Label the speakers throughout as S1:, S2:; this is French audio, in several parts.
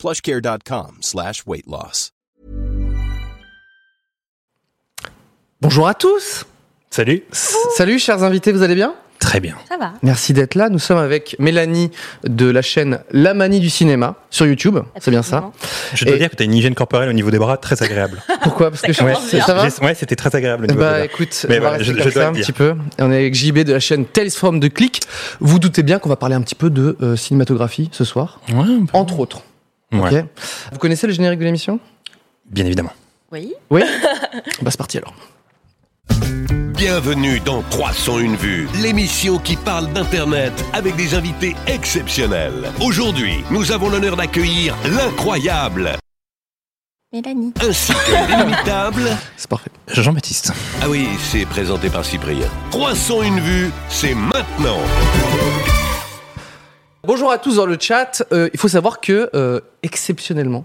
S1: plushcare.com slash weight loss.
S2: Bonjour à tous
S3: Salut
S2: Salut chers invités, vous allez bien
S3: Très bien.
S4: Ça va.
S2: Merci d'être là, nous sommes avec Mélanie de la chaîne La Manie du Cinéma sur YouTube, c'est bien ça
S3: Je dois
S2: Et-
S3: dire que t'as une hygiène corporelle au niveau des bras très agréable.
S2: Pourquoi Parce que je
S4: Ça
S3: ouais,
S2: pense
S4: commence bien.
S2: ça va
S3: j'ai- ouais, c'était très agréable au niveau
S2: Bah
S3: des bras.
S2: écoute,
S3: Mais
S2: on va
S3: voilà,
S2: rester
S3: je-
S2: comme
S3: je dois
S2: ça un
S3: le dire.
S2: petit peu. Et on est avec JB de la chaîne Tales from de Click. Vous doutez bien qu'on va parler un petit peu de euh, cinématographie ce soir,
S3: Ouais,
S2: entre autres.
S3: Ouais,
S2: ok Vous connaissez le générique de l'émission
S3: bien évidemment.
S4: Oui.
S2: Oui Bah c'est parti alors.
S5: Bienvenue dans 301 vues, l'émission qui parle d'Internet avec des invités exceptionnels. Aujourd'hui, nous avons l'honneur d'accueillir l'incroyable
S4: Mélanie.
S5: ainsi que l'inimitable.
S2: C'est parfait.
S3: Jean-Baptiste.
S5: Ah oui, c'est présenté par Cyprien. 301 vues, c'est maintenant.
S2: Bonjour à tous dans le chat. Euh, il faut savoir que, euh, exceptionnellement,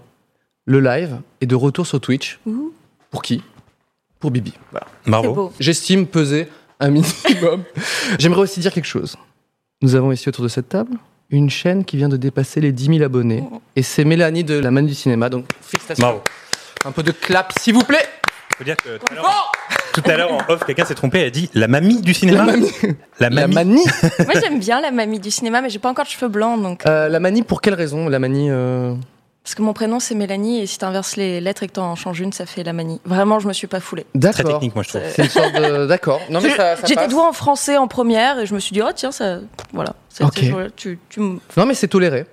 S2: le live est de retour sur Twitch.
S4: Ouh.
S2: Pour qui Pour Bibi. Voilà.
S4: C'est
S3: Bravo.
S4: beau.
S2: J'estime peser un minimum. J'aimerais aussi dire quelque chose. Nous avons ici autour de cette table une chaîne qui vient de dépasser les 10 000 abonnés.
S4: Oh.
S2: Et c'est Mélanie de la Manie du Cinéma. Donc, félicitations.
S3: Bravo.
S2: Un peu de clap, s'il vous plaît.
S3: Faut dire que tout à l'heure- tout à l'heure en off, quelqu'un s'est trompé, elle a dit la mamie du cinéma.
S2: La mamie. La
S3: La mamie.
S2: Manie.
S4: Moi j'aime bien la mamie du cinéma, mais j'ai pas encore de cheveux blancs, donc
S2: Euh, la Manie, pour quelle raison La Manie. euh,
S4: parce que mon prénom c'est Mélanie et si t'inverses les lettres et que t'en changes une, ça fait la manie. Vraiment, je me suis pas foulée.
S3: Très
S2: D'accord.
S3: technique, moi je trouve.
S4: C'est-
S2: C'est une sorte de. D'accord. Non, mais ça, ça
S4: J'étais
S2: passe.
S4: douée en français en première et je me suis dit oh tiens ça voilà. C'est-
S2: Ok.
S4: c'est- Tu, tu me-
S2: Non, mais c'est toléré.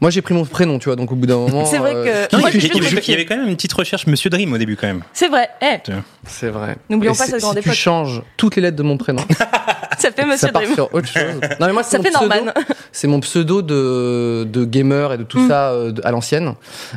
S2: Moi, j'ai pris mon prénom, tu vois, donc au bout d'un moment.
S4: C'est vrai
S2: euh,
S4: que-
S3: Non,
S4: Moi,
S3: il, y avait- il
S4: je suis
S3: y avait- il y
S4: choquée.
S3: avait quand même une petite recherche Monsieur Dream au début quand même.
S4: C'est vrai. Eh,
S2: C'est vrai.
S4: N'oublions
S2: Et
S4: pas
S2: si-
S4: cette grande
S2: si tu
S4: époque.
S2: changes toutes les lettres de mon prénom,
S4: ça fait Monsieur
S2: ça part
S4: Dream.
S2: sur autre chose. Non, mais moi, c'est
S4: Ça
S2: mon
S4: fait
S2: pseudo.
S4: Norman.
S2: C'est mon pseudo de, de gamer et de tout
S4: Mm.
S2: ça euh, de- à l'ancienne.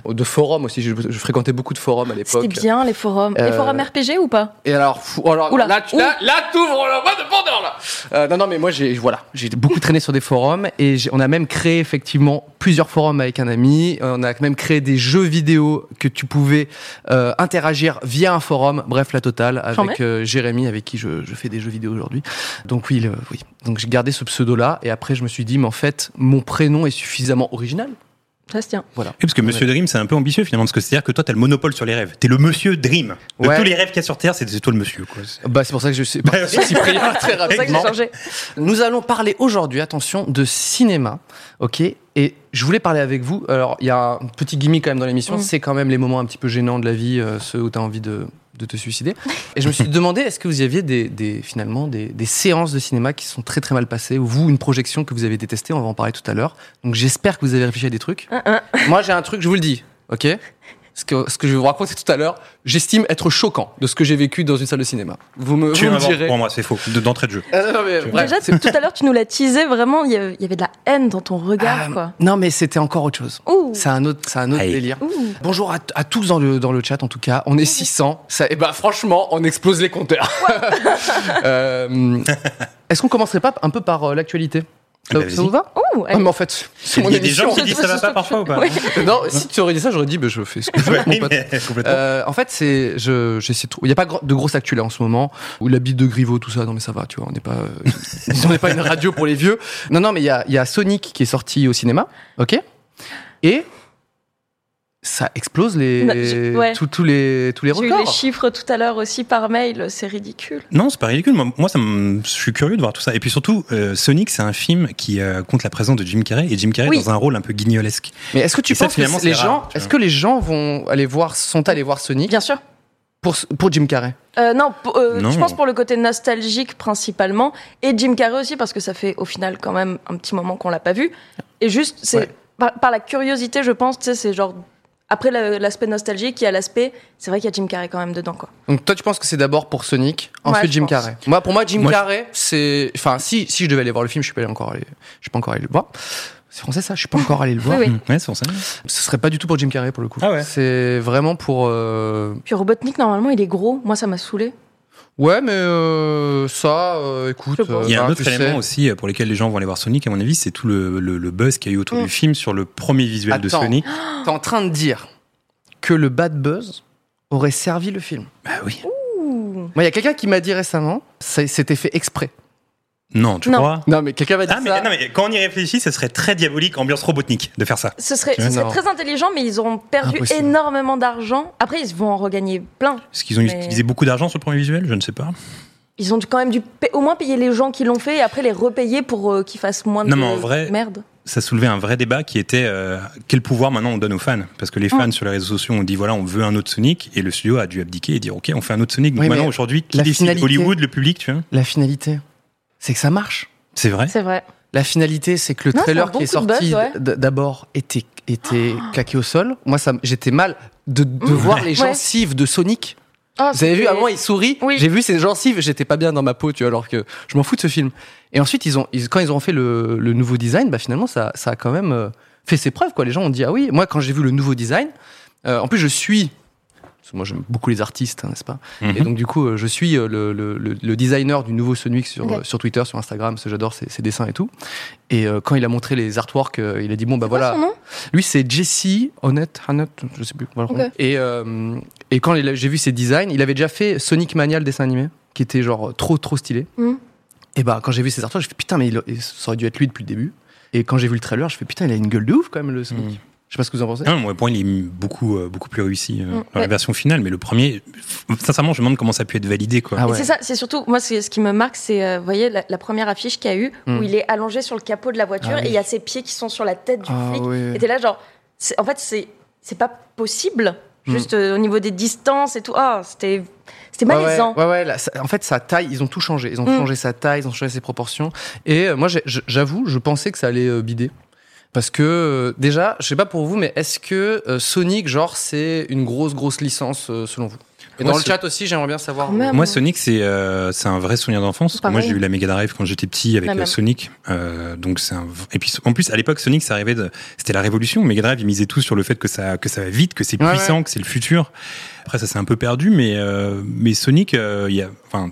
S2: De forum aussi. Je, je fréquentais beaucoup de forums à
S4: C'était
S2: l'époque.
S4: bien les forums.
S2: Euh,
S4: Les forums RPG ou pas
S2: Et alors, fou- oh, alors,
S4: Oula.
S2: là, tu,
S4: Ouh.
S2: là, là, t'ouvres le bois de Pandore, là. Euh, non, non, mais moi, j'ai, voilà, j'ai beaucoup traîné sur des forums et j'ai- on a même créé effectivement plusieurs forums avec un ami. Euh, On a même créé des jeux vidéo que tu pouvais euh, interagir via un forum. Bref, la totale
S4: J'en mets.
S2: avec euh, Jérémy, avec qui je, je fais des jeux vidéo aujourd'hui. Donc oui, le- oui. Donc j'ai gardé ce pseudo-là et après je me suis dit, mais en fait, mon prénom est suffisamment original.
S4: Ça se tient.
S3: Oui, parce que Monsieur Dream, c'est un peu ambitieux finalement, parce que c'est-à-dire que toi, t'as le monopole sur les rêves. T'es le Monsieur Dream. De
S2: Ouais.
S3: tous les rêves qu'il y a sur Terre, c'est c'est toi le Monsieur. Quoi. C'est-
S2: Bah, c'est pour ça que je suis parti Cyprien très
S4: C'est ça que
S2: rapidement.
S4: j'ai changé.
S2: Nous allons parler aujourd'hui, attention, de cinéma, ok Et je voulais parler avec vous. Alors, il y a un petit gimmick quand même dans l'émission.
S4: Mm.
S2: C'est quand même les moments un petit peu gênants de la vie, euh, ceux où tu as envie de, de te suicider. Et je me suis demandé, est-ce que vous y aviez des, des- finalement des, des séances de cinéma qui sont très très mal passées ou vous, une projection que vous avez détestée On va en parler tout à l'heure. Donc, j'espère que vous avez réfléchi à des trucs. Moi, j'ai un truc, je vous le dis, ok ce que, ce que je vais vous raconter tout à l'heure, j'estime être choquant de ce que j'ai vécu dans une salle de cinéma. Vous me,
S3: Tu
S2: vous me
S3: inventes.
S2: direz.
S3: Pour moi, c'est faux. De- D'entrée de jeu.
S2: Ah, non, mais bref.
S4: Déjà tout à l'heure tu nous l'as teasé vraiment. Il y avait il y avait de la haine dans ton regard
S2: Ah,
S4: quoi.
S2: Non, mais c'était encore autre chose.
S4: Ouh.
S2: C'est un autre, c'est un autre
S3: Aïe.
S2: délire.
S4: Ouh.
S2: Bonjour à, à tous dans le, dans le chat, en tout cas. On est 600. Ça, et bah, franchement, on explose les compteurs. Euh, Est-ce qu'on commencerait pas un peu par euh, l'actualité ça,
S3: Bah,
S2: ça
S3: vas-y.
S2: vous va
S4: Ouh.
S2: Ah, mais en fait, c'est
S3: Il
S2: mon
S3: y a des gens
S2: émission.
S3: qui disent ça va pas parfois ou pas
S4: Oui.
S2: non, si tu aurais dit ça, j'aurais dit, bah, je fais ce que je veux, mon
S3: Oui,
S2: pote.
S3: mais- complètement.
S2: Euh, en fait, c'est, je, j'essaie de trouver- Il n'y a pas gro- de grosse actu là en ce moment. Ou la bite de Griveaux, tout ça. Non, mais ça va, tu vois. On n'est pas, euh, on n'est pas une radio pour les vieux. Non, non, mais il y a, il y a Sonic qui est sorti au cinéma. OK Et ça explose les,
S4: Non, Bah, je- ouais.
S2: tous- tous les, tous les
S4: J'ai eu les
S2: records.
S4: chiffres tout à l'heure aussi par mail, c'est ridicule.
S3: Non, c'est pas ridicule. Moi, moi, ça me- je suis curieux de voir tout ça. Et puis surtout, euh, Sonic, c'est un film qui euh, compte la présence de Jim Carrey et Jim Carrey
S4: Oui.
S3: dans un rôle un peu guignolesque.
S2: Mais est-ce que tu
S3: Et ça,
S2: penses que
S3: finalement,
S2: les
S3: c'est
S2: gens,
S3: rare, tu vois.
S2: est-ce que les gens vont aller voir, sont allés voir Sonic
S4: Bien sûr.
S2: pour, pour Jim Carrey?
S4: Euh, non, pour- euh,
S3: Non.
S4: je pense pour le côté nostalgique principalement, et Jim Carrey aussi, parce que ça fait au final quand même un petit moment qu'on l'a pas vu. Et juste, c'est
S2: Ouais.
S4: par, par la curiosité, je pense, tu sais, c'est genre. Après la- l'aspect nostalgique, il y a l'aspect. C'est vrai qu'il y a Jim Carrey quand même dedans, quoi.
S2: Donc toi tu penses que c'est d'abord pour Sonic,
S4: Ouais,
S2: ensuite
S4: je
S2: Jim
S4: pense.
S2: Carrey. Moi pour moi Jim
S3: Moi, je-
S2: Carrey c'est enfin si si je devais aller voir le film, je suis pas allé encore aller je suis pas encore allé le voir. C'est français ça Je suis pas encore allé le voir.
S4: Oui.
S3: Mm. Ouais, c'est pour ça.
S2: Ce serait pas du tout pour Jim Carrey pour le coup.
S3: Ah ouais.
S2: C'est vraiment pour. euh,
S4: Puis Robotnik, normalement, il est gros. Moi, ça m'a saoulé.
S2: Ouais, mais euh, ça, euh, écoute.
S4: Je sais pas.
S2: euh,
S3: Il y a un
S2: voilà,
S3: autre
S2: tu
S3: élément
S2: sais.
S3: aussi euh, pour lequel les gens vont aller voir Sonic, à mon avis, c'est tout le, le- le buzz qu'il y a eu autour
S4: Mm.
S3: du film sur le premier visuel de
S2: Attends.
S3: Sonic.
S2: T'es en train de dire que le bad buzz aurait servi le film.
S3: Bah oui.
S4: Ouh.
S2: Moi, il y a quelqu'un qui m'a dit récemment, ça- c'était fait exprès.
S3: Non, tu
S4: Non.
S3: crois
S2: Non, mais quelqu'un m'a dit
S3: ah, mais,
S2: ça.
S3: non, mais quand on y réfléchit, ça serait très diabolique, ambiance robotnik, de faire ça.
S4: Ce serait, ce
S2: Non.
S4: serait très intelligent, mais ils auront perdu
S2: Impossible.
S4: énormément d'argent. Après, ils vont en regagner plein.
S3: Est-ce qu'ils ont
S4: Mais-
S3: utilisé beaucoup d'argent sur le premier visuel Je ne sais pas.
S4: Ils ont quand même dû pa- au moins payer les gens qui l'ont fait et après les repayer pour euh, qu'ils fassent moins de
S3: Non, mais en vrai-
S4: merde.
S3: ça soulevait un vrai débat qui était euh, quel pouvoir maintenant on donne aux fans Parce que les fans sur les réseaux sociaux ont dit voilà, on veut un autre Sonic, et le studio a dû abdiquer et dire ok, on fait un autre Sonic. Donc
S2: Oui, mais
S3: maintenant, aujourd'hui, qui
S2: la
S3: décide
S2: finalité-
S3: Hollywood, le public, tu vois
S2: La finalité, c'est que ça marche.
S3: C'est vrai
S4: C'est vrai.
S2: La finalité, c'est que le
S4: Non,
S2: trailer
S4: c'est un bon
S2: qui est
S4: coup de
S2: sorti
S4: buzz, ouais. Oh.
S2: d- d'abord était, était claqué au sol. Moi, ça, m- j'étais mal de, de voir les
S4: Mmh. Ouais.
S2: gencives de Sonic.
S4: Ah,
S2: Vous avez vu,
S4: c'était-
S2: à un moment, il sourit.
S4: Oui.
S2: J'ai vu ses gencives, j'étais pas bien dans ma peau, tu vois, alors que je m'en fous de ce film. Et ensuite, ils ont, ils- quand ils ont fait le, le nouveau design, bah finalement, ça, ça a quand même euh, fait ses preuves, quoi. Les gens ont dit, ah oui, moi, quand j'ai vu le nouveau design, euh, en plus, je suis. parce que Moi, j'aime beaucoup les artistes, hein, n'est-ce pas
S3: Mhm.
S2: Et donc, du coup, euh, je suis euh, le, le- le- le designer du nouveau Sonic sur,
S4: Ok.
S2: euh, sur Twitter, sur Instagram, parce que j'adore ses, ses dessins et tout. Et euh, quand il a montré les artworks, euh, il a dit, bon, bah
S4: Quoi,
S2: voilà.
S4: son nom
S2: Lui, c'est Jesse Honnête, Honnête, je sais plus. voilà.
S4: Ok.
S2: Et, euh, et quand il a- j'ai vu ses designs, il avait déjà fait Sonic Mania, le dessin animé, qui était genre euh, trop, trop stylé.
S4: Mhm.
S2: Et bah, quand j'ai vu ses artworks, j'ai fait putain, mais il, il- ça aurait dû être lui depuis le début. Et quand j'ai vu le trailer, je fais putain, il a une gueule de ouf quand même, le Sonic.
S3: Mhm.
S2: Je sais pas ce que vous en pensez.
S3: Non, moi, pour moi, il est beaucoup, euh, beaucoup plus réussi euh,
S4: Mm,
S3: dans la
S4: ouais.
S3: version finale, mais le premier, sincèrement, je me demande comment ça a pu être validé, quoi.
S2: Ah
S4: Et
S2: ouais.
S4: C'est ça, c'est surtout, moi, c'est- ce qui me marque, c'est, euh, vous voyez, la, la première affiche qu'il y a eu,
S2: Hmm.
S4: où il est allongé sur le capot de la voiture
S2: Ah oui.
S4: et il y a ses pieds qui sont sur la tête du
S2: Ah
S4: flic.
S2: ouais.
S4: Et t'es là, genre, c'est- en fait, c'est, c'est pas possible.
S2: Hmm.
S4: Juste euh, au niveau des distances et tout. Ah, c'était, c'était
S2: Ah Ouais, ouais,
S4: malaisant.
S2: ouais, ouais, là, ça- en fait, sa taille, ils ont tout changé. Ils ont
S4: Mm.
S2: changé sa taille, ils ont changé ses proportions. Et euh, moi, j'ai- j- j'avoue, je pensais que ça allait euh, bider. Parce que, euh, déjà, je sais pas pour vous, mais est-ce que euh, Sonic, genre, c'est une grosse, grosse licence euh, selon vous Et
S3: Moi,
S2: dans le
S3: c'est-
S2: chat aussi, j'aimerais bien savoir.
S4: Quand même.
S3: Moi, Sonic, c'est euh, c'est un vrai souvenir d'enfance.
S4: Ah, Pareil.
S3: Moi, j'ai eu la Mega Drive quand j'étais petit avec
S4: La
S3: euh,
S4: même.
S3: Sonic. Euh, donc c'est un... v- Et puis en plus, à l'époque, Sonic, ça arrivait de... c'était la révolution. Mega Drive, ils misaient tout sur le fait que ça que ça va vite, que c'est
S2: Ouais,
S3: puissant, que c'est le futur. Après, ça s'est un peu perdu, mais euh, mais Sonic, euh, il y a enfin.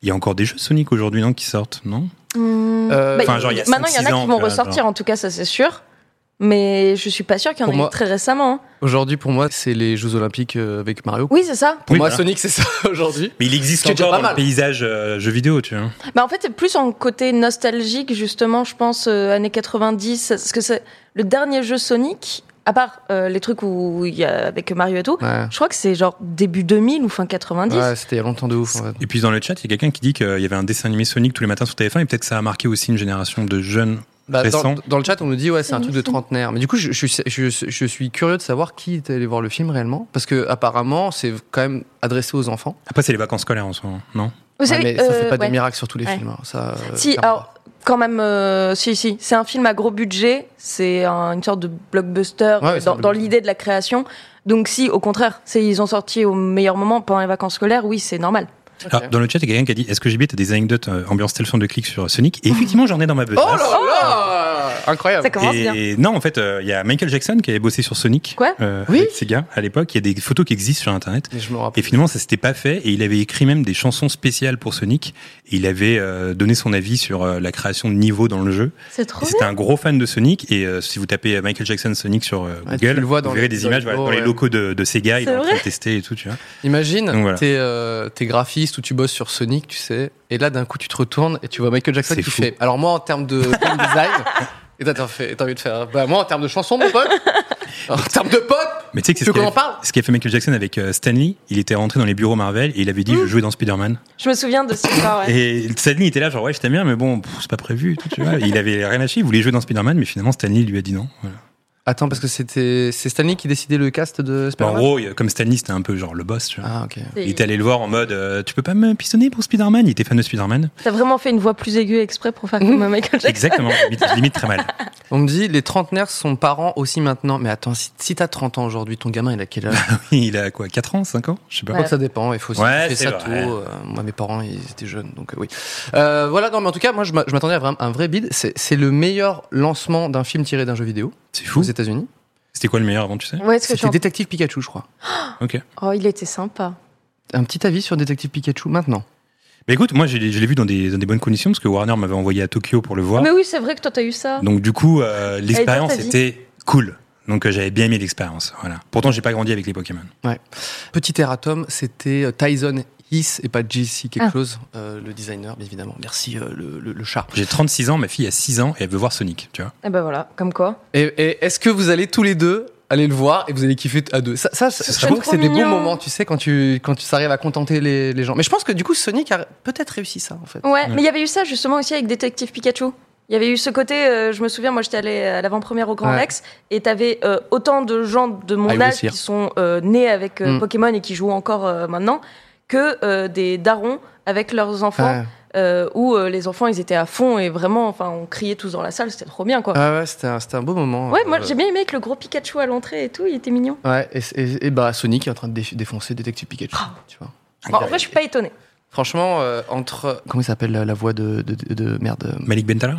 S3: Il y a encore des jeux Sonic aujourd'hui, non, qui sortent, non
S4: Hmm.
S2: Euh,
S4: Bah,
S2: enfin,
S3: genre, il y a
S4: maintenant, il y en a
S3: 5-6 ans,
S4: qui vont
S3: tu vois,
S4: ressortir,
S3: genre.
S4: en tout cas, ça c'est sûr. Mais je suis pas sûre qu'il y en
S2: Pour
S4: ait eu
S2: moi-
S4: très récemment. hein.
S2: euh, Aujourd'hui, pour moi, c'est les Jeux Olympiques euh, avec Mario.
S4: Oui, c'est ça.
S2: Pour
S3: Oui,
S2: moi,
S3: voilà.
S2: Sonic, c'est ça aujourd'hui.
S3: Mais il existe
S2: Ce qui est déjà
S3: encore
S2: pas
S3: dans
S2: mal.
S3: le paysage euh, jeux vidéo, tu vois.
S4: Bah, en fait, c'est plus en côté nostalgique, justement, je pense, euh, années 90. Parce que c'est le dernier jeu Sonic, à part euh, les trucs où il y a avec Mario et tout,
S2: Ouais,
S4: je crois que c'est genre début 2000 ou fin 90.
S2: Ouais, c'était il y a longtemps de ouf. En fait.
S3: Et puis dans le chat, il y a quelqu'un qui dit qu'il y avait un dessin animé Sonic tous les matins sur TF1 et peut-être que ça a marqué aussi une génération de jeunes.
S2: Bah, dans,
S3: Récent.
S2: dans le chat, on nous dit ouais, c'est un
S4: C'est
S2: truc de
S4: innocent.
S2: trentenaire. Mais du coup, je, je, suis- je- je suis curieux de savoir qui est allé voir le film réellement, parce que apparemment, c'est quand même adressé aux enfants.
S3: Après, c'est les vacances scolaires en ce moment, non
S2: Ouais,
S4: Vous savez,
S2: mais ça fait
S4: euh,
S2: pas
S4: ouais.
S2: des miracles sur tous les
S4: Ouais.
S2: films. hein, Ça, euh,
S4: Si,
S2: clairement
S4: alors, quand même, euh, si, si. C'est un film à gros budget, c'est un- une sorte de blockbuster
S2: Ouais, ouais, c'est un
S4: dans, dans
S2: blockbuster.
S4: l'idée de la création. Donc, si, au contraire, c'est ils ont sorti au meilleur moment pendant les vacances scolaires, oui, c'est normal.
S2: pas.
S3: Alors, dans le chat, il y a quelqu'un qui a dit Est-ce que JB, t'as des anecdotes euh, ambiance téléphone de clic sur Sonic Et effectivement, j'en ai dans ma besace.
S2: Oh là là Incroyable
S4: Oh Ça commence bien.
S3: et non, en fait, euh, il y a Michael Jackson qui avait bossé sur Sonic.
S4: Quoi
S3: euh,
S2: Oui.
S3: Avec ses gars à l'époque. Il y a des photos qui existent sur Internet.
S2: Et je me rappelle.
S3: Et finalement, ça s'était pas fait. Et il avait écrit même des chansons spéciales pour Sonic. Et il avait euh, donné son avis sur euh, la création de niveaux dans le jeu.
S4: C'est
S3: Et
S4: trop
S3: C'était un gros fan de Sonic. Et euh, si vous tapez euh, Michael Jackson Sonic sur euh,
S2: Ouais,
S3: Google,
S2: tu le vois dans
S3: vous verrez
S2: les-
S3: des
S2: dans
S3: images
S2: les
S3: voilà, dans,
S2: logos,
S3: les
S2: ouais.
S3: locaux de, de Sega. Il est
S4: C'est
S3: en train
S4: vrai
S3: de tester et tout, tu vois.
S2: Imagine,
S3: Donc voilà.
S2: t'es euh, t'es graphiste ou tu bosses sur Sonic, tu sais, et là d'un coup tu te retournes et tu vois Michael Jackson
S3: C'est
S2: qui
S3: fou.
S2: fait. Alors moi en termes de game design, et toi, t'as fait- t'as envie de faire. Bah moi en termes de chanson, mon pote. En termes de pote.
S3: Mais tu sais que
S2: Tu
S3: c'est
S2: veux
S3: ce qu'a
S2: qu'on en parle
S3: ce qu'a fait Michael Jackson avec euh, Stanley. Il était rentré dans les bureaux Marvel et il avait dit
S2: Mmh.
S3: Je jouais dans Spider-Man.
S4: Je me souviens de ce soir, ouais.
S3: Et Stanley était là, genre, ouais, je t'aime bien, mais bon, pff, c'est pas prévu, et tout, tu vois. Il avait rien lâché, il voulait jouer dans Spider-Man, mais finalement, Stanley lui a dit non. Voilà.
S2: Attends, parce que c'était c'est Stanley qui décidait le cast de
S3: Bah, en
S2: Spider-Man.
S3: gros, il- comme Stanley, c'était un peu genre le boss, tu vois.
S2: ah ok.
S4: C'est-
S3: Il était allé le voir en mode euh, Tu peux pas me pistonner pour Spider-Man Il était fan de Spider-Man.
S4: T'as vraiment fait une voix plus aiguë exprès pour faire comme Michael Jackson.
S3: Exactement, limite, limite très mal.
S2: On me dit les trentenaires sont parents aussi maintenant. Mais attends, si, si t'as 30 ans aujourd'hui, ton gamin il a quel âge Je
S3: Il a quoi 4 ans 5 ans Je sais pas.
S2: crois que ça dépend. Il faut aussi
S3: Ouais,
S2: faire
S3: c'est
S2: ça
S3: vrai.
S2: tôt. Euh, moi mes parents ils étaient jeunes donc euh, oui. Euh, voilà non mais en tout cas moi je m'a- je m'attendais à vraiment un vrai bid. C'est c'est le meilleur lancement d'un film tiré d'un jeu vidéo
S3: C'est
S2: aux
S3: fou.
S2: États-Unis.
S3: C'était quoi le meilleur avant, tu sais
S4: Ouais, est-ce que tu
S2: C'était
S4: en-
S2: Détective Pikachu je crois. Ah.
S3: Ok.
S4: Oh, il était sympa.
S2: Un petit avis sur Détective Pikachu maintenant.
S3: Mais écoute, moi, je l'ai je l'ai vu dans des, dans des bonnes conditions parce que Warner m'avait envoyé à Tokyo pour le voir.
S4: Mais oui, c'est vrai que toi, t'as eu ça.
S3: Donc du coup, euh, l'expérience
S4: Elle est dans ta
S3: était cool. Donc euh, j'avais bien aimé l'expérience. Voilà. Pourtant, j'ai pas grandi avec les Pokémon.
S2: Petit erratum, c'était euh, Tyson Hiss et pas JC quelque
S4: Ah.
S2: chose, euh, le designer, bien évidemment. Merci euh, le, le- le chat.
S3: J'ai 36 ans, ma fille a 6 ans et elle veut voir Sonic, tu vois.
S4: Et ben voilà, comme quoi.
S2: Et, et est-ce que vous allez tous les deux aller le voir et vous allez kiffer à deux Ça, ça, je
S4: serait
S2: trouve que
S4: trop
S2: c'est des beaux
S4: mignon.
S2: moments, tu sais, quand tu quand tu arrives à contenter les, les gens. Mais je pense que du coup, Sonic a peut-être réussi ça en fait.
S4: Ouais, mais il y avait eu ça justement aussi avec Détective Pikachu. Il y avait eu ce côté, euh, je me souviens, moi j'étais allée à l'avant-première au Grand
S2: Ouais.
S4: Rex et t'avais euh, autant de gens de mon
S2: I will
S4: âge
S2: see.
S4: qui sont euh, nés avec euh,
S2: Mm.
S4: Pokémon et qui jouent encore euh, maintenant que euh, des darons avec leurs enfants
S2: Ouais,
S4: euh, où euh, les enfants ils étaient à fond et vraiment, enfin on criait tous dans la salle, c'était trop bien quoi.
S2: Ah ouais, c'était un, c'était un beau moment.
S4: Ah. Ouais, moi
S2: Euh,
S4: j'ai bien aimé avec le gros Pikachu à l'entrée et tout, il était mignon.
S2: Ouais, et, et- et bah Sonic est en train de dé- défoncer Détective Pikachu,
S4: Ah.
S2: tu vois.
S4: Bon, en vrai, je suis pas étonnée.
S2: Franchement, euh, entre comment il s'appelle la, la voix de, de, de- de- merde euh,
S3: Malik Bentala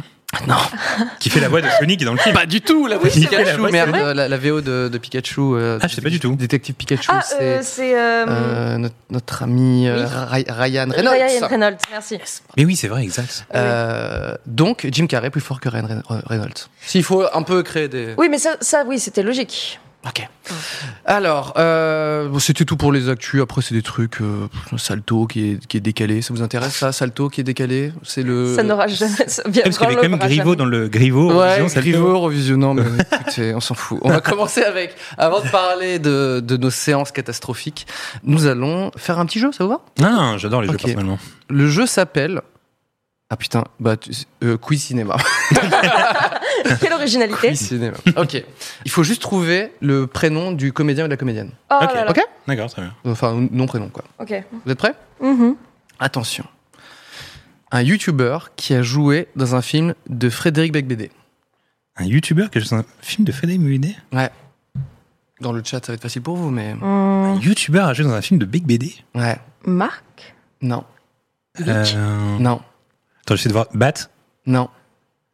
S2: Non.
S3: Qui fait la voix de Sonic dans le film.
S2: Pas du tout, la
S3: Oui, c'est vrai,
S2: Pikachu,
S3: ouais,
S2: merde, euh,
S4: c'est
S2: la, la VO de, de Pikachu. euh,
S3: Ah, je sais pas du tout.
S2: Détective Pikachu,
S4: Ah, euh,
S2: c'est
S4: c'est euh,
S2: euh, notre, notre ami euh, Ry- Ryan Reynolds.
S4: Ryan Reynolds, merci.
S3: Mais oui, c'est vrai, exact.
S2: Euh, donc, Jim Carrey plus fort que Ryan Re- Re- Reynolds. S'il faut un peu créer des.
S4: Oui, mais ça, ça oui, c'était logique.
S2: Ok. Alors, euh, bon, c'était tout pour les actus. Après, c'est des trucs. euh, Salto qui est, qui est décalé. Ça vous intéresse ça Salto qui est décalé C'est le.
S4: Ça n'aura jamais. ça
S3: Ouais, Euh, Parce qu'il y avait
S4: viendra,
S3: quand même
S4: l'aura
S3: Griveaux
S4: jamais.
S3: dans le Griveaux.
S2: Ouais,
S3: disons, ça le fait.
S2: Griveaux, revisionnant, mais écoutez, on s'en fout. On va commencer avec, avant de parler de, de nos séances catastrophiques, nous allons faire un petit jeu, ça vous va
S3: Non, non, j'adore les jeux
S2: Ok.
S3: personnellement.
S2: Le jeu s'appelle... Ah putain, bah, tu- euh, quiz cinéma.
S4: Quelle originalité.
S2: quiz cinéma. Ok. Il faut juste trouver le prénom du comédien ou de la comédienne.
S4: Oh
S3: Ok.
S4: là là.
S2: Ok
S3: D'accord, très bien.
S2: Enfin, non prénom, quoi.
S4: Ok.
S2: Vous êtes prêts
S4: Mhm.
S2: Attention. Un youtubeur qui a joué dans un film de Frédéric Becbédé.
S3: Un youtubeur que je un film de Fede BD
S2: Dans le chat, ça va être facile pour vous, mais...
S4: Hum,
S3: Un youtubeur a joué dans un film de Big BD
S2: Ouais.
S4: Marc.
S2: Non.
S4: Glitch.
S3: Euh,
S2: Non.
S3: Attends, j'essaie de voir. Bat
S2: Non.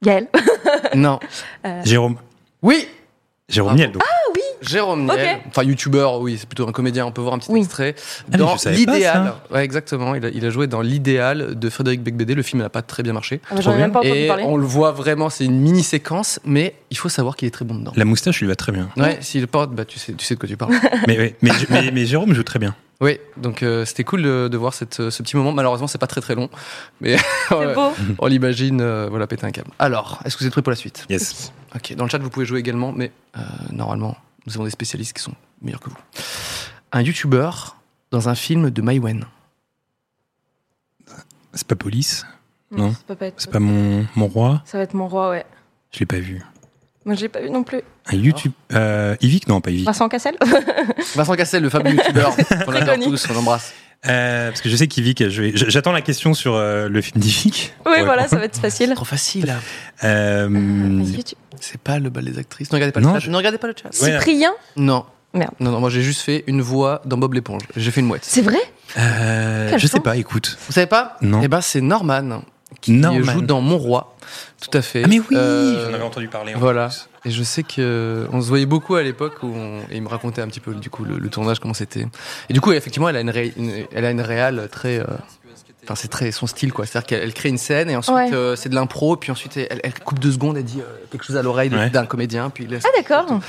S4: Gaël.
S2: Non. Euh.
S3: Jérôme.
S2: Oui
S3: Jérôme
S2: Bravo.
S3: Niel, donc.
S2: Jérôme Niel,
S4: Ok.
S2: enfin youtubeur, oui, c'est plutôt un comédien, on peut voir un petit
S4: Oui.
S2: extrait.
S3: Ah, mais
S2: Dans
S3: je savais pas
S2: L'Idéal.
S3: ça.
S2: Ouais, exactement, il a, il a joué dans L'Idéal de Frédéric Becbédé, le film n'a pas très bien marché.
S4: Ah, J'en ai même pas entendu
S2: Et
S4: parler.
S2: on le voit vraiment, c'est une mini-séquence, mais il faut savoir qu'il est très bon dedans.
S3: La moustache lui va très bien.
S2: Ouais, s'il porte, bah, tu, sais, tu sais de quoi tu parles.
S3: mais, ouais, mais, mais- mais Jérôme joue très bien.
S2: oui, donc euh, c'était cool de, de voir cette, ce petit moment. Malheureusement, c'est pas très très long, mais
S4: C'est beau.
S2: on l'imagine euh, voilà, péter un câble. Alors, est-ce que vous êtes prêts pour la suite
S3: Yes.
S2: Ok, dans le chat, vous pouvez jouer également, mais euh, normalement, nous avons des spécialistes qui sont meilleurs que vous. Un youtubeur dans un film de Maïwen.
S3: C'est pas police, Non.
S4: Ça peut pas être.
S3: c'est pas mon, mon roi,
S4: Ça va être mon roi, ouais.
S3: je l'ai pas vu.
S4: Moi, j'ai pas vu non plus.
S3: Un YouTube. Euh, Yvick Non, pas Yvick.
S4: Vincent Cassel.
S2: Vincent Cassel, le fameux youtubeur. on l'adore
S4: connu.
S2: tous, on l'embrasse.
S3: Euh, parce que je sais qu'Yvick, je vais- je- j'attends la question sur euh, le film d'Yvick.
S4: oui,
S3: Ouais.
S4: voilà, ça va être facile.
S2: Trop facile. là.
S3: Euh,
S4: Vas-y, tu-
S2: C'est pas le bal des actrices. Ne regardez pas le
S3: Non,
S2: chat.
S3: je-
S2: Ne regardez pas le chat.
S3: Ouais.
S4: Cyprien.
S2: Non.
S4: Merde.
S2: Non, non, moi j'ai juste fait une voix dans Bob l'éponge. J'ai fait une mouette.
S4: C'est vrai.
S3: euh,
S4: Quelle
S3: je sais
S4: chance.
S3: pas, écoute.
S2: Vous savez pas
S3: Non.
S2: Eh ben, c'est Norman qui
S3: Norman.
S2: joue dans Mon Roi. Tout à fait.
S3: Ah, mais oui
S2: Euh,
S3: J'en avais entendu parler. en
S2: Voilà.
S3: plus.
S2: Et je sais que on se voyait beaucoup à l'époque où on- et il me racontait un petit peu du coup le, le tournage comment c'était. Et du coup effectivement elle a une, ré- une- elle a une réal très euh, Enfin, c'est très son style, quoi. C'est-à-dire qu'elle elle crée une scène et ensuite
S4: Ouais.
S2: euh, c'est de l'impro, puis ensuite elle, elle coupe deux secondes, elle dit euh, quelque chose à l'oreille de-
S3: Ouais.
S2: d'un comédien, puis laisse-
S4: Ah d'accord.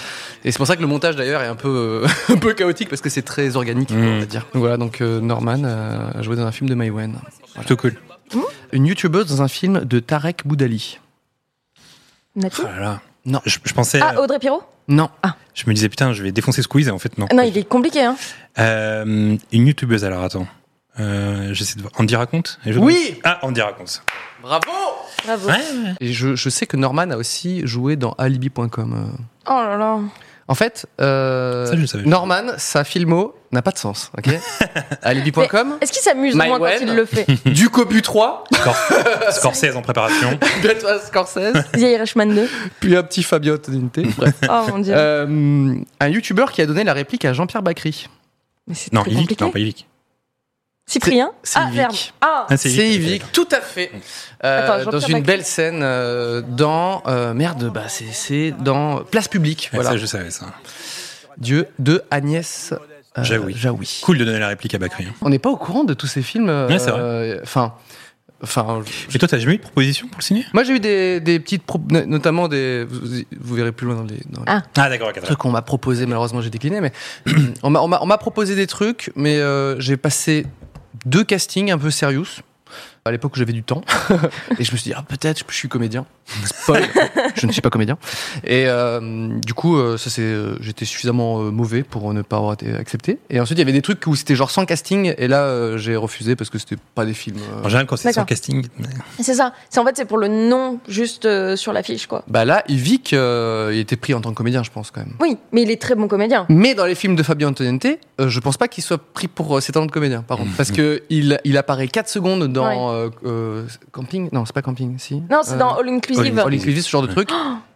S2: Et c'est pour ça que le montage d'ailleurs est un peu, euh, un peu chaotique parce que c'est très organique,
S3: Mm.
S2: on va dire. Donc voilà, donc euh, Norman euh, a joué dans un film de Maïwen.
S3: Plutôt cool.
S2: Une youtubeuse dans un film de Tarek Boudali.
S3: Oh
S4: Nati.
S3: là là.
S2: Oh Non.
S3: Je, je pensais.
S4: Ah Audrey Pirot.
S2: Non.
S3: Je me disais, putain, je vais défoncer Squeeze, et en fait, non.
S4: Non, il est compliqué. Hein.
S3: Euh, une youtubeuse, alors attends. Euh, J'essaie de voir. Andy raconte Et je-
S2: Oui
S3: Ah, Andy raconte.
S2: Bravo
S4: Bravo.
S2: Et je, je sais que Norman a aussi joué dans Alibi.com. euh.
S4: Oh là là.
S2: En fait, euh,
S3: Ça, je le savais.
S2: Norman, sa filmo n'a pas de sens. ok Alibi.com,
S4: Est-ce qu'il s'amuse au
S2: My
S4: moins quand
S2: Web.
S4: il le fait
S2: du Cobu 3,
S3: Scor- Scorsese en préparation.
S2: Benoît Scorsese,
S4: The Irishman 2
S2: puis un petit Fabio Toninte. Bref.
S4: Oh mon dieu.
S2: Euh, un youtubeur qui a donné la réplique à Jean-Pierre Bacry.
S4: Mais c'est
S3: Non,
S4: très
S3: Yvick,
S4: compliqué.
S3: non, pas Yvick.
S4: Cyprien
S2: c'est
S4: Ah,
S2: Yvick.
S4: merde. Ah,
S3: Ah,
S2: C'est Yvick, tout à fait. Euh,
S4: Attends, Jean-Pierre
S2: dans une
S4: Bacry.
S2: belle scène euh, dans euh, merde, bah c'est- c'est dans Place Publique.
S3: Ouais,
S2: Voilà.
S3: Ça, je savais ça.
S2: Dieu de Agnès euh,
S3: Jaoui.
S2: Jaoui.
S3: Cool de donner la réplique à Bakri. hein.
S2: On n'est pas au courant de tous ces films. euh,
S3: Ouais, c'est vrai.
S2: euh, Enfin, enfin. je-
S3: Et toi, t'as jamais eu de proposition pour le signer
S2: Moi, j'ai eu des, des petites, pro- no- notamment des. Vous, vous verrez plus loin dans les, dans les
S4: Ah.
S3: Ah, d'accord, ok. d'accord.
S2: trucs qu'on m'a proposé. Malheureusement, j'ai décliné, mais on m'a- on m'a on m'a proposé des trucs, mais euh, j'ai passé deux castings un peu sérieux. À l'époque où j'avais du temps, et je me suis dit ah, peut-être je suis comédien. Spoil, je ne suis pas comédien. Et euh, du coup, euh, ça c'est, euh, j'étais suffisamment euh, mauvais pour ne pas avoir été accepté. Et ensuite, il y avait des trucs où c'était genre sans casting, et là euh, j'ai refusé parce que c'était pas des films. euh,
S3: En général, quand c'est
S4: D'accord.
S3: sans casting,
S4: c'est ça. C'est en fait c'est pour le nom juste euh, sur l'affiche quoi.
S2: Bah là, Yvick, euh, il était pris en tant que comédien, je pense quand même.
S4: Oui, mais il est très bon comédien.
S2: Mais dans les films de Fabien Antoniente, euh, je pense pas qu'il soit pris pour euh, ses talents de comédien, par contre.
S3: Mm.
S2: Parce que il, il apparaît 4 secondes dans euh, euh, Camping. Non, c'est pas Camping, si.
S4: Non, c'est
S2: Euh,
S4: dans All Inclusive.
S2: All Inclusive, ce genre de truc.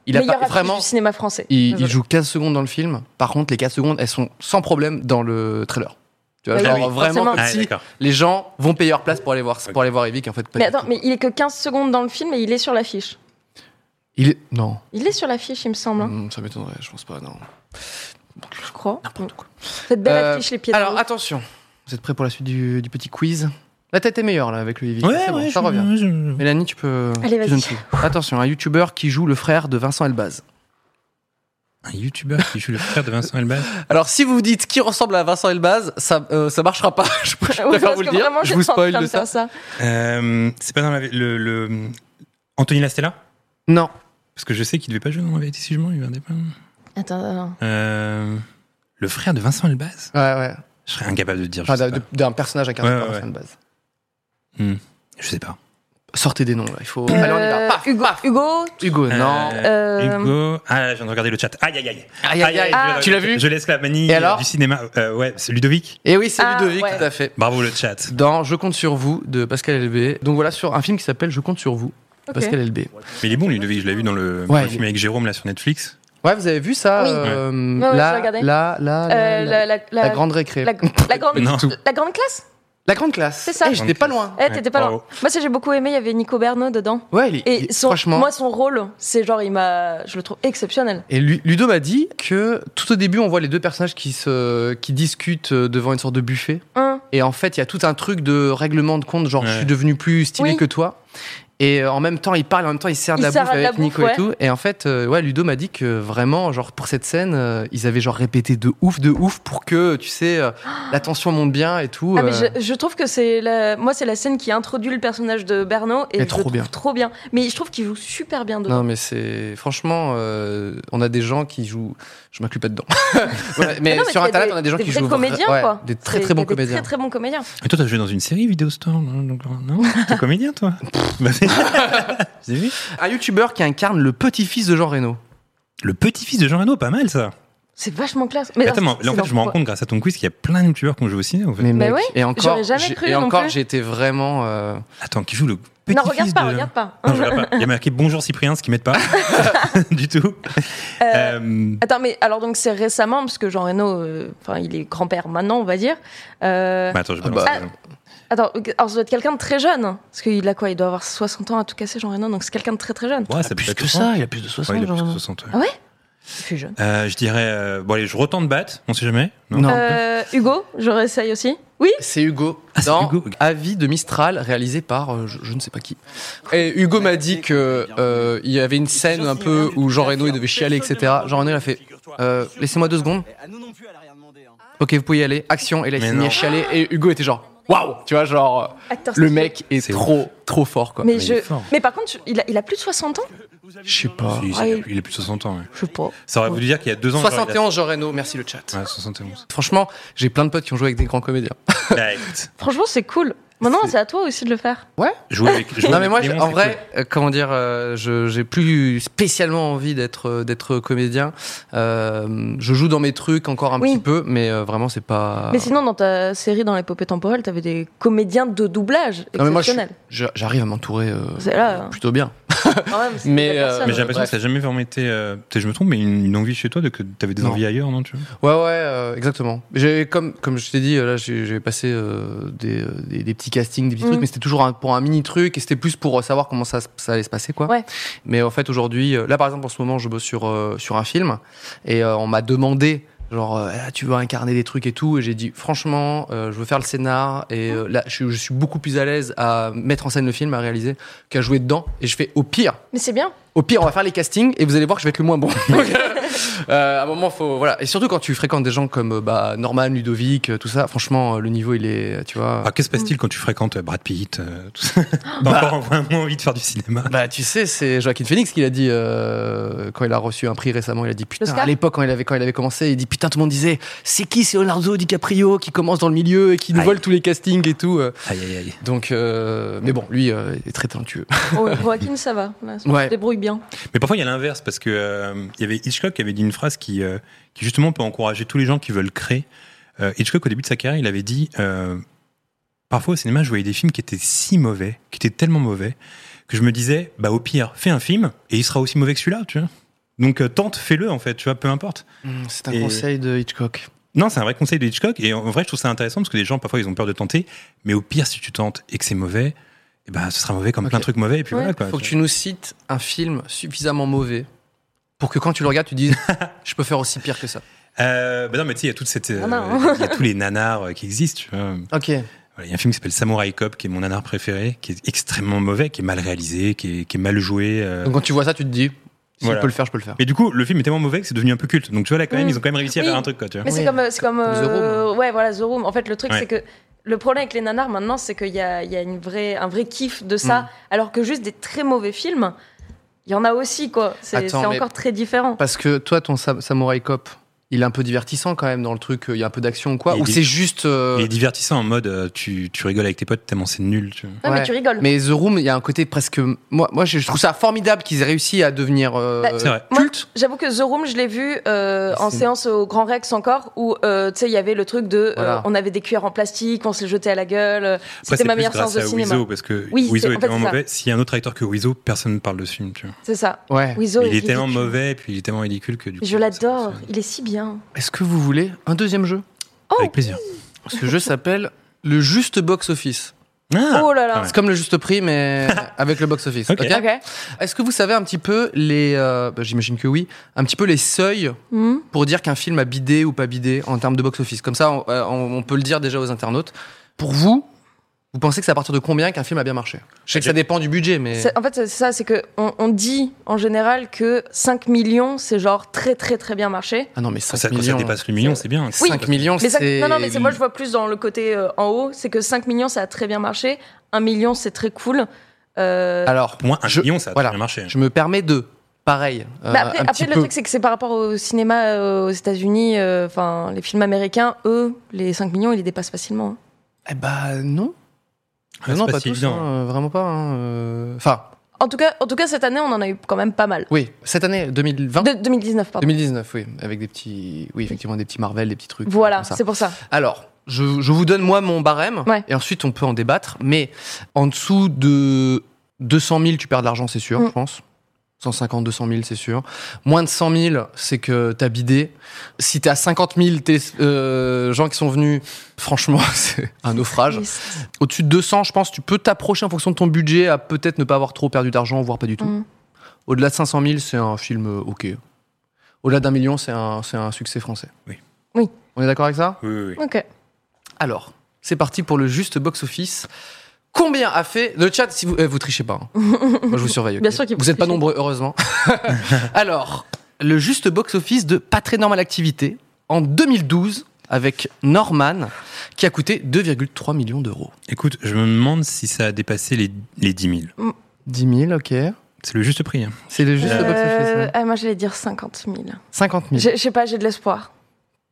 S2: Il a
S4: meilleur
S2: pas,
S4: affiche
S2: vraiment.
S4: du cinéma français.
S2: Il, il
S4: Désolé.
S2: joue 15 secondes dans le film. Par contre, les 15 secondes, elles sont sans problème dans le trailer. Tu vois,
S4: Ah
S2: genre
S3: oui,
S2: vraiment
S4: forcément.
S2: comme
S3: Ah,
S2: si
S3: d'accord.
S2: les gens vont payer leur place pour aller voir, pour aller voir Evic, en fait. pas
S4: Mais
S2: du
S4: attends,
S2: tout.
S4: mais il est que 15 secondes dans le film et il est sur l'affiche.
S2: Il est. Non.
S4: Il est sur l'affiche, il me semble. hein.
S2: Hmm, Ça m'étonnerait, je pense pas, non.
S4: Je crois. N'importe quoi. Cette belle
S2: Euh,
S4: affiche, les pieds.
S2: Alors
S4: Alors,
S2: attention, vous êtes prêts pour la suite du, du petit quiz La tête est meilleure là avec le Yvick.
S3: Ouais,
S2: C'est bon,
S3: ouais,
S2: ça
S3: je-
S2: revient.
S3: je-
S2: Mélanie, tu peux.
S4: Allez,
S2: tu
S4: vas-y.
S2: donnes tout. Attention, un youtubeur qui joue le frère de Vincent Elbaz.
S3: Un youtubeur qui joue le frère de Vincent Elbaz.
S2: Alors si vous dites qui ressemble à Vincent Elbaz, ça, euh, ça marchera pas. Je pr- ah, je préfère vous le dire. je vous spoil de ça.
S3: Euh, c'est pas dans la. Le, le- Anthony Lastella
S2: Non.
S3: Parce que je sais qu'il devait pas jouer dans la vérité si je mens, il vendait pas.
S4: Attends, attends.
S3: Euh, le frère de Vincent Elbaz
S2: Ouais, ouais.
S3: Je serais incapable de dire. Je,
S2: Enfin,
S3: sais,
S2: d'un-
S3: pas.
S2: d'un personnage incarné
S3: Ouais,
S2: par
S3: ouais,
S2: Vincent
S3: ouais.
S2: Elbaz.
S3: Je sais pas.
S2: Sortez des noms là, il faut. Allez, on y va.
S4: Euh,
S2: Paf,
S4: Hugo,
S2: paf.
S4: Hugo,
S2: Hugo, non.
S3: Euh,
S4: euh,
S3: Hugo. Ah, là, je viens de regarder le chat. Aïe, aïe, aïe.
S2: Aïe, aïe, aïe.
S4: Ah.
S2: Tu l'as vu
S3: Je laisse la manie
S2: Et
S3: euh,
S2: alors
S3: du cinéma. Euh, ouais, c'est Ludovic.
S2: Et oui, c'est
S4: Ah,
S2: Ludovic,
S4: ouais.
S2: tout à fait.
S3: Bravo le chat.
S2: Dans Je compte sur vous de Pascal LB. Donc voilà, sur un film qui s'appelle Je compte sur vous.
S4: Ok.
S2: Pascal LB.
S3: Mais il est bon, Ludovic. Je l'ai vu dans le,
S2: Ouais,
S3: le film avec Jérôme là sur Netflix.
S2: Ouais, vous avez vu ça
S4: Oui.
S2: euh,
S4: Ouais, ouais, je l'ai
S2: là,
S4: regardé.
S2: là, là, là, là.
S4: euh, la, la,
S2: La
S4: la-
S2: grande récré.
S4: la-
S2: La,
S4: la grande,
S3: Non.
S4: la grande classe
S2: grande classe.
S4: C'est ça.
S2: Eh, J'étais pas loin.
S4: Eh, t'étais pas
S3: Ouais,
S4: là.
S3: bravo.
S4: Moi, ça, j'ai beaucoup aimé. Il y avait Nico Berno dedans.
S2: Ouais, il, est- il
S4: Et
S2: est-
S4: son,
S2: franchement.
S4: moi, son rôle, c'est genre, il m'a, je le trouve exceptionnel.
S2: Et Lu- Ludo m'a dit que tout au début, on voit les deux personnages qui, se, qui discutent euh, devant une sorte de buffet.
S4: Hein.
S2: Et en fait, il y a tout un truc de règlement de compte, genre
S3: Ouais.
S2: je suis devenu plus stylé
S4: Oui.
S2: que toi. Et euh, en même temps, il parle, en même temps, il sert de
S4: Il
S2: la bouffe
S4: sert à de
S2: avec
S4: la bouffe,
S2: Nico et
S4: ouais.
S2: tout. Et en fait, euh, ouais, Ludo m'a dit que vraiment, genre pour cette scène, euh, ils avaient genre répété de ouf, de ouf pour que, tu sais, euh, la tension monte bien et tout.
S4: Ah, mais
S2: euh.
S4: je, je trouve que c'est la, moi, c'est la scène qui introduit le personnage de Berno et
S2: Elle est
S4: je
S2: trop
S4: le trouve
S2: bien.
S4: trop bien. Mais je trouve qu'il joue super bien dedans.
S2: Non, mais c'est. Franchement, euh, on a des gens qui jouent. Je m'inclus pas dedans. Ouais, mais,
S4: Mais non, mais
S2: sur
S4: c'est
S2: Internet,
S4: des-
S2: on a des gens
S4: des
S2: qui
S4: vrais
S2: jouent. vra-
S4: comédiens,
S2: ouais,
S4: quoi.
S2: Des très
S4: C'est-
S2: très bons
S4: il y a des
S2: comédiens.
S4: Très très bons comédiens.
S3: Mais toi, t'as joué dans une série Vidéo Store. Non, donc, euh, non T'es comédien, toi Bah, c'est- J'ai vu.
S2: Un youtubeur qui incarne le petit-fils de Jean Reno.
S3: Le petit-fils de Jean Reno, pas mal ça.
S4: C'est vachement classe. Mais
S3: Attends,
S4: alors,
S3: mais en
S4: c'est
S3: fait,
S4: dans
S3: je me rends
S4: quoi
S3: compte grâce à ton quiz qu'il y a plein de youtubeurs qui ont joué au ciné. En fait.
S2: Mais
S4: Bah
S2: mec,
S4: ouais,
S2: et
S4: j'aurais
S2: encore,
S4: jamais
S2: j'ai-
S4: cru
S2: et
S4: non
S2: encore,
S4: plus.
S2: j'ai été vraiment. euh,
S3: Attends, qui joue le petit-fils
S4: Non, regarde pas,
S3: de-
S4: regarde pas.
S3: Non, je regarde pas. Il y a marqué Bonjour Cyprien, ce qu'ils mettent pas. du tout.
S4: Euh,
S3: Euh,
S4: Attends, mais alors donc c'est récemment, parce que Jean Reno, euh, enfin il est grand-père maintenant, on va dire. Euh,
S3: bah, attends, je
S2: ah
S3: balance.
S2: bah.
S3: ça.
S4: Attends, alors ça doit être quelqu'un de très jeune, hein, parce qu'il a quoi Il doit avoir 60 ans à tout casser, Jean Reno, donc c'est quelqu'un de très très jeune.
S3: Ouais, ah, ça peut
S2: plus
S3: être
S2: que
S3: 60.
S2: ça, il a plus de 60.
S3: Ouais, il a plus
S2: genre.
S3: que 60. ouais.
S4: Ah ouais Il fait jeune.
S3: Euh, je dirais. euh, bon, allez, je retente battre, on sait jamais.
S2: Non.
S4: Euh, Hugo, je réessaye aussi. Oui
S2: C'est Hugo
S3: Ah, c'est
S2: dans
S3: Hugo.
S2: Avis de Mistral réalisé par euh, je, je ne sais pas qui. Et Hugo m'a dit que euh, il y avait une scène un peu où Jean Reno il devait chialer etc. Jean Reno il a fait euh, laissez-moi deux secondes. Ok vous pouvez y aller action et là il
S3: Mais
S2: s'est mis
S3: non.
S2: à chialer et Hugo était genre waouh tu vois genre
S4: Acteur
S2: le
S4: sexy.
S2: mec est
S3: C'est
S2: trop trop fort quoi.
S4: Mais,
S3: il
S4: je...
S3: est fort.
S4: mais par contre, il a, il a plus de 60 ans
S2: Je sais pas.
S3: Si,
S4: Ah,
S3: il, a,
S4: il-
S3: il a plus de 60 ans. ouais.
S4: Je sais pas.
S2: Ah.
S3: Ça aurait voulu dire qu'il y a deux ans. j'aurais-
S2: 71 Jean Reno merci le chat.
S3: Ouais, 71.
S2: Franchement j'ai plein de potes qui ont joué avec des grands comédiens.
S3: Bah, écoute.
S4: Franchement, c'est cool. Maintenant, c'est à toi aussi de le faire.
S3: Jouer avec. jouer
S2: Non mais
S3: avec
S2: moi, je-
S3: Clément,
S2: en
S3: c'est
S2: vrai, euh, comment dire, euh, je- j'ai plus spécialement envie d'être euh, d'être comédien. Euh, je joue dans mes trucs encore un
S4: Oui.
S2: petit peu, mais euh, vraiment c'est pas.
S4: Mais sinon, dans ta série, dans l'épopée temporelle, t'avais des comédiens de doublage
S2: Non, mais moi, je-
S4: exceptionnels.
S2: je- j'arrive à m'entourer euh,
S4: C'est là, hein.
S2: plutôt bien.
S4: Ah ouais, mais c'est
S2: Mais,
S4: des personnes.
S3: cool. Mais j'ai l'impression
S2: Bref.
S3: que ça n'a jamais vraiment été. euh, peut-être que je me trompe, mais une, une envie chez toi de que t'avais des
S2: Non.
S3: envies ailleurs, non tu vois
S2: Ouais, ouais, euh, exactement. J'ai comme comme je t'ai dit, euh, là j'ai j'ai passé euh, des, euh, des des petits castings, des petits
S4: Mhm.
S2: trucs, mais c'était toujours un- pour un mini truc et c'était plus pour euh, savoir comment ça, se- ça allait se passer quoi.
S4: Ouais.
S2: Mais en fait aujourd'hui, euh, là par exemple en ce moment je bosse sur euh, sur un film et euh, on m'a demandé genre euh, Ah, tu veux incarner des trucs et tout et j'ai dit franchement euh, je veux faire le scénar et euh, là je, suis- je suis beaucoup plus à l'aise à mettre en scène le film à réaliser qu'à jouer dedans et je fais au pire
S4: Mais c'est bien.
S2: au pire, on va faire les castings et vous allez voir que je vais être le moins bon. Donc, euh, à un moment, faut voilà. Et surtout quand tu fréquentes des gens comme euh, bah, Norman, Ludovic, euh, tout ça. Franchement, euh, le niveau, il est, tu vois.
S3: Ah, que se passe-t-il quand tu fréquentes euh, Brad Pitt euh, tout ça T'as encore vraiment envie de faire du cinéma
S2: Bah, tu sais, c'est Joaquin Phoenix qui l'a dit euh, quand il a reçu un prix récemment. Il a dit putain.
S4: L'Oscar
S2: À l'époque, quand il avait quand il avait commencé, il dit putain. Tout le monde disait c'est qui, c'est Leonardo DiCaprio qui commence dans le milieu et qui nous
S3: Aïe.
S2: vole tous les castings et tout. euh.
S3: Aïe, aïe, aïe.
S2: Donc, euh, mais bon, lui euh, il est très talentueux.
S4: Oh, Joaquin, ça va. Là, ça
S2: Ouais.
S4: se débrouille bien.
S3: Mais parfois, il y a l'inverse, parce que euh, il y avait Hitchcock qui avait dit une phrase qui, euh, qui justement peut encourager tous les gens qui veulent créer. Euh, Hitchcock, au début de sa carrière, il avait dit euh, Parfois au cinéma, je voyais des films qui étaient si mauvais, qui étaient tellement mauvais, que je me disais Bah, au pire, fais un film et il sera aussi mauvais que celui-là, tu vois. Donc, euh, tente, fais-le, en fait, tu vois, peu importe.
S2: Mmh, C'est un
S3: Et-
S2: conseil de Hitchcock.
S3: Non, c'est un vrai conseil de Hitchcock, et en vrai, je trouve ça intéressant parce que les gens, parfois, ils ont peur de tenter, mais au pire, si tu tentes et que c'est mauvais, eh ben, ce sera mauvais comme
S2: Ok.
S3: plein de trucs mauvais, et puis
S4: Ouais.
S3: voilà quoi.
S2: Faut que tu nous cites un film suffisamment mauvais pour que quand tu le regardes, tu dises je peux faire aussi pire que ça.
S3: Euh, bah non, mais tu sais, il y a toute cette, euh,
S4: Ah non.
S3: il y a tous les nanars euh, qui existent. Tu vois.
S2: Ok.
S3: Voilà, il y a un film qui s'appelle Samurai Cop, qui est mon nanar préféré, qui est extrêmement mauvais, qui est mal réalisé, qui est, qui est mal joué. euh.
S2: Donc quand tu vois ça, tu te dis si
S3: Voilà.
S2: je peux le faire, je peux le faire.
S3: Mais du coup, le film est tellement mauvais que c'est devenu un peu culte. Donc tu vois là, quand même,
S4: Mm.
S3: ils ont quand même réussi à
S4: Oui.
S3: faire un truc, quoi. Tu vois.
S4: Mais c'est
S2: Oui.
S4: comme, euh, c'est comme,
S2: The
S4: euh, ouais, voilà, The Room. En fait, le truc,
S3: Ouais.
S4: c'est que le problème avec les nanars maintenant, c'est qu'il y a, il y a une vraie, un vrai kiff de ça,
S2: Mm.
S4: alors que juste des très mauvais films, il y en a aussi, quoi. C'est c'est
S2: Attends, mais-
S4: encore très différent.
S2: Parce que toi, ton Sam- Samurai Cop, il est un peu divertissant quand même dans le truc. euh, Il y a un peu d'action ou quoi
S3: Il
S2: Ou
S3: dit-
S2: c'est juste. euh,
S3: Il est divertissant en mode, euh, tu, tu rigoles avec tes potes tellement c'est nul. Tu vois.
S4: Non, mais
S2: ouais.
S4: tu rigoles.
S2: Mais The Room, il y a un côté presque. Moi, moi, je je trouve ça formidable qu'ils aient réussi à devenir euh,
S4: Bah,
S3: C'est vrai.
S4: Moi,
S2: culte.
S4: J'avoue que The Room, je l'ai vu euh, en
S2: C'est-
S4: séance au Grand Rex encore, où euh, tu sais, il y avait le truc de, euh,
S2: Voilà.
S4: on avait des cuillères en plastique, on se les jetait à la gueule. euh,
S3: Après,
S4: C'était
S3: c'est
S4: ma
S3: plus
S4: meilleure
S3: grâce
S4: séance de
S3: à
S4: cinéma.
S3: Wizo, parce que
S4: Oui, c'est-
S3: Wizo
S4: en
S3: est,
S4: fait,
S3: tellement
S4: c'est ça.
S3: mauvais. S'il y a un autre acteur que Wizo, personne ne parle de ce film. Tu vois.
S4: C'est ça.
S2: Ouais.
S4: Wizo
S3: Mais il est
S4: ridicule.
S3: tellement mauvais, puis il est tellement ridicule que du coup.
S4: Je l'adore,
S3: ça- ça-
S4: il est si bien.
S2: Est-ce que vous voulez un deuxième jeu
S4: Oh.
S3: Avec plaisir.
S2: Ce jeu s'appelle le juste box office.
S3: Ah
S4: oh là là.
S3: Ouais.
S2: C'est comme le juste prix, mais avec le box office.
S3: Ok.
S2: ok
S4: Ok.
S2: Est-ce que vous savez un petit peu les, euh, bah, j'imagine que oui, un petit peu les seuils
S4: Hmm.
S2: pour dire qu'un film a bidé ou pas bidé en termes de box-office Comme ça, on, euh, on- on peut le dire déjà aux internautes. Pour vous, vous pensez que c'est à partir de combien qu'un film a bien marché Je sais que ça dépend du budget, mais
S4: C'est- En fait, c'est ça, c'est que on, on dit en général que 5 millions, c'est genre très très très bien marché.
S2: ah non, mais
S3: Quand
S2: 5
S3: ça, quand ça
S2: millions.
S3: dépasse le million,
S4: Oui.
S3: c'est bien.
S2: 5 millions,
S4: Mais ça-
S2: c'est
S4: non, non, mais c'est moi, je vois plus dans le côté euh, en haut, c'est que 5 millions, ça a très bien marché. 1 million, c'est très cool. Euh,
S2: Alors,
S3: Au moins un
S2: je,
S3: million, ça a
S2: voilà.
S3: bien marché.
S2: je me permets de pareil. euh,
S4: Bah après,
S2: un
S4: après,
S2: petit
S4: le
S2: peu.
S4: truc, c'est que c'est par rapport au cinéma euh, aux États-Unis, euh, enfin, les films américains, eux, les 5 millions, ils les dépassent facilement. hein.
S2: Eh bah non,
S3: Ah,
S2: non,
S3: c'est
S2: pas,
S3: si
S2: tous,
S3: évident.
S2: hein, euh, vraiment pas. hein, euh, Enfin,
S4: En tout, cas, en tout cas, cette année, on en a eu quand même pas mal.
S2: oui, cette année 2020.
S4: De 2019, pardon.
S2: 2019, oui, avec des petits, oui, effectivement, des petits Marvel, des petits trucs.
S4: Voilà,
S2: comme ça.
S4: c'est pour ça.
S2: Alors, je, je vous donne moi mon barème,
S4: Ouais.
S2: et ensuite on peut en débattre, mais en dessous de 200 000, tu perds de l'argent, c'est sûr,
S4: Mm.
S2: je pense. 150, 200 000, c'est sûr. Moins de 100 000, c'est que t'as bidé. Si t'as 50 000 télé- euh, gens qui sont venus, franchement, c'est un naufrage.
S4: Triste.
S2: Au-dessus de 200, je pense, tu peux t'approcher en fonction de ton budget à peut-être ne pas avoir trop perdu d'argent, voire pas du tout.
S4: Mm.
S2: Au-delà de 500 000, c'est un film euh, OK. Au-delà d'un million, c'est un, c'est un succès français.
S3: Oui.
S4: Oui.
S2: On est d'accord avec ça
S3: Oui, oui, oui.
S4: Ok.
S2: alors, c'est parti pour le juste box-office. Combien a fait le chat si vous euh, vous trichez pas hein. Moi je vous surveille. ok
S4: Bien sûr qu'il faut
S2: vous n'êtes pas
S4: tricher.
S2: nombreux heureusement. Alors, le juste box-office de Pas très normale activité en 2012 avec Norman qui a coûté 2,3 millions d'euros.
S3: Écoute, je me demande si ça a dépassé les, les 10 000.
S2: 10 000, ok.
S3: C'est le juste prix. hein.
S2: C'est le juste
S4: Euh,
S2: box-office. hein.
S4: ah, moi, j'allais dire 50 000.
S2: 50 000.
S4: J'ai- Je sais pas, j'ai de l'espoir.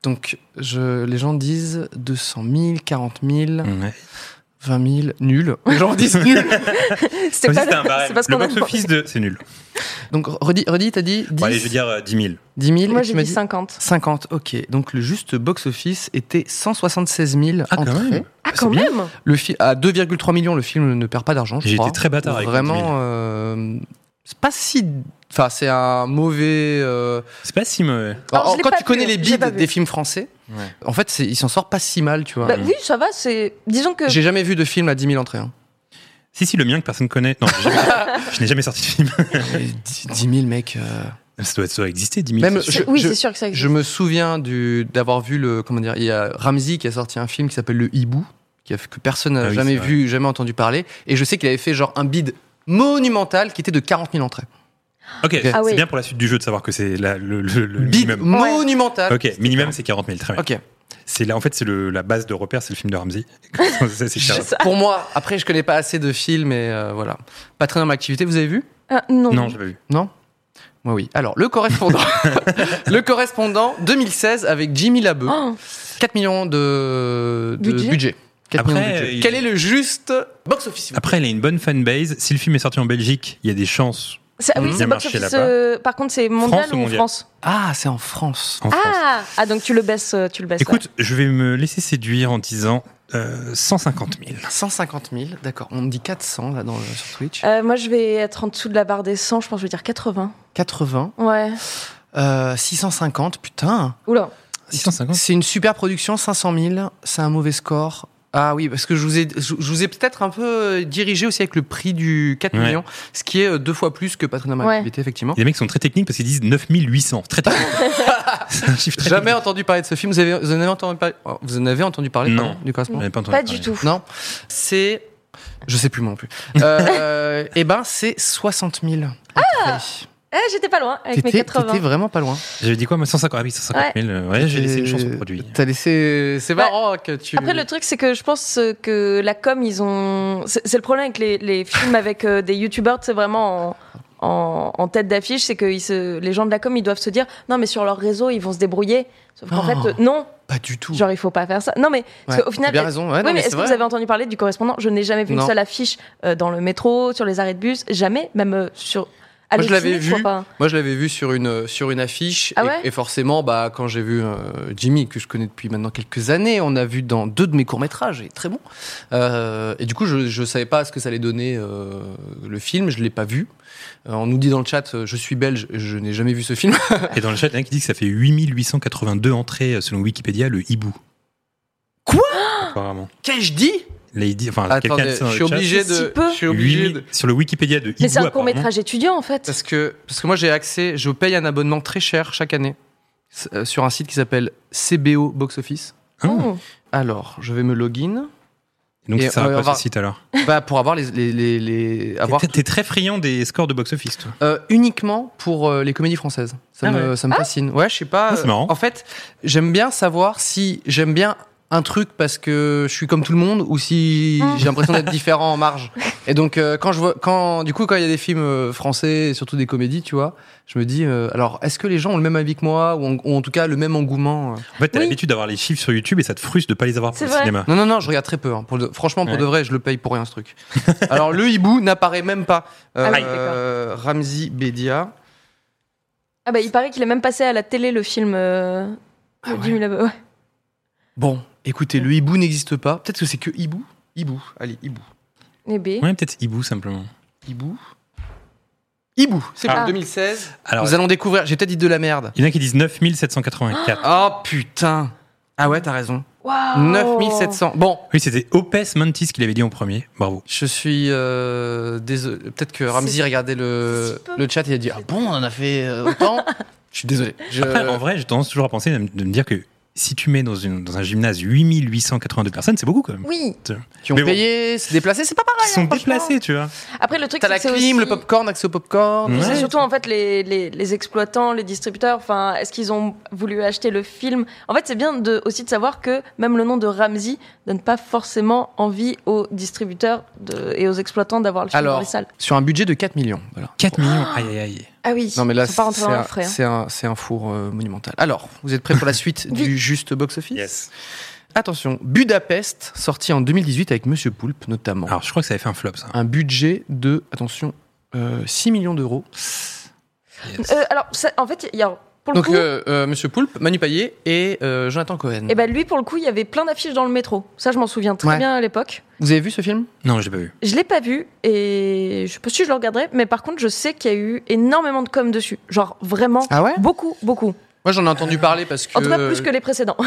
S2: Donc je, les gens disent 200 000, 40 000.
S3: Ouais.
S2: 20 000, nul. Les gens disent nul.
S4: C'était
S3: Comme si
S4: pas,
S3: c'était un barème.
S4: c'est pas ce
S3: Le
S4: qu'on a
S3: box-office de. C'est nul.
S2: Donc, redis, redis t'as dit 10,
S3: Bon, allez, je vais dire euh, 10 000.
S2: 10 000.
S4: Moi,
S2: et tu
S4: j'ai
S2: m'as
S4: dit 50.
S2: 50, ok. Donc le juste box-office était 176 000
S3: Ah, quand
S2: entrées.
S3: même.
S4: Ah,
S3: c'est
S4: quand
S3: bien.
S4: même
S2: Le fi- à 2,3 millions, le film ne perd pas d'argent. je
S3: J'ai
S2: crois.
S3: été très bâtard avec
S2: Vraiment,
S3: 10 000.
S2: euh, c'est pas si. Enfin, c'est un mauvais. euh,
S3: C'est pas si mauvais.
S4: Alors,
S2: Alors,
S4: je l'ai
S2: quand
S4: pas
S2: tu connais
S4: vu,
S2: les
S4: j'ai pas
S2: bides
S4: vu.
S2: des films français,
S3: Ouais.
S2: en fait, c'est- ils s'en sortent pas si mal, tu vois.
S4: Bah oui, ça va, c'est. Disons que.
S2: J'ai jamais vu de film à 10 000 entrées. hein.
S3: Si, si, le mien que personne connaît. Non, j'ai jamais- je n'ai jamais sorti de film.
S2: Et 10 000, mec. euh,
S3: Ça doit, ça doit exister, 10 000.
S2: Même-
S3: c'est sûr.
S4: c'est-
S2: je-
S4: oui,
S2: je-
S4: c'est sûr que ça existe.
S2: Je me souviens du- d'avoir vu le. Comment dire Il y a Ramsey qui a sorti un film qui s'appelle Le Hibou, qui a, que personne n'a
S3: Ah oui,
S2: jamais
S3: c'est
S2: vu, jamais entendu parler. Et je sais qu'il avait fait genre un bid monumental qui était de 40 000 entrées.
S3: Ok, c'est
S4: oui.
S3: bien pour la suite du jeu de savoir que c'est la- le, le- le
S2: Bid
S3: minimum.
S4: Ouais.
S2: monumental.
S3: Ok, minimum c'est 40 000, très bien.
S2: Ok.
S3: C'est là, en fait, c'est le- la base de repère, c'est le film de Ramsey. Ça, c'est cher.
S4: Je-
S2: Pour moi, après, je connais pas assez de films et euh, voilà. Patreon activité, vous avez vu
S4: Ah, non.
S3: Non, j'ai pas vu.
S2: Non Moi, oui. Alors, le correspondant. le correspondant 2016 avec Jimmy Labeu.
S4: Oh,
S2: 4 millions de, de budget.
S4: Budget
S2: 4
S3: Après,
S2: millions de budget.
S3: il-
S2: Quel est le juste box-office s'il vous
S3: Après, elle a une bonne fanbase. Si le film est sorti en Belgique, il y a des chances
S4: c'est- ah oui,
S2: Bien
S4: c'est
S3: Mmh. marché
S4: box-office,
S3: là-bas.
S4: euh, par contre, c'est mondial
S3: France ou
S4: ou
S3: mondial
S4: France
S2: Ah, c'est en France.
S3: en France.
S4: ah, ah, donc tu le baisses, euh, tu le baisses.
S3: Écoute, je vais me laisser séduire en disant euh, 150 000.
S4: Ah.
S2: 150 000, d'accord. On me dit 400 là dans, le- sur Twitch.
S4: ouais. Euh, moi, je vais être en dessous de la barre des 100, je pense que je vais dire 80.
S2: 80,
S4: Ouais.
S2: euh, 650, putain.
S4: Oula.
S3: 650
S2: C'est une super production, 500 000, c'est un mauvais score. Ah oui, parce que je vous ai, je, je vous ai peut-être un peu euh, dirigé aussi avec le prix du 4
S3: Ouais.
S2: millions, ce qui est euh, deux fois plus que Patronum
S4: Ouais.
S2: Activité, effectivement.
S3: Les mecs sont très techniques parce qu'ils disent 9800. Très technique. c'est un chiffre très
S2: Jamais
S3: technique.
S2: entendu parler de ce film, vous, avez, vous en, avez entendu parler, vous en avez entendu parler
S3: Non.
S2: pardon, du correspondant
S3: J'avais pas, entendu
S4: Pas
S3: parler.
S4: du tout.
S2: Non, c'est. Je sais plus moi non plus. Euh, Eh ben, c'est 60 000. Ah
S4: Eh, j'étais pas loin avec mes
S2: T'étais
S4: 80.
S2: t'étais vraiment pas loin.
S3: J'avais dit quoi moi, 150 Ah oui, 150 000. euh, Ouais, j'ai laissé une chance au
S2: Et
S3: produit.
S2: T'as laissé. C'est marrant que tu.
S4: Bah, Après, le truc, c'est que je pense euh, que la com, ils ont. C'est c'est le problème avec les, les films avec euh, des youtubeurs, c'est vraiment en, en- en tête d'affiche, c'est que ils se- les gens de la com, ils doivent se dire non, mais sur leur réseau, ils vont se débrouiller. Sauf qu'en
S2: Oh.
S4: fait, euh, non,
S2: Pas du tout.
S4: genre, il faut pas faire ça. Non, mais parce
S2: Ouais,
S4: qu'au final.
S2: t'as bien raison. Ouais, non,
S4: oui, mais
S2: mais
S4: est-ce
S2: c'est
S4: que
S2: vrai.
S4: vous avez entendu parler du correspondant Je n'ai jamais vu
S2: Non.
S4: une seule affiche euh, dans le métro, sur les arrêts de bus, jamais, même euh, sur. à
S2: Moi, je l'avais
S4: l'officine, je
S2: vu.
S4: crois pas.
S2: Moi, je l'avais vu sur une, sur une affiche.
S4: Ah
S2: et-
S4: ouais
S2: et, forcément, bah, quand j'ai vu euh, Jimmy, que je connais depuis maintenant quelques années, on a vu dans deux de mes courts-métrages, et très bon. Euh, et du coup, je ne savais pas ce que ça allait donner euh, le film, je l'ai pas vu. Euh, on nous dit dans le chat, euh, je suis belge, je n'ai jamais vu ce film.
S3: Et dans le chat, il y en a qui dit que ça fait 8882 entrées euh, selon Wikipédia, le hibou.
S2: Quoi
S3: Apparemment.
S2: Qu'est-ce que je dis
S3: Lady, enfin, quelqu'un
S2: Attendez,
S3: le sait dans
S2: je
S3: le
S2: suis
S3: chat.
S2: obligé
S4: C'est si
S2: de.
S4: peu.
S2: Je suis obligé
S3: 8000
S2: de.
S3: Sur le Wikipédia de Hibou.
S4: Mais c'est un
S3: apparemment.
S4: court
S2: hein.
S4: métrage étudiant en fait.
S2: Parce que, parce que moi, j'ai accès, je paye un abonnement très cher chaque année s- euh, sur un site qui s'appelle CBO Box Office.
S3: Ah.
S4: Oh.
S2: Alors, je vais me login
S3: Donc
S2: Et
S3: ça sert à
S2: on
S3: quoi
S2: va-
S3: ce site alors
S2: bah, pour avoir les. les, les, les- avoir
S3: T'es- T'es très friand des scores de box-office, toi.
S2: Euh, uniquement pour euh, les comédies françaises. Ça
S3: Ah
S2: me, ça me fascine. Ouais, je sais pas.
S3: Ah, c'est
S2: euh,
S3: marrant.
S2: En fait, j'aime bien savoir si j'aime bien un truc parce que je suis comme tout le monde ou si
S4: Mm.
S2: j'ai l'impression d'être différent en marge. Et donc euh, quand je vois quand du coup quand il y a des films euh, français et surtout des comédies, tu vois, je me dis euh, alors est-ce que les gens ont le même avis que moi ou en, ou en tout cas le même engouement euh
S3: En fait, t'as
S4: Oui.
S3: l'habitude d'avoir les chiffres sur YouTube et ça te frustre de pas les avoir pour
S4: C'est
S3: le
S4: vrai.
S3: cinéma.
S2: Non non non, je regarde très peu hein. Pour de- franchement pour
S3: Ouais.
S2: de vrai, je le paye pour rien ce truc. alors le hibou n'apparaît même pas
S4: Ah oui,
S2: euh, Ramzi Bedia.
S4: Ah bah il paraît qu'il est même passé à la télé le film euh, de
S2: Ah ouais.
S4: Jimmy Labeu. Ouais.
S2: Bon, écoutez, le hibou n'existe pas. Peut-être que c'est que hibou. Hibou, allez, hibou.
S4: Eh bien.
S3: Ouais, peut-être Hibou simplement.
S2: Hibou. Hibou, c'est
S4: Ah.
S2: bon, 2016.
S3: Alors,
S2: Nous allons découvrir, j'ai peut-être dit de la merde.
S3: il y en a qui disent 9784.
S2: Oh putain. Ah ouais, t'as raison.
S4: Waouh.
S2: 9700. Bon,
S4: Oh
S3: Oui, c'était Opes Mantis qui l'avait dit en premier. Bravo.
S2: je suis euh, désolé. Peut-être que Ramzi
S4: C'est-
S2: regardait le,
S4: c'est si peu.
S2: le chat et il a dit Ah bon, on en a fait euh, autant Je suis désolé. Je-
S3: Après, Ah, en vrai, j'ai tendance toujours à penser de me- de me dire que si tu mets dans, une, dans un gymnase 8882 personnes, c'est beaucoup quand même.
S4: Oui.
S2: qui ont
S3: mais bon.
S2: payé, se déplacer, c'est pas pareil.
S3: Ils sont
S2: hein, franchement.
S3: déplacés, tu vois.
S4: Après le truc
S2: T'as la
S4: c'est que
S2: clim,
S4: c'est
S2: le
S4: aussi-
S2: popcorn, accès au popcorn.
S3: Ouais.
S4: C'est surtout en fait les, les, les exploitants, les distributeurs. Enfin, est-ce qu'ils ont voulu acheter le film En fait, c'est bien de, aussi de savoir que même le nom de Ramsey donne pas forcément envie aux distributeurs de- et aux exploitants d'avoir le film dans
S2: Alors,
S4: les salles.
S2: sur un budget de 4 millions. Voilà.
S3: 4 millions. Aïe, aïe, aïe.
S4: Ah oui.
S2: Non mais là,
S4: ils sont pas rentrés
S2: c'est
S4: dans
S2: un,
S4: leurs frais. hein.
S2: c'est un- c'est un four euh, monumental. Alors, vous êtes prêts pour la suite
S4: Oui.
S2: du juste box-office
S3: Yes.
S2: Attention, Budapest, sorti en 2018 avec Monsieur Poulpe notamment.
S3: Alors, je crois que ça avait fait un flop, ça.
S2: Un budget de, attention, euh, 6 millions d'euros.
S3: Yes.
S4: Euh, alors, ça- en fait, il y a, pour le
S2: Donc
S4: coup,
S2: euh, euh, Monsieur Poulpe, Manu Payet et euh, Jonathan Cohen.
S4: eh ben, lui, pour le coup, il y avait plein d'affiches dans le métro. Ça, je m'en souviens très
S2: Ouais.
S4: bien à l'époque.
S2: Vous avez vu ce film
S3: Non, j'ai pas vu.
S4: Je l'ai pas vu et je sais pas si je le regarderai, mais par contre, je sais qu'il y a eu énormément de com dessus. Genre, vraiment.
S2: Ah ouais
S4: Beaucoup, beaucoup.
S2: Moi j'en ai entendu parler parce que.
S4: En tout cas, plus que les précédents.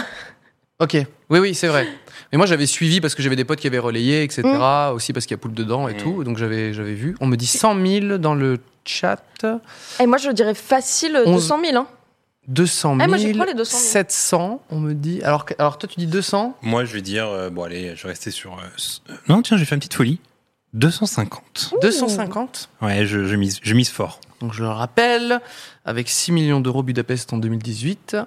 S2: Ok, oui, oui, c'est vrai. Mais moi j'avais suivi parce que j'avais des potes qui avaient relayé, etc.
S4: Mm.
S2: Aussi parce qu'il y a Poulpe dedans et
S3: Mm.
S2: tout. Donc j'avais j'avais vu. On me dit 100 000 dans le chat.
S4: Et moi, je dirais facile euh,
S2: Onze.
S4: 200 000. Hein.
S2: 200 000,
S4: Ah, moi, j'y crois, les 200 000.
S2: 700, on me dit. Alors, que- alors toi, tu dis 200
S3: Moi, je vais dire, euh, bon, allez, je vais rester sur. euh, s- Non, tiens, j'ai fait une petite folie. 250.
S2: 250
S3: Ouais, je, je mise, je mise fort.
S2: Donc, je le rappelle, avec 6 millions d'euros Budapest en 2018,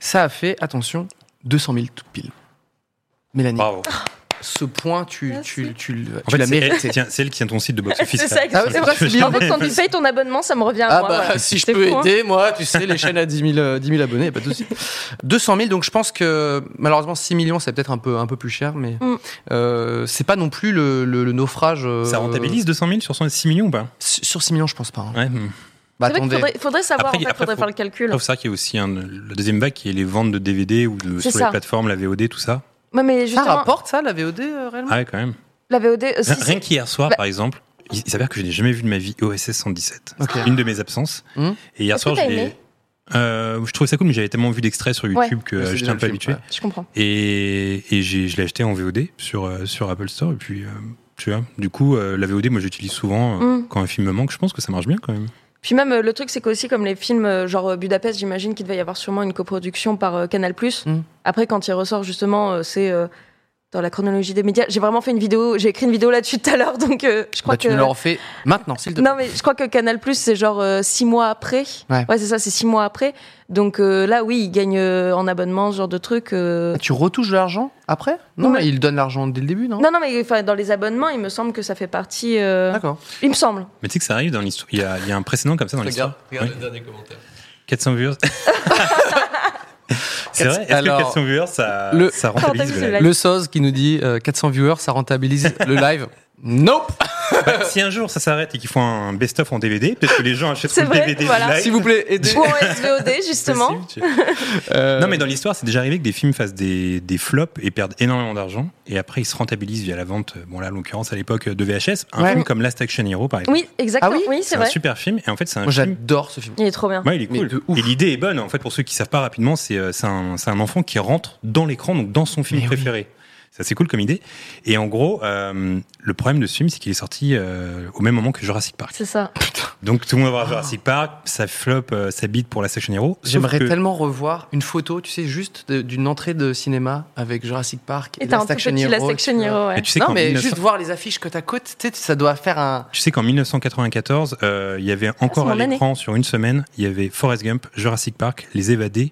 S2: ça a fait, attention, 200 000 tout pile. Mélanie,
S3: Bravo.
S2: ce point, tu,
S4: Merci.
S2: tu, tu, le-
S3: En
S2: tu
S3: fait,
S2: l'as
S3: c'est elle,
S2: mérité.
S3: tiens, c'est elle qui tient ton site de box-office.
S4: C'est
S3: là.
S4: ça, exactement.
S2: Ah, c'est vrai, c'est bien.
S4: En fait, quand tu payes ton abonnement, ça me revient à
S2: Ah
S4: moi.
S2: bah
S4: voilà.
S2: si je
S4: C'est
S2: peux
S4: fou, hein.
S2: aider, moi, tu sais, les chaînes à 10 000, euh, 10 000 abonnés, y a pas de souci. 200 000, donc je pense que malheureusement 6 millions, c'est peut-être un peu, un peu plus cher, mais
S4: Mm.
S2: euh, c'est pas non plus le, le- le naufrage. euh,
S3: Ça rentabilise 200 000 sur 106 millions ou pas
S2: Sur 6 millions, je pense pas. hein.
S3: Ouais. hmm.
S2: Bah,
S4: C'est vrai qu'il
S2: attendez.
S4: faudrait, faudrait savoir,
S3: Après,
S4: en fait,
S3: après,
S4: faudrait
S3: faut-
S4: faire le calcul.
S3: Sauf ça qu'il y a aussi un- la deuxième vague qui est les ventes de DVD ou de,
S4: C'est
S3: sur
S4: ça.
S3: les plateformes, la VOD, tout ça.
S4: Ouais, mais
S2: Ça
S4: justement,
S2: rapporte ça, la VOD, euh, réellement
S3: Ah ouais, quand même.
S4: la VOD, euh, si,
S3: Rien- Rien qu'hier soir,
S4: Bah-
S3: par exemple, il, il s'avère que je n'ai jamais vu de ma vie OSS 117.
S2: Ok.
S3: Une de mes absences.
S2: Hmm.
S3: Et hier
S4: Est-ce
S3: soir,
S4: que
S3: je
S4: t'as
S3: l'ai.
S4: aimé
S3: Euh, je trouvais ça cool, mais j'avais tellement vu d'extraits sur
S4: Ouais.
S3: YouTube que
S2: Ouais, c'est
S3: euh,
S2: déjà
S3: j'étais un
S2: le
S3: peu
S2: film,
S3: habitué.
S2: ouais.
S4: c'est- je comprends.
S3: Et, et j'ai- je l'ai acheté en VOD sur, euh, sur Apple Store. Et puis, euh, tu vois, du coup, euh, la VOD, moi, j'utilise souvent euh,
S4: Mm.
S3: quand un film me manque. Je pense que ça marche bien quand même.
S4: Puis même, euh, le truc, c'est qu'aussi, comme les films, euh, genre euh, Budapest, j'imagine qu'il devait y avoir sûrement une coproduction par euh, Canal+.
S2: Mm.
S4: Après, quand il ressort, justement, euh, c'est... euh, dans la chronologie des médias, j'ai vraiment fait une vidéo, j'ai écrit une vidéo là-dessus tout à l'heure, donc euh, je crois
S2: Bah, tu
S4: que
S2: me le refais maintenant, s'il te plaît.
S4: Non, mais je crois que Canal c'est genre euh, six mois après.
S2: Ouais.
S4: Ouais, c'est ça, c'est six mois après. Donc euh, là, oui, ils gagnent euh, en abonnement, ce genre de truc. euh.
S2: Ah, Tu retouches l'argent après Non,
S4: Non,
S2: mais il donne l'argent dès le début, non,
S4: Non, non, mais enfin, dans les abonnements, il me semble que ça fait partie. euh,
S2: D'accord.
S4: Il me semble.
S3: Mais tu sais que ça arrive dans l'histoire. Il y a, il y a un précédent comme ça dans l'histoire. Oui.
S2: le dernier commentaire.
S3: 400 viewers. C'est vrai Est-ce
S2: Alors,
S3: que 400 viewers, ça,
S2: le-
S3: ça rentabilise
S4: Rentabilise
S3: le
S4: le
S3: live
S2: Le Soz qui nous dit euh, 400 viewers, ça rentabilise le live. Nope
S3: Bah, Si un jour ça s'arrête et qu'ils font un best-of en DVD, peut-être que les gens
S4: C'est
S3: achèteront le
S4: vrai,
S3: DVD
S4: voilà.
S3: du live.
S2: S'il vous plaît, aidez. Euh,
S4: Ou en SVOD, justement.
S3: Possible, tu vois. Euh, Non, mais dans l'histoire, c'est déjà arrivé que des films fassent des, des flops et perdent énormément d'argent. Et après, ils se rentabilisent via la vente. Bon, là, en l'occurrence, à l'époque de VHS, un
S2: Ouais.
S3: film comme Last Action Hero, par exemple.
S4: Oui, exactement.
S2: Ah oui
S4: oui,
S3: c'est
S4: c'est
S3: un
S4: vrai.
S3: super film. Et en fait, c'est un
S2: Moi,
S3: film.
S2: j'adore ce film.
S4: Il est trop bien.
S3: Ouais, il est
S2: Mais
S3: cool.
S2: de ouf.
S3: Et l'idée est bonne. En fait, pour ceux qui savent pas rapidement, c'est euh, c'est un, c'est un enfant qui rentre dans l'écran, donc dans son film
S2: Mais oui.
S3: préféré. C'est assez cool comme idée. Et en gros, euh, le problème de ce film, c'est qu'il est sorti euh, au même moment que Jurassic Park.
S4: C'est ça.
S3: Donc tout le monde va voir
S2: Ah.
S3: Jurassic Park, ça flop, euh, ça bite pour Last Action Hero. Sauf
S2: J'aimerais
S3: que-
S2: tellement revoir une photo, tu sais, juste de- d'une entrée de cinéma avec Jurassic Park et,
S4: Et t'as un
S2: Last
S4: tout
S2: Action
S4: petit
S2: Hero.
S4: Last
S2: tu
S4: Action
S2: vois.
S4: Hero,
S3: Et
S4: ouais.
S3: tu sais
S2: non,
S3: qu'en
S2: mais
S3: 1900
S2: juste voir les affiches côte à côte, tu sais, ça doit faire un.
S3: Tu sais qu'en 1994, euh, il y avait encore
S4: c'est
S3: à
S4: mon année.
S3: l'écran, sur une semaine, il y avait Forrest Gump, Jurassic Park, Les Évadés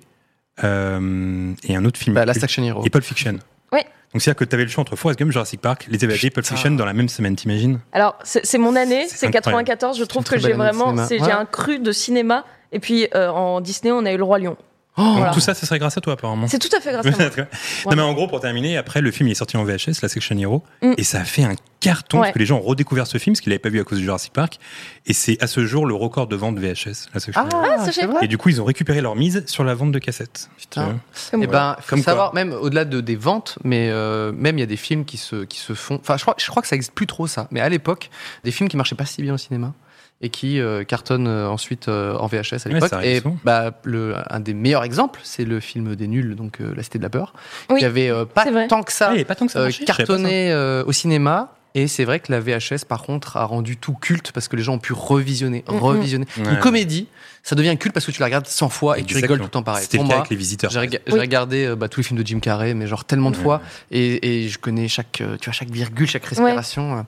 S3: euh, et un autre film.
S2: Bah, Last
S3: culte,
S2: Action Hero.
S3: et Pulp Fiction.
S4: Oui.
S3: Donc c'est-à-dire que tu avais le choix entre Forrest Gump, Jurassic Park, Les Évadés et Pulp
S2: Putain.
S3: Fiction dans la même semaine, t'imagines
S4: Alors, c'est c'est mon année,
S3: C'est
S4: c'est
S3: incroyable.
S4: 94. Je trouve
S2: très
S4: que j'ai
S2: belle année de
S4: vraiment.
S2: cinéma.
S4: c'est- J'ai
S2: Ouais.
S4: un cru de cinéma. Et puis, euh, en Disney, on a eu le Roi Lion.
S2: Oh,
S3: Donc
S4: Voilà.
S3: tout ça, ce serait grâce à toi apparemment.
S4: C'est tout à fait grâce à moi.
S3: non mais en gros pour terminer, après le film il est sorti en VHS, la section Hero,
S4: Mm.
S3: et ça a fait un carton parce
S4: Ouais.
S3: que les gens ont redécouvert ce film parce qu'ils l'avaient pas vu à cause de Jurassic Park, et c'est à ce jour le record de vente VHS, la section
S2: Ah,
S3: Hero.
S4: c'est
S2: c'est
S4: vrai.
S2: vrai.
S3: Et du coup ils ont récupéré leur mise sur la vente de cassettes.
S4: Ah.
S2: Putain.
S3: Tu vois
S4: Comme
S2: Eh
S4: quoi.
S2: ben, faut
S3: Comme
S2: savoir, même au-delà de, des ventes, mais euh, même il y a des films qui se, qui se font. Enfin, je crois, je crois que ça existe plus trop ça, mais à l'époque, des films qui marchaient pas si bien au cinéma et qui euh, cartonnent euh, ensuite euh, en VHS à
S3: Ouais,
S2: l'époque.
S3: ça arrive
S2: et
S3: souvent.
S2: bah, le, un des meilleurs exemples, c'est le film des nuls, donc euh, La Cité de la Peur.
S4: Oui,
S2: il y avait euh, pas
S4: c'est vrai.
S2: tant que ça,
S3: Ah, il y avait pas tant que ça
S2: euh,
S3: marchait, je savais pas ça.
S2: cartonné euh, au cinéma. Et c'est vrai que la VHS, par contre, a rendu tout culte parce que les gens ont pu revisionner,
S4: Mm, mm.
S2: revisionner. Une
S3: Ouais.
S2: comédie, ça devient culte parce que tu la regardes 100 fois et que tu
S3: Exactement.
S2: rigoles tout le temps pareil.
S3: C'était
S2: Pour
S3: le cas
S2: moi,
S3: avec les visiteurs.
S2: j'ai rega-
S4: Oui.
S2: j'ai regardé euh, bah, tous les films de Jim Carrey, mais genre tellement de
S3: Ouais.
S2: fois, et, et je connais chaque, euh, tu vois, chaque virgule, chaque respiration. euh.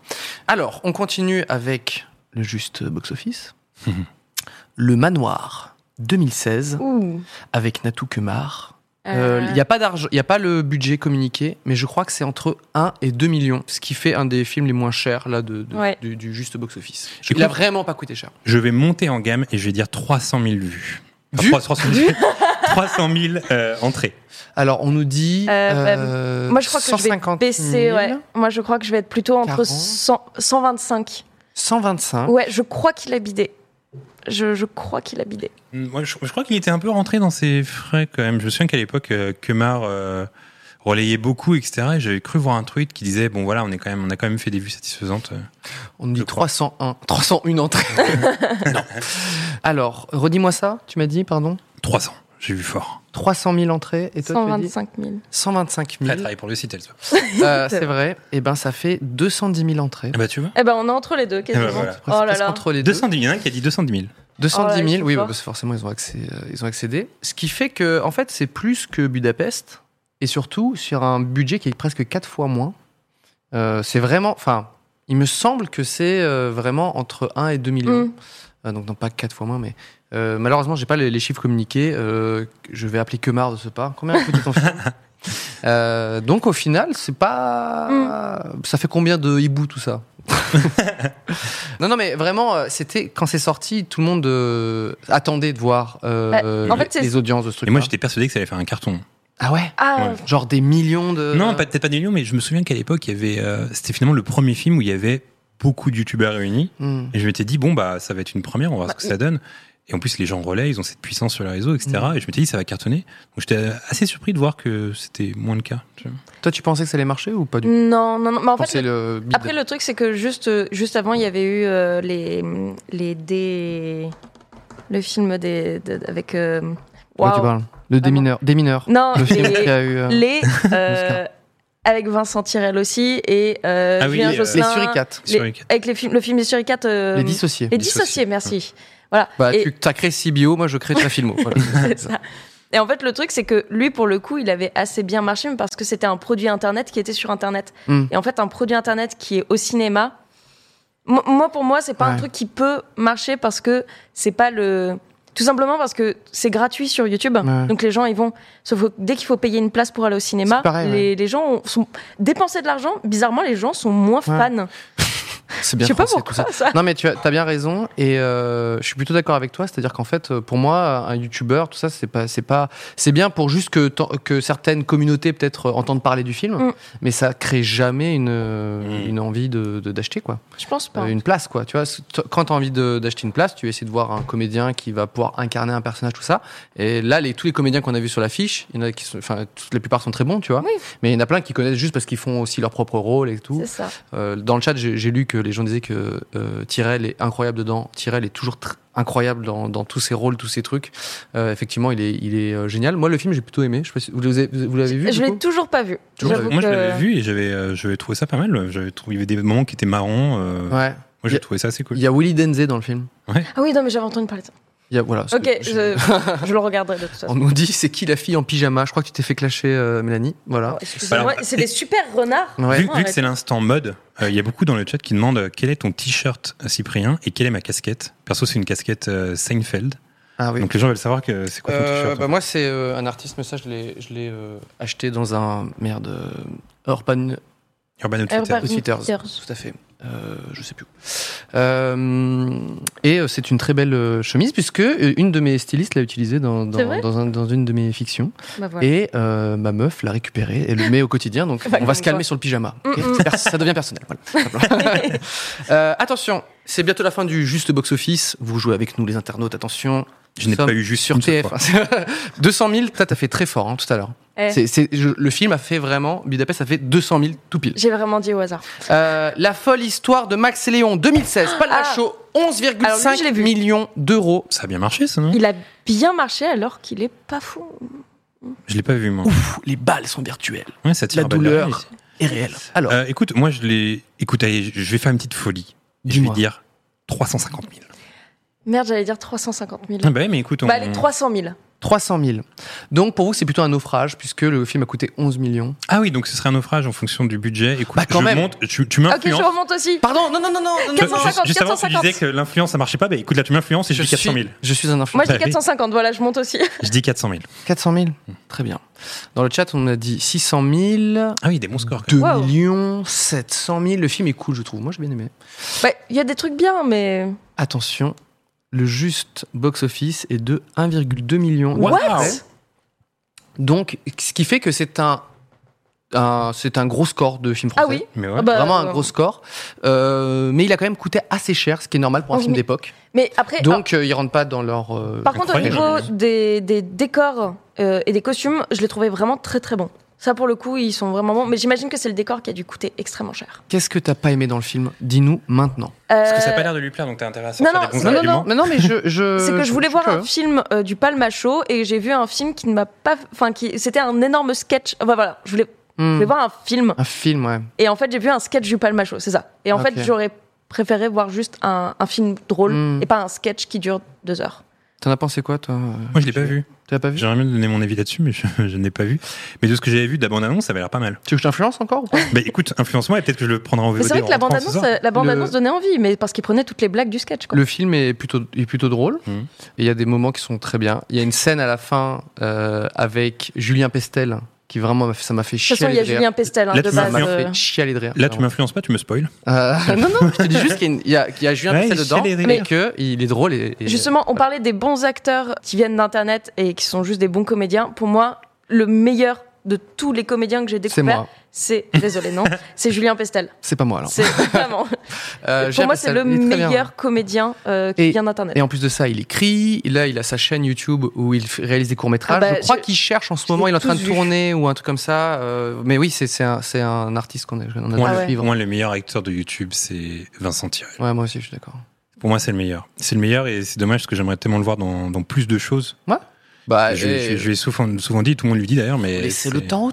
S2: Alors, on continue avec le juste euh, box-office.
S3: Mhm.
S2: le Manoir, 2016,
S4: Ouh.
S2: avec Natou Kemar. Euh, Il n'y a pas d'argent, il n'y a pas le budget communiqué, mais je crois que c'est entre 1 et 2 millions, ce qui fait un des films les moins chers là, de, de-
S4: Ouais.
S2: du, du juste box-office.
S3: Je
S2: Il n'a
S3: comprends.
S2: vraiment pas coûté cher.
S3: Je vais monter en gamme et je vais dire 300 000 vues. Enfin,
S2: Vues
S3: 300 000 vues. 300 000 euh, entrées.
S2: Alors, on nous dit.
S4: Euh,
S2: euh,
S4: Moi, je crois que je vais
S2: 150
S4: baisser.
S2: 000,
S4: ouais. Moi, je crois que je vais être plutôt entre
S2: 40.
S4: 100 125.
S2: 125.
S4: Ouais, je crois qu'il a bidé. Je, je crois qu'il a bidé.
S3: Mm, Moi, je, je crois qu'il était un peu rentré dans ses frais quand même. Je me souviens qu'à l'époque, euh, Kemar euh, relayait beaucoup, etc. Et j'avais cru voir un tweet qui disait bon voilà, on est quand même, on a quand même fait des vues satisfaisantes. euh,
S2: On nous
S3: Je
S2: dit
S3: crois.
S2: 301. 301 entrées. Non. Alors, redis-moi ça, tu m'as dit, pardon
S3: 300, j'ai vu fort.
S2: 300 000 entrées et toi tu as dit
S4: 125 000.
S2: 125
S3: Elle
S2: 000.
S3: travaille pour le site, elle. se-
S2: Euh, c'est vrai. Et ben ça fait 210 000 entrées.
S3: Ah bah tu vois.
S4: Eh ben, on est entre les deux, quasiment.
S3: Eh ben, voilà.
S2: Presque-
S4: Oh là
S2: presque
S4: là.
S2: entre les deux.
S3: 210 000, il y en a un qui a dit 210 000.
S4: Oh là
S2: 210
S4: là,
S2: 000,
S4: je
S2: oui, bah,
S4: suis fort.
S2: parce que forcément ils ont, accès- euh, ils ont accédé. Ce qui fait que, en fait, c'est plus que Budapest, et surtout sur un budget qui est presque 4 fois moins. Euh, c'est vraiment, enfin, il me semble que c'est euh, vraiment entre 1 et 2 millions.
S4: Mm.
S2: Euh, donc non pas 4 fois moins, mais euh, malheureusement j'ai pas les, les chiffres communiqués. Euh, je vais appeler que marre de ce pas. Combien a coûté ton film Euh, donc au final, c'est pas.
S4: Mm.
S2: Ça fait combien de hibou tout ça Non, non, mais vraiment, euh, c'était quand c'est sorti, tout le monde euh, attendait de voir euh,
S4: Bah, en fait,
S2: les,
S4: c'est-
S2: les audiences de ce truc.
S3: Et moi, j'étais persuadé que ça allait faire un carton.
S2: Ah ouais
S4: Ah,
S3: Ouais.
S2: Genre des millions de.
S3: Non, pas- peut-être pas des millions, mais je me souviens qu'à l'époque, il y avait, euh, c'était finalement le premier film où il y avait beaucoup de youtubeurs réunis.
S2: Hmm.
S3: Et je m'étais dit, bon, bah, ça va être une première, on va voir ce que ça donne. Et en plus, les gens relaient, ils ont cette puissance sur les réseaux, etc.
S2: Mm.
S3: Et je m'étais dit, ça va cartonner. Donc j'étais assez surpris de voir que c'était moins le cas. tu vois.
S2: Toi, tu pensais que ça allait marcher ou pas du tout
S4: Non, non, non. Mais en fait,
S2: Pensais le bid.
S4: Après, le truc, c'est que juste, euh, juste avant, il y avait eu euh, les, les dé... le film des, de- avec. euh,
S2: De quoi tu
S4: waouh.
S2: parles Le démineur. Démineur.
S4: Non,
S2: Le film qui
S4: les.
S2: a eu. euh,
S4: les euh,
S2: Oscar.
S4: avec Vincent Tirel aussi et euh,
S3: Ah oui,
S4: Julien
S3: euh,
S2: Les
S4: Josselin.
S2: suricates.
S4: Les-
S3: Sur les-
S4: Avec les films, le film des Suricates. euh,
S2: Les dissociés.
S4: les
S3: Dissociés.
S4: dissociés, merci. Voilà.
S2: Bah,
S4: et,
S2: tu as créé Sibio, moi je crée ta filmo. Voilà.
S4: c'est ça. Et en fait, le truc, c'est que lui, pour le coup, il avait assez bien marché mais parce que c'était un produit Internet qui était sur Internet.
S2: Mm.
S4: Et en fait, un produit Internet qui est au cinéma, mo- moi, pour moi, c'est pas un
S2: Ouais.
S4: truc qui peut marcher parce que c'est pas le. Tout simplement parce que c'est gratuit sur YouTube.
S2: Ouais.
S4: Donc les gens, ils vont. Sauf que dès qu'il faut payer une place pour aller au cinéma,
S2: C'est pareil,
S4: les, les gens ont- sont. Dépenser de l'argent, bizarrement, les gens sont moins fans.
S2: C'est
S4: Je
S2: bien
S4: sais pas
S2: français, tout
S4: pourquoi
S2: ça.
S4: ça.
S2: Non mais tu as, t'as bien raison et euh, je suis plutôt d'accord avec toi, c'est-à-dire qu'en fait euh, pour moi un youtubeur tout ça c'est pas c'est pas c'est bien pour juste que tant- que certaines communautés peut-être euh, entendent parler du film
S4: Mm.
S2: mais ça crée jamais une euh,
S3: Mm.
S2: une envie de de- d'acheter quoi.
S4: Je pense pas.
S2: Euh, une place quoi, tu vois, c- t- quand tu as envie de- d'acheter une place, tu essaies de voir un comédien qui va pouvoir incarner un personnage tout ça et là les tous les comédiens qu'on a vus sur l'affiche, il y en a qui sont enfin toute- la plupart sont très bons, tu vois.
S4: Oui.
S2: Mais il y en a plein qui connaissent juste parce qu'ils font aussi leur propre rôle et tout.
S4: C'est ça.
S2: Euh, dans le chat, j'ai j'ai lu que les gens disaient que euh, Tyrell est incroyable dedans. Tyrell est toujours tr- incroyable dans, dans tous ses rôles, tous ses trucs. Euh, effectivement, il est, il est euh, génial. Moi, le film, j'ai plutôt aimé. Je sais pas si vous l'avez vous l'avez vu.
S4: Je
S2: du
S4: l'ai
S2: coup
S4: toujours pas vu.
S2: Toujours
S4: J'avoue
S2: pas
S3: Moi, je
S4: que-
S3: l'avais vu et j'avais, euh, j'avais trouvé ça pas mal. J'avais trouvé il y avait des moments qui étaient marrants. euh, Moi,
S2: Ouais.
S3: j'ai
S2: Y a-
S3: trouvé ça assez cool.
S2: Il y a Willy Denze dans le film.
S4: Ah oui, non, mais j'avais entendu parler de ça.
S2: Il y a, voilà.
S4: Ok,
S2: c'est-
S4: je, je le regarderai de toute façon.
S2: On nous dit c'est qui la fille en pyjama. Je crois que tu t'es fait clasher, euh, Mélanie. Voilà.
S4: Oh, Excusez-moi,
S3: Alors,
S4: c'est des super renards.
S2: Ah Ouais.
S3: Vu,
S4: Ouais,
S3: vu
S4: ouais.
S3: que c'est l'instant mode, euh, il y a beaucoup dans le chat qui demandent euh, quel est ton t-shirt euh, Cyprien et quelle est ma casquette. Perso, c'est une casquette euh, Seinfeld.
S2: Ah oui.
S3: Donc les gens veulent savoir que c'est quoi ton
S2: Euh,
S3: t-shirt.
S2: bah, moi, c'est euh, un artiste, mais ça, je l'ai je l'ai, euh, acheté dans un merde euh, Urban
S3: Urban Outfitters.
S4: Urban-
S2: Outfitters.
S4: Outfitters.
S2: Tout à fait. Euh, je sais plus. où. Euh, et euh, c'est une très belle euh, chemise puisque euh, une de mes stylistes l'a utilisée dans,
S4: C'est
S2: dans,
S4: vrai
S2: dans un- dans une de mes fictions
S4: Bah, voilà.
S2: et euh, ma meuf l'a récupérée et le met au quotidien donc
S4: Bah,
S2: on va
S4: comme
S2: se calmer
S4: quoi.
S2: sur le pyjama. ok
S4: Mm, mm.
S2: C'est pers- ça devient personnel. voilà. Euh, attention, c'est bientôt la fin du juste box office. Vous jouez avec nous les internautes. Attention.
S3: Je n'ai
S2: Nous sommes
S3: pas eu juste
S2: sur
S3: une seule
S2: TF. 200 000, t'as t'as fait très fort hein, tout à l'heure.
S4: Eh.
S2: C'est- c'est- je- le film a fait vraiment, Budapest a fait 200 000 tout pile.
S4: J'ai vraiment dit au hasard.
S2: Euh, la folle histoire de Max et Léon 2016, Palma
S4: Ah.
S2: Show,
S4: Alors lui, je l'ai
S2: 11,5
S4: vu.
S2: millions d'euros.
S3: Ça a bien marché, ça, non
S4: Il a bien marché alors qu'il est pas fou.
S3: Je l'ai pas vu, moi.
S2: Ouf, les balles sont virtuelles.
S3: Ouais, ça tire
S2: La
S3: à balles
S2: douleur.
S3: réelles.
S2: Et réelles. Alors,
S3: Euh, écoute, moi, je l'ai. Écoute, allez, je je vais faire une petite folie. Et Je vais
S2: Dis-moi.
S3: dire 350 000.
S4: Merde, j'allais dire 350 000.
S3: Ah bah ouais, mais écoute, on.
S4: Bah, les 300 000.
S2: 300 000. Donc pour vous, c'est plutôt un naufrage puisque le film a coûté 11 millions.
S3: Ah oui, donc ce serait un naufrage en fonction du budget. Écoute,
S2: Bah, quand
S3: je
S2: même.
S3: monte, tu, tu
S4: Ok, je
S3: m'influences.
S4: remonte aussi.
S2: Pardon, non, non, non, non, non,
S3: Tu vois,
S2: non, non.
S4: 450,
S3: juste avant, tu
S4: 450.
S3: disais que l'influence, ça marchait pas. Bah écoute, là, tu m'influences et je, dis 400 000.
S2: suis, je suis un
S4: Moi,
S2: influenceur.
S4: je dis
S3: Bah oui.
S4: 450, voilà, je monte aussi.
S3: Je dis 400 000.
S2: 400 000 Très bien. Dans le chat, on a dit 600 000,
S3: Ah oui, des bons scores. quand
S2: 2
S4: Wow.
S2: millions, 700 000. Le film est cool, je trouve. Moi, j'ai bien aimé.
S4: Bah, il y a des trucs bien, mais.
S2: Attention, le juste box-office est de 1,2 million.
S3: What
S4: What
S3: Wow.
S2: Donc, ce qui fait que c'est un, un- c'est un gros score de film français.
S4: Ah oui
S3: Mais ouais.
S4: Ah bah,
S2: Vraiment un
S4: euh,
S2: gros score. Euh, mais il a quand même coûté assez cher, ce qui est normal pour un
S4: Oui,
S2: film
S4: mais-
S2: d'époque.
S4: Mais après, ah,
S2: Donc, ils ils rentrent pas dans leur. euh,
S4: Par contre, au niveau
S3: Incroyable.
S4: des, des décors euh, et des costumes, je les trouvais vraiment très très bons. Ça, pour le coup, ils sont vraiment bons. Mais j'imagine que c'est le décor qui a dû coûter extrêmement cher.
S2: Qu'est-ce que t'as pas aimé dans le film Dis-nous maintenant.
S3: Parce que
S4: Euh,
S3: ça n'a pas l'air de lui plaire, donc t'as intérêt à sortir
S4: non, non,
S3: des bons
S4: non, non,
S3: arguments.
S2: non, non, mais je. Euh, je
S4: c'est que je voulais voir un
S2: je-
S4: film euh, du Palma Show et j'ai vu un film qui ne m'a pas. Enfin, qui c'était un énorme sketch. Enfin, voilà, je voulais, je
S2: Hmm.
S4: voulais voir un film
S2: Un film, ouais.
S4: et en fait, j'ai vu un sketch du Palma Show, c'est ça. Et en
S2: Ok.
S4: fait, j'aurais préféré voir juste un, un film drôle
S2: Hmm.
S4: et pas un sketch qui dure deux heures.
S2: T'en as pensé quoi, toi
S3: Moi, je l'ai pas vu.
S2: Tu l'as pas vu
S3: J'aimerais bien donner mon avis là-dessus, mais je, je ne l'ai pas vu. Mais de ce que j'avais vu de la bande-annonce, ça avait l'air pas mal.
S2: Tu veux que je t'influence encore ou pas
S3: Bah écoute, influence-moi et peut-être que je le prendrai en VOD.
S4: Mais c'est vrai
S3: en
S4: que la
S3: rentrant ce
S4: bande-annonce,
S3: soir.
S4: euh, la bande-annonce
S2: Le-
S4: donnait envie, mais parce qu'ils prenaient toutes les blagues du sketch. Quoi.
S2: Le film est plutôt, est plutôt drôle.
S3: Mhm.
S2: Et il y a des moments qui sont très bien. Il y a une scène à la fin euh, avec Julien Pestel qui vraiment m'a fait- ça m'a fait
S4: De toute façon,
S2: chialer
S4: il y a
S2: de rire.
S4: Julien Pestel hein,
S3: Là,
S4: de
S3: tu m'as
S4: base.
S2: Ça m'a
S4: euh,
S2: fait chialer de rire.
S3: Là, tu m'influences pas, tu me spoil.
S2: Euh, non, non, je te dis juste qu'il y a une- il y, a- qu'il y a Julien
S3: Ouais,
S2: Pestel
S3: il
S2: dedans
S3: chiale de
S2: et
S3: rire.
S2: qu'il est drôle. Et, et-
S4: Justement, on parlait des bons acteurs qui viennent d'Internet et qui sont juste des bons comédiens. Pour moi, le meilleur de tous les comédiens que j'ai
S2: C'est
S4: découvert,
S2: moi.
S4: c'est, désolé, non, c'est Julien Pestel.
S2: C'est pas moi alors.
S4: C'est vraiment,
S2: Euh,
S4: pour
S2: Julien
S4: moi, c'est
S2: Pestel,
S4: le
S2: il est très bien. hein.
S4: meilleur comédien euh, qui
S2: Et-
S4: vient d'Internet.
S2: Et en plus de ça, il écrit. Là, il a sa chaîne YouTube où il f- réalise des courts-métrages.
S4: Ah bah,
S2: je crois
S4: je-
S2: qu'il cherche en ce
S4: je
S2: moment.
S4: l'ai
S2: Il est en train de
S4: tous vus.
S2: tourner ou un truc comme ça. euh, mais oui, c'est c'est un, c'est un artiste qu'on a, on a
S3: Moi,
S2: dû
S4: Ah ouais.
S3: le,
S2: suivre.
S3: moi, le meilleur acteur de YouTube, c'est Vincent Tirel.
S2: Ouais, moi aussi, je suis d'accord.
S3: Pour moi, c'est le meilleur. C'est le meilleur et c'est dommage parce que j'aimerais tellement le voir dans, dans plus de choses.
S2: Bah,
S3: je,
S2: et-
S3: je- je lui ai souvent, souvent dit, tout le monde lui dit d'ailleurs, Ah, mais.
S2: Laissez
S3: c'est-
S2: le temps au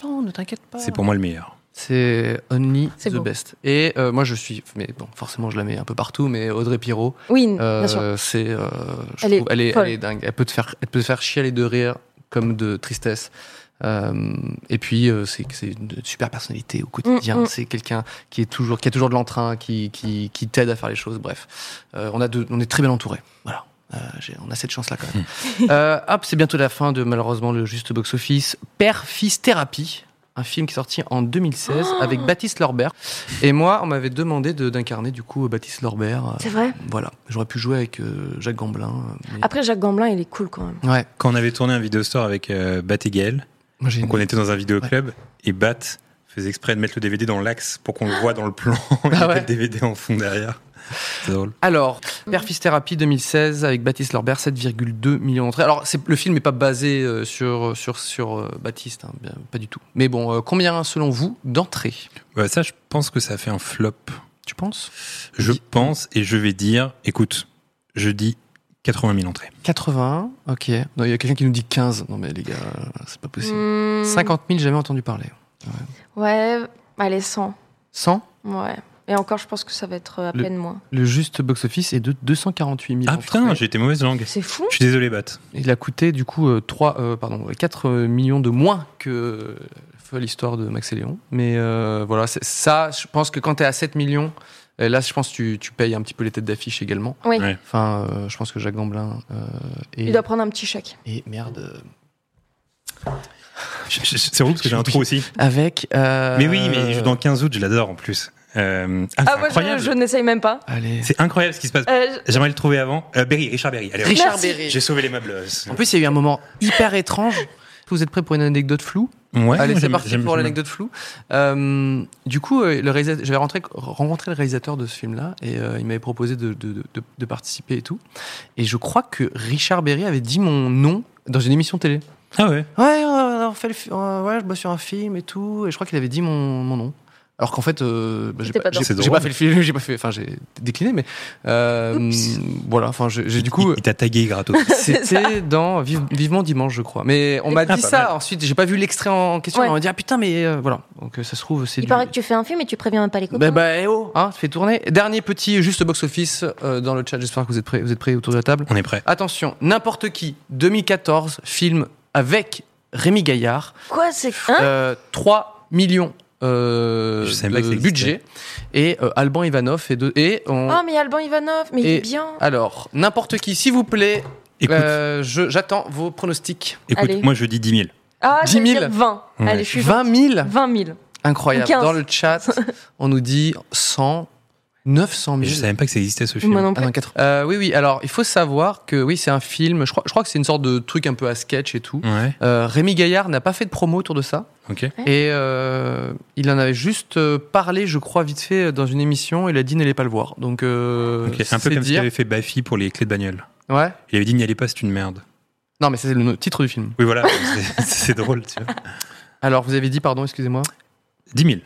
S2: temps, ne t'inquiète pas.
S3: C'est pour moi le meilleur.
S2: C'est only
S4: C'est
S2: the
S4: beau.
S2: best. Et euh, moi, je suis. Mais bon, forcément, je la mets un peu partout, mais Audrey Pirot,
S4: Oui,
S2: euh,
S4: bien sûr.
S2: c'est. euh, je
S4: Elle est
S2: trouve- elle, est,
S4: folle.
S2: elle est dingue. Elle peut, te faire, elle peut te faire chialer de rire comme de tristesse. Euh, et puis, euh, c'est c'est une super personnalité au quotidien.
S4: Mm, mm.
S2: C'est quelqu'un qui, est toujours- qui a toujours de l'entrain, qui, qui, qui t'aide à faire les choses. Bref, Euh, on, a de- on est très bien entouré. Voilà. Euh, j'ai- on a cette chance-là quand même. Euh, hop, c'est bientôt la fin de malheureusement le juste box-office. Père Fils Thérapie, un film qui est sorti en 2016 avec Baptiste Lorbert. Et moi, on m'avait demandé de- d'incarner du coup Baptiste Lorbert. Euh,
S4: C'est vrai.
S2: voilà, j'aurais pu jouer avec euh, Jacques Gamblin. euh, mais-
S4: Après, Jacques Gamblin, il est cool quand même.
S2: Ouais,
S3: Quand on avait tourné un vidéo store avec euh, Bat et Gaël,
S2: moi j'ai.
S3: donc on était dans un vidéoclub et Bat faisait exprès de mettre le DVD dans l'axe pour qu'on le voit dans le plan. Il
S2: Ah
S3: y avait
S2: ouais.
S3: le DVD en fond derrière. C'est drôle.
S2: Alors, Perfis Therapy 2016 avec Baptiste Lorbert, 7,2 millions d'entrées. Alors, c'est- le film n'est pas basé euh, sur, sur, sur euh, Baptiste, hein, bien- pas du tout. Mais bon, euh, combien selon vous d'entrées
S3: Ouais, Bah, ça, je pense que ça fait un flop.
S2: Tu penses
S3: Je
S2: Dis-
S3: pense et je vais dire, écoute, je dis 80 000 entrées.
S2: 81, ok. Non, il y a quelqu'un qui nous dit 15. Non, mais les gars, euh, c'est pas possible.
S4: Hmm,
S2: 50 000, jamais entendu parler.
S4: Ouais, allez, 100.
S2: 100
S4: Ouais. Et encore, je pense que ça va être euh, à
S2: Le-
S4: peine moins.
S2: Le juste box-office est de 248 000
S3: Ah
S2: entrées.
S3: putain, j'ai été mauvaise langue.
S4: C'est fou.
S3: Je suis désolé, Bat.
S2: Il a coûté du coup euh, trois, euh, pardon, 4 millions de moins que euh, Folle Histoire de Max et Léon. Mais euh, voilà, c'est- ça, je pense que quand tu es à 7 millions, euh, là je pense que tu, tu payes un petit peu les têtes d'affiche également.
S4: Oui.
S3: Ouais.
S2: Enfin, euh, je pense que Jacques Gamblin euh,
S4: Il
S2: et,
S4: doit prendre un petit chèque.
S2: et merde. euh,
S3: Je- je- C'est relou parce que j'ai un trou aussi.
S2: Avec. euh,
S3: Mais oui, mais je- dans 15 août, je l'adore en plus. Euh, ah, c'est
S4: Ah, moi, je,
S3: incroyable.
S4: je n'essaye même pas.
S2: Allez.
S3: C'est incroyable ce qui se passe.
S4: Euh,
S3: J'aimerais le trouver avant. Euh, Berry, Richard Berry. Allez,
S2: Richard
S4: Merci.
S2: Berry.
S3: j'ai sauvé les meubles.
S2: En plus, il y a eu un moment hyper étrange. Vous êtes prêts pour une anecdote floue
S3: Ouais,
S2: Allez, c'est
S3: j'aime-
S2: parti
S3: j'aime-
S2: pour
S3: j'aime-
S2: l'anecdote floue. Euh, du coup, euh, le réalisa- j'avais rentré- rencontré le réalisateur de ce film-là et euh, il m'avait proposé de, de- de- de- de participer et tout. Et je crois que Richard Berry avait dit mon nom dans une émission télé.
S3: Ah ouais.
S2: Ouais, ouais, ouais, on fait le fi- euh, ouais, je bosse sur un film et tout. Et je crois qu'il avait dit mon, mon nom. Alors qu'en fait, euh, bah, j'ai
S4: T'étais
S2: pas,
S4: pas dans
S2: j'ai-
S3: C'est
S2: j'ai
S3: drôle.
S2: pas fait le film, j'ai pas fait, enfin j'ai décliné, mais euh, voilà. Enfin, j'ai j'ai du coup.
S3: il, il t'a tagué gratos.
S2: C'était dans Vive- Vivement Dimanche, je crois. Mais on m'a
S3: Ah,
S2: dit
S3: pas
S2: ça.
S3: mal.
S2: Ensuite, j'ai pas vu l'extrait en question.
S4: Ouais.
S2: On m'a dit ah putain, mais euh, voilà. Donc euh, ça se trouve, c'est.
S6: Il
S2: du-
S6: paraît que tu fais un film et tu préviens même pas les copains.
S2: bah, bah, eh oh, hein, ça fait tourner. Dernier petit, juste box office euh, dans le chat. J'espère que vous êtes prêts, vous êtes prêts autour de la table.
S3: On est prêt.
S2: Attention, n'importe qui, 2014, film avec Rémi Gaillard,
S4: Quoi, c'est. Hein
S2: euh, 3 millions euh,
S3: Je savais pas que ça
S2: de
S3: existait.
S2: budget et euh, Alban Ivanov et de et on
S4: Ah, mais Alban Ivanov, mais il
S2: Et-
S4: est bien.
S2: alors n'importe qui s'il vous plaît
S3: Écoute,
S2: euh, je- j'attends vos pronostics
S3: écoute
S4: allez.
S3: moi je dis 10 000.
S4: Ah,
S2: 10
S4: 10
S2: 000.
S4: 20.
S3: Ouais.
S4: Allez, je suis
S2: 20 000
S4: 20 000.
S2: incroyable
S4: 15.
S2: dans le chat on nous dit 100 900
S3: Mais
S2: 000
S3: je savais même pas que ça existait ce film.
S4: Moi non
S2: Ah
S4: plus.
S2: non, 80. Euh, oui, oui. Alors, il faut savoir que oui, c'est un film. Je crois, je crois que c'est une sorte de truc un peu à sketch et tout.
S3: Ouais,
S2: Euh, Rémi Gaillard n'a pas fait de promo autour de ça.
S3: ok.
S2: Et euh, il en avait juste euh, parlé, je crois, vite fait euh, dans une émission. Il a dit n'allez pas le voir. Donc, euh,
S3: Ok, Un peu
S2: c'est
S3: comme ce
S2: dire.
S3: qu'avait fait Baffy pour les clés de bagnole.
S2: Ouais.
S3: Il avait dit n'y allez pas, c'est une merde.
S2: Non, mais ça, c'est le titre du film.
S3: Oui, voilà, c'est- c'est drôle, tu vois.
S2: Alors, vous avez dit, pardon, excusez-moi,
S3: 10 000.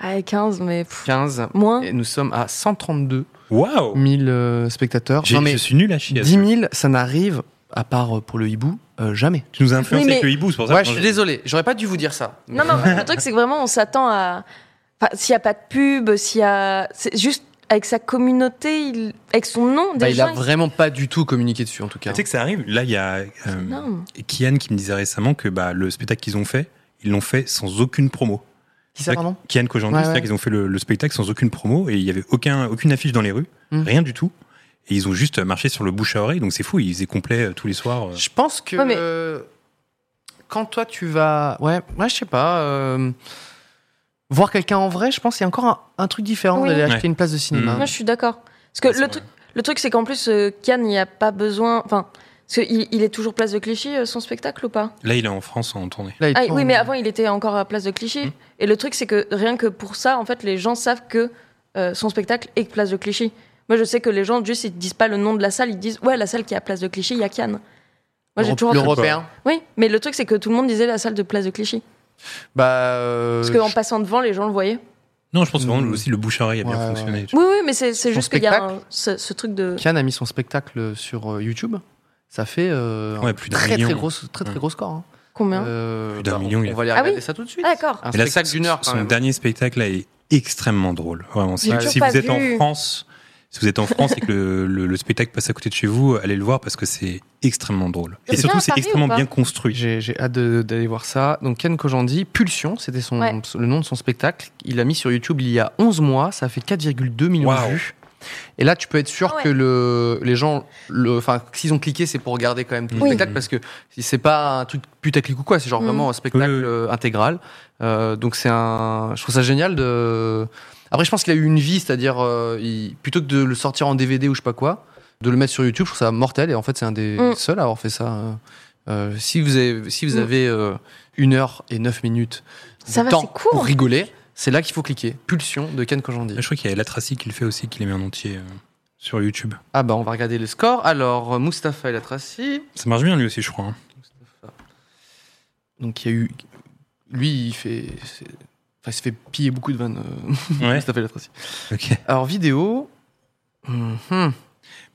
S4: Ah, 15, mais. pff,
S2: 15.
S4: Moins.
S2: Et nous sommes à 132
S3: Waouh
S2: 000 euh, spectateurs.
S3: J'ai-
S2: Non, mais
S3: Je suis nul à chier. à
S2: 10
S3: ce-
S2: 000, ça n'arrive, à part euh, pour le hibou, euh, jamais.
S3: Tu nous as influencé
S4: Oui, mais-
S3: avec le hibou, c'est pour ça
S2: Ouais,
S3: que
S2: je
S3: moi,
S2: suis désolé, j'aurais pas dû vous dire ça.
S4: Non, mais en fait, le truc, c'est que vraiment, on s'attend à. Enfin, s'il n'y a pas de pub, s'il y a. C'est juste avec sa communauté, il- avec son nom,
S2: Bah,
S4: des
S2: il a
S4: gens. ils-
S2: vraiment pas du tout communiqué dessus, en tout cas.
S3: Tu sais que ça arrive. Là, il y a euh,
S4: énorme.
S2: Hum.
S3: Kian qui me disait récemment que bah, le spectacle qu'ils ont fait, ils l'ont fait sans aucune promo.
S2: Qui ça, pardon
S3: Kian Kojandi,
S2: Ouais,
S3: c'est-à-dire
S2: ouais.
S3: qu'ils ont fait le, le spectacle sans aucune promo et il y avait aucun, aucune affiche dans les rues,
S2: Mm.
S3: rien du tout. Et ils ont juste marché sur le bouche à oreille, donc c'est fou. Ils faisaient complet euh, tous les soirs. euh.
S2: Je pense que
S4: Ouais, mais-
S2: euh, quand toi tu vas, ouais, ouais, je sais pas, euh, voir quelqu'un en vrai, je pense qu'il y a encore un, un truc différent
S4: Oui.
S2: d'aller
S3: Ouais.
S2: acheter une place de cinéma.
S3: Mm.
S4: Moi, je suis d'accord. Parce que
S3: Ouais, c'est
S4: le
S3: vrai.
S4: truc, le truc, c'est qu'en plus, euh, Cannes, il n'y a pas besoin. Enfin, parce qu'il il est toujours place de Clichy, euh, son spectacle ou pas
S3: Là, il est en France en tournée.
S2: Là, il
S4: Ah,
S2: tourne.
S4: Oui, mais avant, il était encore à place de Clichy.
S2: Hum.
S3: Mm.
S4: Et le truc, c'est que rien que pour ça, en fait, les gens savent que euh, son spectacle est place de Clichy. Moi, je sais que les gens, juste, ils disent pas le nom de la salle, ils disent Ouais, la salle qui est à place de Clichy, il y a Cannes. Moi, j'ai
S2: L'Europe-
S4: toujours entendu-
S2: l'européen.
S4: Oui, mais le truc, c'est que tout le monde disait la salle de place de Clichy.
S2: Bah, euh,
S4: Parce qu'en passant devant, les gens le voyaient.
S3: Non, je pense vraiment
S2: Mm.
S3: aussi le bouche à oreille a
S2: Ouais,
S3: bien
S2: ouais.
S3: fonctionné. tu
S4: Oui, oui, mais c'est c'est
S2: Son
S4: juste qu'il y a
S2: spectacle
S4: un- ce, ce truc de.
S2: Kian a mis son spectacle sur euh, YouTube. Ça fait euh,
S3: Ouais,
S2: un
S3: plus d'un
S2: très très
S3: million.
S2: gros, très très
S3: Ouais.
S2: gros score. hein.
S4: Combien
S2: Euh,
S3: Plus d'un
S2: on-
S3: million, il
S2: On
S3: a-
S2: va aller
S4: Ah
S2: regarder
S4: oui.
S2: ça tout de suite.
S4: Ah, d'accord.
S2: Un
S3: Mais là,
S2: spectacle
S3: son-
S2: d'une heure. quand
S3: Son
S2: même.
S3: dernier spectacle là, est extrêmement drôle. Vraiment. Si,
S4: J'ai
S3: si
S4: toujours
S3: vous
S4: pas
S3: êtes en
S4: vu.
S3: France, si vous êtes en France et que le, le- le spectacle passe à côté de chez vous, allez le voir parce que c'est extrêmement drôle.
S4: Il
S3: Et
S4: revient à
S3: surtout, c'est
S4: Paris ou
S3: extrêmement
S4: pas
S3: bien construit.
S2: J'ai j'ai hâte de- d'aller voir ça. Donc Ken Kojandi, Pulsion, c'était son
S4: Ouais.
S2: le nom de son spectacle. Il l'a mis sur YouTube il y a 11 mois. Ça a fait 4,2 millions
S3: Waouh.
S2: de vues. Et là, tu peux être sûr
S4: Ah ouais.
S2: que le, les gens, le- enfin, s'ils ont cliqué, c'est pour regarder quand même tout le
S4: Oui.
S2: spectacle parce que c'est pas un truc putaclic ou quoi. C'est genre
S4: Mm.
S2: vraiment un spectacle
S3: Oui, oui.
S2: euh, intégral. Euh, donc c'est un, je trouve ça génial de. Après, je pense qu'il a eu une vie, c'est-à-dire euh, il- plutôt que de le sortir en DVD ou je sais pas quoi, de le mettre sur YouTube, je trouve ça mortel. Et en fait, c'est un des
S4: Mm.
S2: seuls à avoir fait ça. euh. Euh, si vous avez, si vous
S4: Mm.
S2: avez euh, une heure et neuf minutes de
S4: Ça va,
S2: temps
S4: c'est court.
S2: pour rigoler, c'est là qu'il faut cliquer. Pulsion de Ken Kojandi.
S3: Je crois qu'il y a Latracy qui le fait aussi, qui les met en entier euh, sur YouTube.
S2: Ah bah on va regarder le score. Alors Mustapha El Atrassi,
S3: Ça marche bien lui aussi, je crois. hein.
S2: donc il y a eu, lui il fait, c'est- enfin il se fait piller beaucoup de vannes. euh,
S3: Ouais.
S2: Mustapha El Atrassi.
S3: ok.
S2: Alors vidéo. Mhm.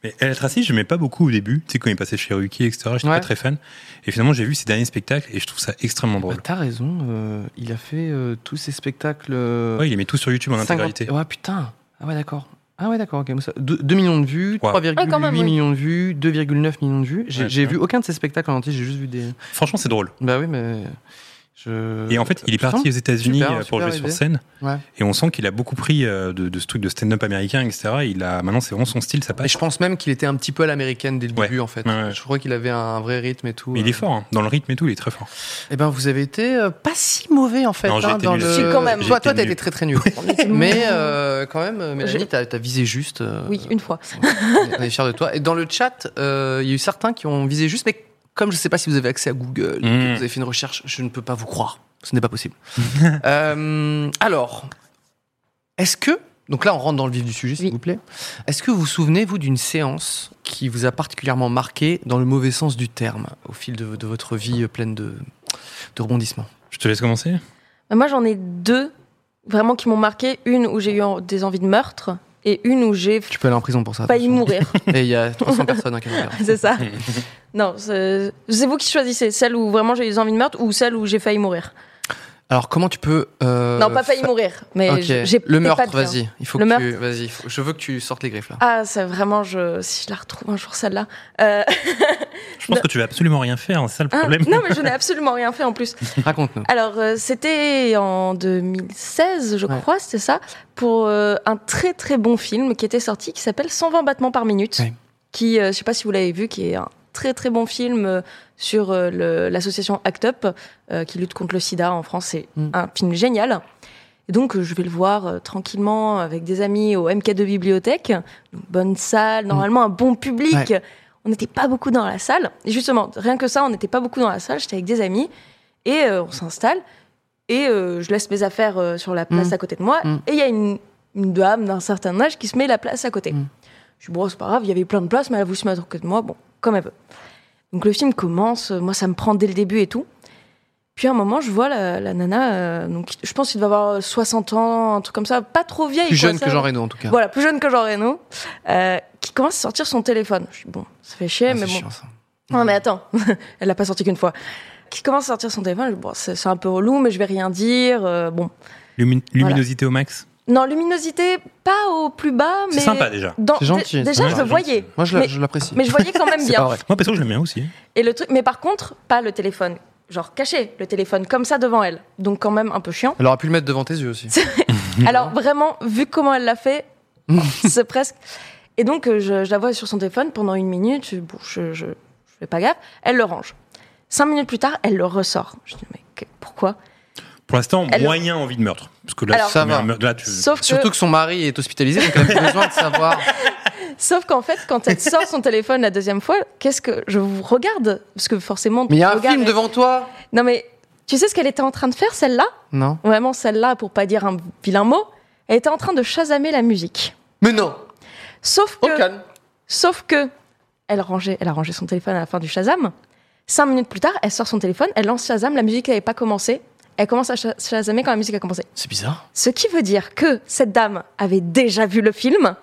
S3: Mais El Atrassi, je n'aimais pas beaucoup au début. Tu sais, quand il passait chez Ruki, etc., j'étais
S2: Ouais.
S3: pas très fan. Et finalement, j'ai vu ses derniers spectacles et je trouve ça extrêmement
S2: Bah,
S3: drôle.
S2: T'as raison. euh, il a fait euh, tous ses spectacles. euh,
S3: Ouais, il les met tous sur YouTube en
S2: 50
S3: intégralité.
S2: Ouais, putain. Ah ouais, d'accord. Ah ouais, d'accord. ok. Moussa- Deux- 2 millions de vues,
S3: Ouais.
S2: 3,8
S4: Ah, quand même, oui.
S2: millions de vues, 2,9 millions de vues. J'ai
S3: Ouais,
S2: j'ai
S3: tu
S2: vu aucun de ces spectacles en entier, j'ai juste vu des.
S3: Franchement, c'est drôle.
S2: Bah oui, mais. Je...
S3: Et en fait, il est
S2: Putain.
S3: parti aux États-Unis
S2: super,
S3: euh, pour
S2: super
S3: jouer sur
S2: idée.
S3: scène.
S2: Ouais.
S3: Et on sent qu'il a beaucoup pris euh, de, de ce truc de stand-up américain, etc. Et Il a maintenant c'est vraiment son style, ça
S2: Et
S3: passe.
S2: je pense même qu'il était un petit peu à l'américaine dès le
S3: Ouais.
S2: début, en fait.
S3: Ouais, ouais.
S2: Je crois qu'il avait un vrai rythme et tout.
S3: Mais il
S2: euh.
S3: est fort hein. dans le rythme et tout, il est très fort.
S2: Eh ben, vous avez été euh, pas si mauvais, en fait.
S3: Non, j'ai
S2: hein,
S3: été
S2: dans
S3: nul.
S2: le...
S4: Si, quand même.
S2: Toi,
S3: J'ai
S2: toi,
S3: été
S2: t'as
S3: nul.
S2: été très très nul. mais euh, quand même, euh, Mélanie,
S4: J'ai-
S2: t'as t'as visé juste. euh,
S4: Oui, une fois.
S2: On est fiers de toi. Et dans le chat, euh, il y a eu certains qui ont visé juste, mais comme je ne sais pas si vous avez accès à Google,
S3: Mm.
S2: que vous avez fait une recherche, je ne peux pas vous croire. Ce n'est pas possible. Euh, alors, est-ce que, donc là on rentre dans le vif du sujet, s'il
S4: Oui.
S2: vous plaît, est-ce que vous vous souvenez, vous, d'une séance qui vous a particulièrement marqué dans le mauvais sens du terme au fil de, de votre vie euh, pleine de, de rebondissements
S3: Je te laisse commencer.
S4: Moi, j'en ai deux vraiment qui m'ont marqué. Une où j'ai eu en- des envies de meurtre et une où j'ai
S2: Tu peux aller en prison pour ça.
S4: failli
S2: attention.
S4: mourir.
S2: Et il y a 300 personnes à Canberra.
S4: c'est ça. Non, c'est c'est vous qui choisissez. Celle où vraiment j'ai eu des envies de meurtre ou celle où j'ai failli mourir.
S2: Alors comment tu peux euh,
S4: non, pas failli
S2: fa-
S4: mourir, mais
S2: Ok.
S4: j- j'ai
S2: le
S4: j'ai pas
S2: meurtre,
S4: bien.
S2: vas-y. Il faut
S4: Le
S2: que tu... vas-y. faut- Je veux que tu sortes les griffes là.
S4: Ah, c'est vraiment je si je la retrouve un jour celle-là. Euh,
S3: Je pense
S4: Non.
S3: que tu vas absolument rien faire, c'est ça le
S4: ah,
S3: problème.
S4: non, mais je n'ai absolument rien fait en plus.
S2: Raconte-nous.
S4: Alors, euh, c'était en 2016, je
S2: Ouais.
S4: crois, c'était ça, pour euh, un très très bon film qui était sorti qui s'appelle 120 battements par minute.
S2: Ouais.
S4: Qui, euh, je sais pas si vous l'avez vu, qui est un très très bon film euh, sur euh, le- l'association ACT UP euh, qui lutte contre le sida en France. C'est
S2: Mm.
S4: un film génial. Et donc, euh, je vais le voir euh, tranquillement avec des amis au MK2 bibliothèque. Donc, bonne salle, normalement un bon public. On n'était pas beaucoup dans la salle. Et justement, rien que ça, on n'était pas beaucoup dans la salle. J'étais avec des amis et euh, on s'installe. Et euh, je laisse mes affaires euh, sur la place
S2: Mm.
S4: à côté de moi.
S2: Mm.
S4: Et il y a une, une dame d'un certain âge qui se met la place à côté.
S2: Mm.
S4: Je dis, bon, c'est pas grave, il y avait plein de places, mais elle a voulu se mettre à côté de moi. Bon, comme elle veut. Donc le film commence, euh, moi ça me prend dès le début et tout. Puis à un moment, je vois la, la nana, euh, donc je pense qu'il devait avoir 60 ans, un truc comme ça, pas trop vieille.
S2: Plus
S4: quoi,
S2: jeune
S4: ça.
S2: que Jean Reno en tout cas.
S4: Voilà, plus jeune que Jean Reno, euh, qui commence à sortir son téléphone. Je dis, bon, ça fait chier,
S2: Ah,
S4: mais
S2: c'est
S4: bon.
S2: chiant, ça.
S4: Non, mais attends, elle l'a pas sorti qu'une fois. Qui commence à sortir son téléphone, je dis, bon, c'est c'est un peu relou, mais je vais rien dire. euh, bon.
S3: Lumi-
S4: Voilà.
S3: Luminosité au max.
S4: Non, luminosité, pas au plus bas, mais.
S3: C'est sympa déjà.
S4: Dans-
S2: C'est gentil,
S4: dé-
S2: c'est
S4: Déjà,
S2: vrai,
S4: je
S3: c'est
S4: voyais.
S2: Moi je la-
S4: mais,
S2: je l'apprécie.
S4: mais je voyais quand même
S2: C'est pas
S4: bien.
S2: vrai.
S3: Moi, perso, je l'aime bien aussi.
S4: Et le truc, mais par contre, pas le téléphone, genre caché, le téléphone comme ça devant elle. Donc quand même un peu chiant.
S2: Elle aurait pu le mettre devant tes yeux aussi. Mm.
S4: Alors vraiment, vu comment elle l'a fait, c'est presque. Et donc euh, je, je la vois sur son téléphone pendant une minute. Je, bon, je, je, je fais pas gaffe. Elle le range. Cinq minutes plus tard, elle le ressort. Je dis mais que- pourquoi
S3: Pour l'instant,
S4: Alors-
S3: moyen envie de meurtre. Parce que là,
S4: Alors-
S3: tu
S2: Ça
S3: mets un
S2: va.
S3: meurtre- là, tu-
S4: Sauf que,
S2: Surtout que son mari est hospitalisé, donc elle a besoin de savoir.
S4: sauf qu'en fait, quand elle sort son téléphone la deuxième fois, qu'est-ce que je vous regarde Parce que forcément,
S2: Mais il y a
S4: ton
S2: un
S4: regard
S2: film
S4: est-
S2: devant toi.
S4: Non mais tu sais ce qu'elle était en train de faire celle-là
S2: Non.
S4: Vraiment celle-là, pour pas dire un vilain mot, elle était en train de chasamer la musique.
S2: Mais non.
S4: Sauf
S2: Au
S4: que
S2: calme.
S4: Sauf que elle rangeait, elle a rangé son téléphone à la fin du Shazam. Cinq minutes plus tard, elle sort son téléphone, elle lance Shazam, la musique n'avait pas commencé. Elle commence à sha- Shazamer quand la musique a commencé.
S2: C'est bizarre.
S4: Ce qui veut dire que cette dame avait déjà vu le film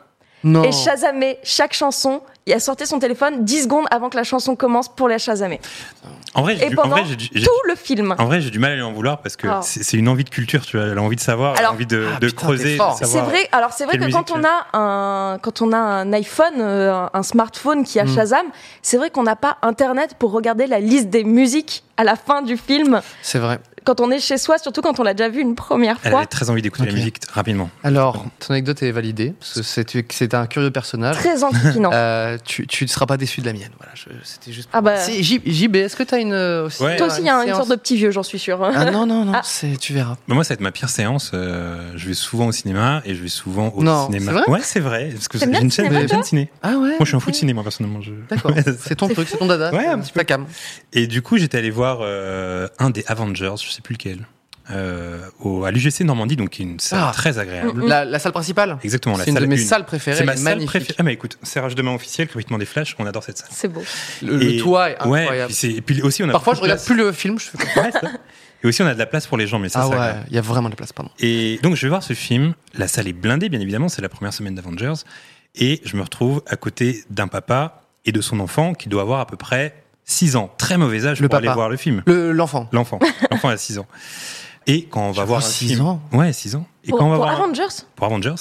S2: Non.
S3: Oh.
S4: et Shazamait chaque chanson. Et elle sortait son téléphone 10 secondes avant que la chanson commence pour la Shazamer.
S3: En vrai, j'ai
S4: Et
S3: du- en
S4: pendant
S3: vrai, j'ai du- j'ai-
S4: tout le film.
S3: en vrai, j'ai du mal à lui en vouloir parce que
S4: Oh.
S3: c'est c'est une envie de culture, tu vois. Elle a envie de savoir, elle a
S4: Alors-
S3: envie de,
S2: Ah,
S3: de
S2: putain, t'es
S3: creuser. de
S2: fort.
S3: savoir.
S4: C'est vrai. Alors c'est vrai
S3: Quelle
S4: que quand on
S3: musique, euh.
S4: a un quand on a un iPhone, euh, un- un smartphone qui a
S2: Mm.
S4: Shazam, c'est vrai qu'on n'a pas Internet pour regarder la liste des musiques à la fin du film.
S2: C'est vrai.
S4: Quand on est chez soi, surtout quand on l'a déjà vu une première
S3: Elle
S4: fois.
S3: avait très envie d'écouter
S2: Ok.
S3: la musique t- rapidement.
S2: Alors, ton anecdote est validée, parce que c'est- c'est un curieux personnage.
S4: Très enquiquinant.
S2: Euh, tu, tu ne seras pas déçu de la mienne. Voilà, je- c'était juste. pour-
S4: Ah bah-
S2: C'est J- JB, est-ce que tu as une euh, aussi,
S3: Ouais.
S4: Toi aussi, il y a une
S2: séance
S4: sorte de petit vieux, j'en suis sûre.
S3: Hein
S2: Ah non non non,
S4: Ah.
S2: c'est tu verras.
S3: Bah, moi, ça va être ma pire séance. euh, je vais souvent au cinéma et je vais souvent au
S2: Non,
S3: cinéma.
S2: c'est vrai
S3: ouais, c'est vrai. Parce que j'ai
S4: T'aimes bien
S3: une
S4: le
S3: chaîne
S4: cinéma,
S3: j'ai une ciné.
S2: Ah ouais.
S3: Moi, je suis un fou
S2: ok.
S3: de ciné, moi, personnellement. je-
S2: D'accord.
S3: Ouais, c'est ça.
S2: c'est ton truc, c'est ton dada.
S3: Ouais, un
S2: c'est
S3: petit
S2: ta cam.
S3: Et du coup, j'étais allé voir euh, un des Avengers, je sais plus lequel, euh, au, à l'UGC Normandie, donc qui est une salle
S2: Ah.
S3: très agréable.
S2: La, la salle principale.
S3: Exactement, la
S2: C'est une
S3: salle
S2: de mes
S3: une.
S2: salles préférées.
S3: C'est ma
S2: elle est
S3: salle
S2: magnifique.
S3: préférée. Ah, mais écoute, serrage de main officiel, complètement des flashs, on adore cette salle.
S4: C'est beau.
S2: Le, le
S3: Et-
S2: toit est
S3: ouais,
S2: incroyable.
S3: puis c'est- et puis aussi, on a
S2: Parfois, je
S3: beaucoup de
S2: regarde plus le film. Je fais...
S3: place. Ouais, c'est ça. Et aussi, on a de la place pour les gens, mais ça,
S2: Ah
S3: c'est
S2: ouais,
S3: agréable.
S2: il y a vraiment de la place, pardon.
S3: Et donc, je vais voir ce film. La salle est blindée, bien évidemment. C'est la première semaine d'Avengers. Et je me retrouve à côté d'un papa et de son enfant qui doit avoir à peu près 6 ans. Très mauvais âge
S2: Le
S3: pour aller
S2: papa.
S3: voir le film.
S2: Le- L'enfant.
S3: L'enfant. L'enfant a 6 ans. Et quand on va voir un
S2: 6
S3: film-
S2: ans.
S3: Ouais, 6 ans. Et
S4: Pour,
S3: quand on va
S4: pour
S3: voir
S4: Avengers
S3: pour Avengers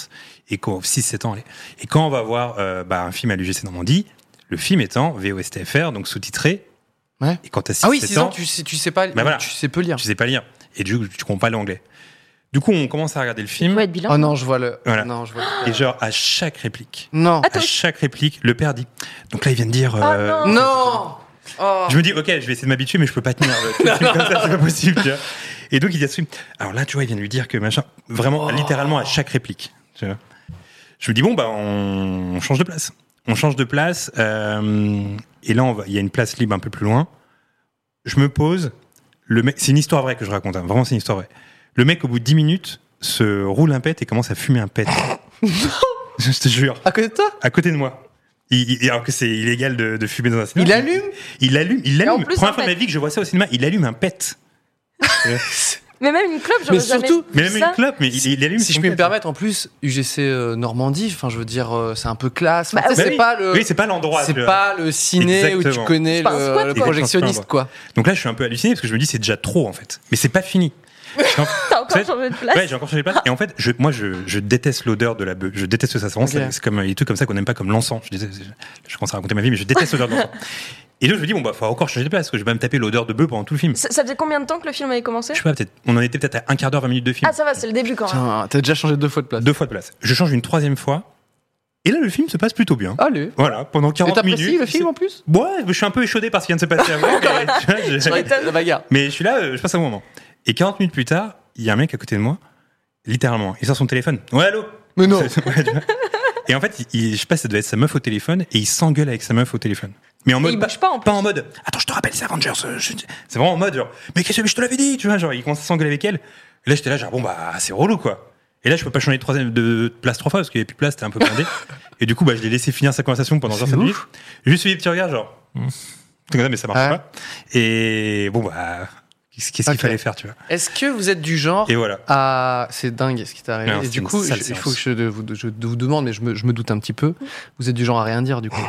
S3: et quand 6 7 ans allez. Et quand on va voir euh, bah, un film à l'UGC Normandie, le film étant VOSTFR donc sous-titré.
S2: Ouais.
S3: Et quand tu as 6
S2: Ah oui,
S3: 7
S2: 6
S3: ans,
S2: ans, tu sais, tu sais pas,
S3: Bah voilà.
S2: tu sais peu lire.
S3: tu sais pas lire et du coup, tu comprends pas l'anglais. Du coup, on commence à regarder le film
S4: Ouais, de bilan.
S2: Oh non, je vois le.
S3: Voilà.
S2: Non, je vois. le-
S3: et genre à chaque réplique,
S2: Non.
S4: Attends. Ah
S3: à chaque réplique, le père dit. Donc là, il vient de dire euh,
S4: non.
S2: Non. Oh.
S3: Je me dis, ok, je vais essayer de m'habituer, mais je peux pas tenir le truc comme ça, c'est pas possible. tu vois. Et donc, il y a ce film. Alors là, tu vois, il vient de lui dire que machin, vraiment,
S2: Oh.
S3: littéralement à chaque réplique. tu vois. Je me dis, bon, bah, on, on change de place. On change de place. euh, et là, on va- il y a une place libre un peu plus loin. Je me pose. Le mec, c'est une histoire vraie que je raconte, hein, vraiment, c'est une histoire vraie. Le mec, au bout de 10 minutes, se roule un pet et commence à fumer un pet. je te jure
S2: À côté de toi
S3: à côté de moi. Il- il- alors que c'est illégal de, de fumer dans un cinéma.
S2: Il allume
S3: Il allume, il
S4: Et en
S3: allume.
S4: plus,
S3: Première
S4: en
S3: fois de
S4: fait-
S3: ma vie que je vois ça au cinéma, il allume un pet. Euh,
S4: Mais même une clope, j'aurais
S2: Mais
S4: jamais
S2: surtout-
S4: vu
S3: Mais même
S4: ça.
S3: une clope, mais il, il allume.
S2: Si je
S3: son
S2: puis me
S3: clope.
S2: permettre, en plus, UGC euh, Normandie, enfin, je veux dire, euh, c'est un peu classe. Enfin,
S4: Bah
S2: tu sais,
S3: oui.
S2: c'est pas le,
S3: Oui, c'est pas l'endroit.
S2: c'est
S3: de-
S2: pas le ciné où tu
S3: Exactement.
S2: connais
S4: C'est pas un
S2: le,
S4: squat,
S2: le
S4: quoi.
S2: projectionniste, quoi.
S3: Donc là, je suis un peu halluciné parce que je me dis, c'est déjà trop en fait. Mais c'est pas fini. Parce qu'en-
S4: T'as encore
S3: Ouais.
S4: changé de place.
S3: Ouais, j'ai encore changé de place. Et en fait, je, moi, je, je déteste l'odeur de la bœuf. Je déteste sa savon.
S2: Ok.
S3: C'est c'est comme euh, des trucs comme ça qu'on n'aime pas, comme l'encens. Je, déteste- je, je commence à raconter ma vie, mais je déteste l'odeur de l'encens. Et là, je me dis, bon, bah, faut encore changer de place, parce que je vais pas me taper l'odeur de bœuf pendant tout le film.
S4: Ça, ça faisait combien de temps que le film avait commencé
S3: Je sais pas, peut-être. On en était peut-être à un quart d'heure, 20 minutes de film.
S4: Ah, ça va, c'est le début quand même.
S2: Putain, t'as déjà changé deux fois de place.
S3: Deux fois de place. Je change une troisième fois. Et là, le film se passe plutôt bien.
S2: Allez.
S3: Voilà, pendant
S2: Et
S3: 40 minutes.
S2: t'apprécies le film en plus
S3: Ouais, je suis un peu échaudé par ce qui vient de se passer avant. mais, tu vois, je-
S2: La bagarre.
S3: Mais je suis là, euh, je passe un bon moment. Et 40 minutes plus tard, il y a un mec à côté de moi, littéralement, il sort son téléphone. Ouais, allô
S2: Mais non.
S3: Ouais, tu vois. Et en fait, il, il- je sais pas, ça devait être sa meuf au téléphone, et il s'engueule avec sa meuf au téléphone. Mais en
S4: Et
S3: mode. bah-
S4: il bouge pas en plus.
S3: Pas en mode. Attends, je te rappelle, c'est Avengers. euh, je- C'est vraiment en mode, genre, mais qu'est-ce que je te l'avais dit, tu vois, genre, il commence à s'engueuler avec elle. Et là, j'étais là, genre, bon, bah, c'est relou, quoi. Et là, je peux pas changer de, troisième, de place trois fois parce qu'il y avait plus de place, c'était un peu blindé. et du coup, bah, je l'ai laissé finir sa conversation pendant genre
S2: C'est
S3: 5
S2: ouf. Mmh.
S3: minutes. Juste suivi des petits regards, genre, hmm. T'es comme ça, mais ça marche
S2: Ouais.
S3: pas. Et bon, bah, qu'est-ce qu'est-ce
S2: Ok.
S3: qu'il fallait faire, tu vois.
S2: Est-ce que vous êtes du genre
S3: Et voilà.
S2: à. C'est dingue ce qui t'est arrivé.
S3: Non,
S2: Et
S3: c'est
S2: du
S3: une
S2: coup, je-
S3: sale
S2: il
S3: séance.
S2: faut que je vous, je vous demande, mais je me, je me doute un petit peu. Vous êtes du genre à rien dire, du coup.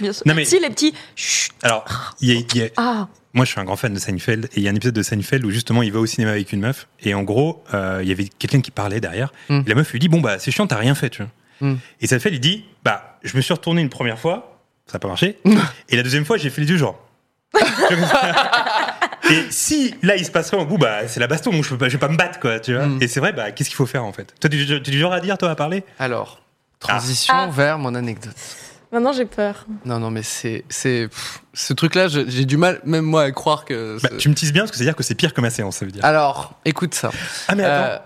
S4: Bien sûr.
S3: Non, mais-
S4: Si les petits. Chut.
S3: Alors, il y a- il y a,
S4: Ah,
S3: Moi, je suis un grand fan de Seinfeld, et il y a un épisode de Seinfeld où justement il va au cinéma avec une meuf, et en gros, euh, il y avait quelqu'un qui parlait derrière,
S2: Mm.
S3: et la meuf lui dit Bon, bah, c'est chiant, t'as rien fait, tu vois.
S2: Mm.
S3: Et Seinfeld, il dit Bah, je me suis retourné une première fois, ça n'a pas marché,
S2: Mm.
S3: et la deuxième fois, j'ai fait les deux genre. et si là, il se passerait au bout, bah, c'est la baston, donc je peux pas, je vais pas me battre, quoi, tu vois.
S2: Mm.
S3: Et c'est vrai, bah, qu'est-ce qu'il faut faire en fait Toi, tu tu- tu es du genre à dire, toi, à parler
S2: Alors, transition
S4: Ah.
S2: vers mon anecdote.
S4: maintenant j'ai peur.
S2: Non, non, mais c'est. c'est pff, ce truc-là, je- j'ai du mal, même moi, à croire que.
S3: Bah,
S2: ce-
S3: Tu me tises bien parce que c'est-à-dire que c'est pire que ma séance, ça veut dire.
S2: Alors, écoute ça.
S3: Ah, mais attends,
S2: Ah, Euh,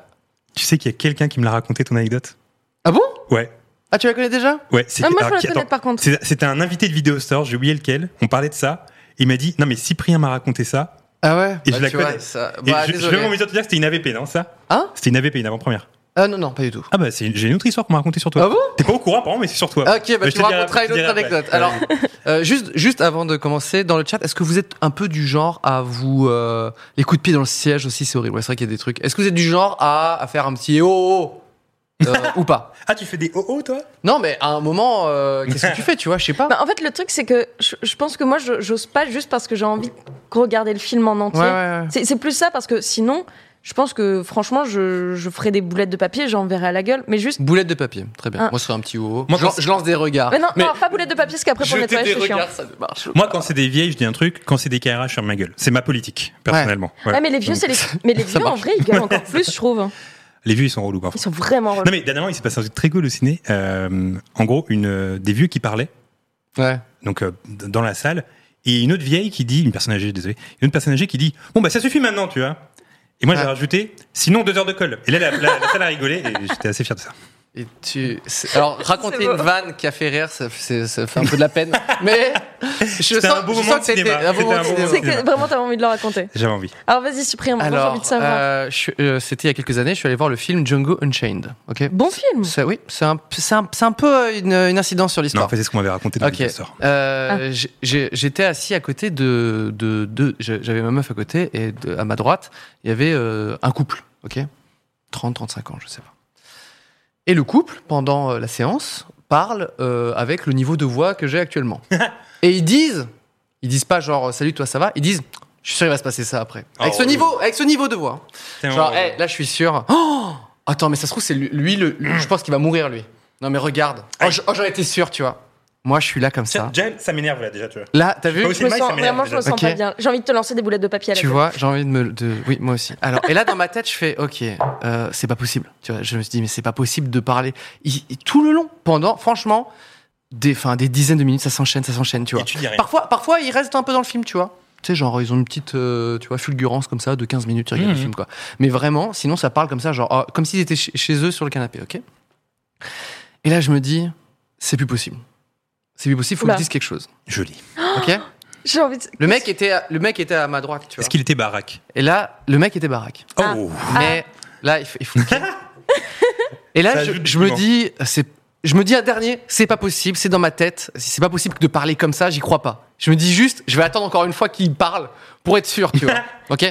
S3: tu sais qu'il y a quelqu'un qui me l'a raconté ton anecdote
S2: Ah bon
S3: Ouais.
S2: Ah, tu la connais déjà
S3: Ouais, c'est
S4: Ah, moi
S3: alors,
S4: je
S3: qui-
S4: peux la connaître
S3: attends,
S4: par contre.
S3: c'est- C'était un invité de Vidéo Store, j'ai oublié lequel. On parlait de ça. Il m'a dit Non, mais Cyprien m'a raconté ça.
S2: Ah ouais
S3: Et
S2: Bah,
S3: je la
S2: tu vois,
S3: connais.
S2: ça-
S3: Et
S2: bah,
S3: je, je
S2: désolé.
S3: vais m'en dire de te dire que c'était une AVP, non Ça
S2: Hein
S3: C'était une AVP, une avant-première.
S2: Ah non, non, pas du tout.
S3: Ah, bah, c'est- j'ai une autre histoire qu'on m'a racontée sur toi.
S2: Ah bon
S3: T'es pas au courant, apparemment, mais c'est sur toi.
S2: Ah, Ok, bah,
S3: Mais je
S2: tu
S3: te
S2: me
S3: dirai-
S2: raconteras
S3: je
S2: une
S3: te
S2: autre
S3: dirai après.
S2: anecdote. Alors, euh, juste, juste avant de commencer, dans le chat, est-ce que vous êtes un peu du genre à vous. euh, les coups de pied dans le siège aussi, c'est horrible. Ouais, c'est vrai qu'il y a des trucs. Est-ce que vous êtes du genre à, à faire un petit eh oh, oh, oh euh, ou pas
S3: Ah, tu fais des oh-oh, toi
S2: Non, mais à un moment, euh, qu'est-ce que tu fais, tu vois Je sais pas.
S4: Bah, en fait, le truc, c'est que je, je pense que moi, je- j'ose pas juste parce que j'ai envie de regarder le film en entier.
S2: Ouais, ouais, ouais.
S4: C'est c'est plus ça, parce que sinon, je pense que franchement, je, je ferais des boulettes de papier, j'en verrai à la gueule. Mais juste.
S2: Boulette de papier, très bien.
S4: Ah.
S2: Moi, ce serait un petit oh. oh.
S3: Moi,
S2: je,
S3: quand
S2: lance- je lance des regards.
S4: Mais non, non, pas boulettes de papier, parce qu'après, pour
S2: jeter
S4: nettoyer,
S2: des
S4: c'est chiant.
S2: regards, ça ne marche
S3: Moi, quand c'est des vieilles, je dis un truc. Quand c'est des KRH, je ferme ma gueule. C'est ma politique, personnellement. Ouais.
S4: Ouais, Ah, mais les vieux,
S3: Donc,
S4: c'est les... Mais les vieux en vrai, ils gueulent encore plus, je trouve. hein.
S3: les vieux, ils sont relous parfois.
S4: Ils sont vraiment relous.
S3: Non, mais dernièrement, il s'est passé un truc très cool au ciné. Euh, en gros, une, euh, des vieux qui parlaient.
S2: pas. Ouais.
S3: donc euh, d- dans la salle, et une autre vieille qui dit, une personne âgée, désolé, une autre personne âgée qui dit, bon bah ça suffit maintenant, tu vois. Et moi j'ai
S2: Ah.
S3: rajouté, sinon deux heures de colle. Et là la, la- la salle a rigolé et j'étais assez fier de ça.
S2: Et tu... c'est- Alors, raconter
S4: C'est beau.
S2: une vanne qui a fait rire, ça, c'est- ça fait un peu de la peine. Mais je sens,
S3: C'était un beau
S2: je
S3: moment
S2: sens que
S3: de
S2: ça a été
S3: cinéma.
S2: un beau
S3: C'était
S2: moment
S3: un
S2: de
S3: beau
S2: cinéma.
S3: moment.
S4: C'est que vraiment, t'avais envie de le raconter.
S3: J'avais envie.
S4: Alors vas-y, supprime, moi, j'ai envie
S2: Alors,
S4: de savoir.
S2: euh, je suis- euh, c'était il y a quelques années, je suis allé voir le film Django Unchained. Ok.
S4: Bon film.
S2: Ça, oui, c'est un, c'est un, c'est un peu euh, une, une incidence sur
S3: Non,
S2: l'histoire.
S3: en fait c'est ce qu'on m'avait raconté dans
S2: Ok.
S3: le sort.
S2: Euh, j'ai- j'ai- J'étais assis à côté de, de, de- je- j'avais ma meuf à côté et de- à ma droite, il y avait euh, un couple, ok, 30, 35 ans, je sais pas. Et le couple, pendant euh, la séance, parle euh, avec le niveau de voix que j'ai actuellement. et ils disent, ils disent pas genre salut toi ça va, ils disent je suis sûr il va se passer ça après. Avec
S3: Oh,
S2: ce
S3: oui.
S2: niveau, avec ce niveau de voix. Genre,
S3: euh,
S2: hey, là, je suis sûr. Oh Attends, mais ça se trouve, c'est lui, lui, le, le- je pense qu'il va mourir, lui. Non, mais regarde. Oh, je- oh, j'en étais sûr, tu vois. Moi, je suis là comme ça.
S3: Tiens, Jael, ça m'énerve là déjà, tu vois.
S2: Là, t'as vu
S3: Moi
S4: Je
S3: aussi.
S4: me
S3: Mike, ça
S4: sens,
S3: m'énerve
S4: vraiment, je me sens
S2: déjà.
S4: pas
S2: Ok.
S4: bien. J'ai envie de te lancer des boulettes de papier à la
S2: Tu
S4: gueule.
S2: vois, j'ai envie de me. De... Oui, moi aussi. Alors, et là, dans ma tête, je fais OK, euh, c'est pas possible. Tu vois, je me suis dit, mais c'est pas possible de parler. Il- il- tout le long, pendant, franchement, des, fin, des dizaines de minutes, ça s'enchaîne, ça s'enchaîne, tu vois.
S3: Et tu dis rien.
S2: Parfois, parfois, ils restent un peu dans le film, tu vois. Tu sais, genre, ils ont une petite, euh, tu vois, fulgurance comme ça de 15 minutes, ils regardent
S3: Mhm.
S2: le film, quoi. Mais vraiment, sinon, ça parle comme ça, genre, oh, comme s'ils étaient chez, chez eux sur le canapé, ok Et là, je me dis, c'est plus possible. C'est plus possible, faut
S4: Oula.
S2: que je dise quelque chose,
S3: Joli.
S2: ok
S4: J'ai envie de...
S2: Le mec était, à- le mec était à ma droite, tu vois.
S3: Est-ce qu'il était baraque
S2: Et là, le mec était baraque.
S4: Ah.
S3: Oh
S2: Mais là, il faut. il faut- Et là,
S3: Ça
S2: je,
S3: ajoute
S2: je
S3: du
S2: me
S3: piment.
S2: dis, c'est, je me dis un dernier, c'est pas possible, c'est dans ma tête, c'est pas possible de parler comme ça, j'y crois pas. Je me dis juste, je vais attendre encore une fois qu'il parle pour être sûr, tu vois. ok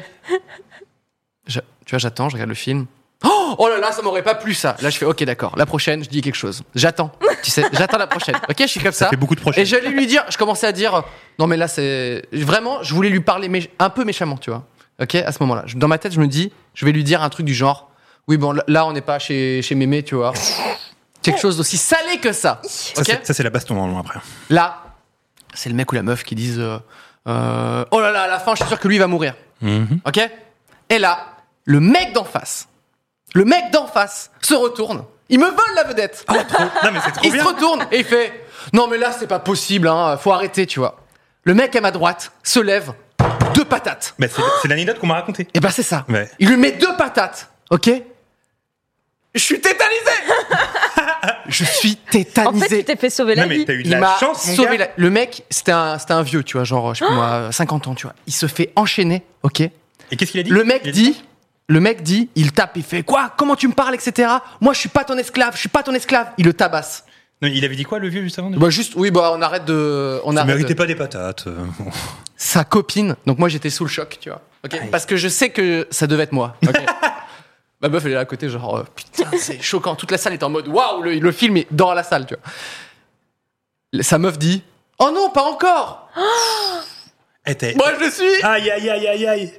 S2: Je- tu vois, j'attends, je regarde le film. Oh, oh là là, ça m'aurait pas plu ça. Là, je fais ok, d'accord. La prochaine, je dis quelque chose. J'attends. Tu sais, j'attends la prochaine. Ok, je suis comme ça.
S3: fait beaucoup de prochaines.
S2: Et j'allais lui dire, je commençais à dire, non mais là c'est vraiment, je voulais lui parler mais un peu méchamment, tu vois. Ok, à ce moment-là, Je- dans ma tête, je me dis, je vais lui dire un truc du genre, oui bon, là on n'est pas chez chez Mémé, tu vois. Quelque chose d'aussi salé que ça.
S3: Ça,
S2: Ok.
S3: c'est- Ça, c'est la baston normalement après.
S2: Là, c'est le mec ou la meuf qui disent euh, euh, Oh là là, à la fin, je suis sûr que lui va mourir. Ok Et là, le mec d'en face, le mec d'en face se retourne. Il me vole la vedette.
S3: Non, mais c'est trop
S2: il se
S3: bien.
S2: retourne et il fait Non, mais là, c'est pas possible, hein, faut arrêter, tu vois. Le mec à ma droite se lève, deux patates.
S3: Bah, c'est c'est l'anecdote qu'on m'a racontée.
S2: Et ben c'est ça.
S3: Ouais.
S2: Il lui met deux patates, ok Je suis tétanisé Je suis
S4: En
S2: tétanisé.
S4: fait, tu t'es fait sauver la
S3: Non, mais
S4: vie.
S3: t'as eu de
S2: Il
S3: la
S2: m'a
S3: chance, mon
S2: sauvé
S3: gars.
S2: la- Le mec, c'était un, c'était un vieux, tu vois, genre, je sais pas
S4: Oh
S2: moi, 50 ans, tu vois. Il se fait enchaîner, ok
S3: Et qu'est-ce qu'il a dit
S2: Le mec
S3: Il a
S2: dit, le mec dit, il tape, il fait quoi Comment tu me parles, etc. Moi, je suis pas ton esclave, je suis pas ton esclave. Il le tabasse.
S3: Non, il avait dit quoi, le vieux, juste avant de-
S2: Bah juste, oui, bah on arrête de, on
S3: Tu
S2: arrête.
S3: méritais
S2: de-
S3: pas des patates. euh, bon.
S2: Sa copine. Donc moi, j'étais sous le choc, tu vois. ok Parce que je sais que ça devait être moi. ok Ma meuf, elle est là à côté, genre, euh, putain, c'est choquant. Toute la salle est en mode, waouh, le, le film est dans la salle, tu vois. Sa meuf dit, oh non, pas encore.
S3: Eh, t'es-
S2: Moi, je le suis.
S3: Aïe, aïe, aïe, aïe, aïe.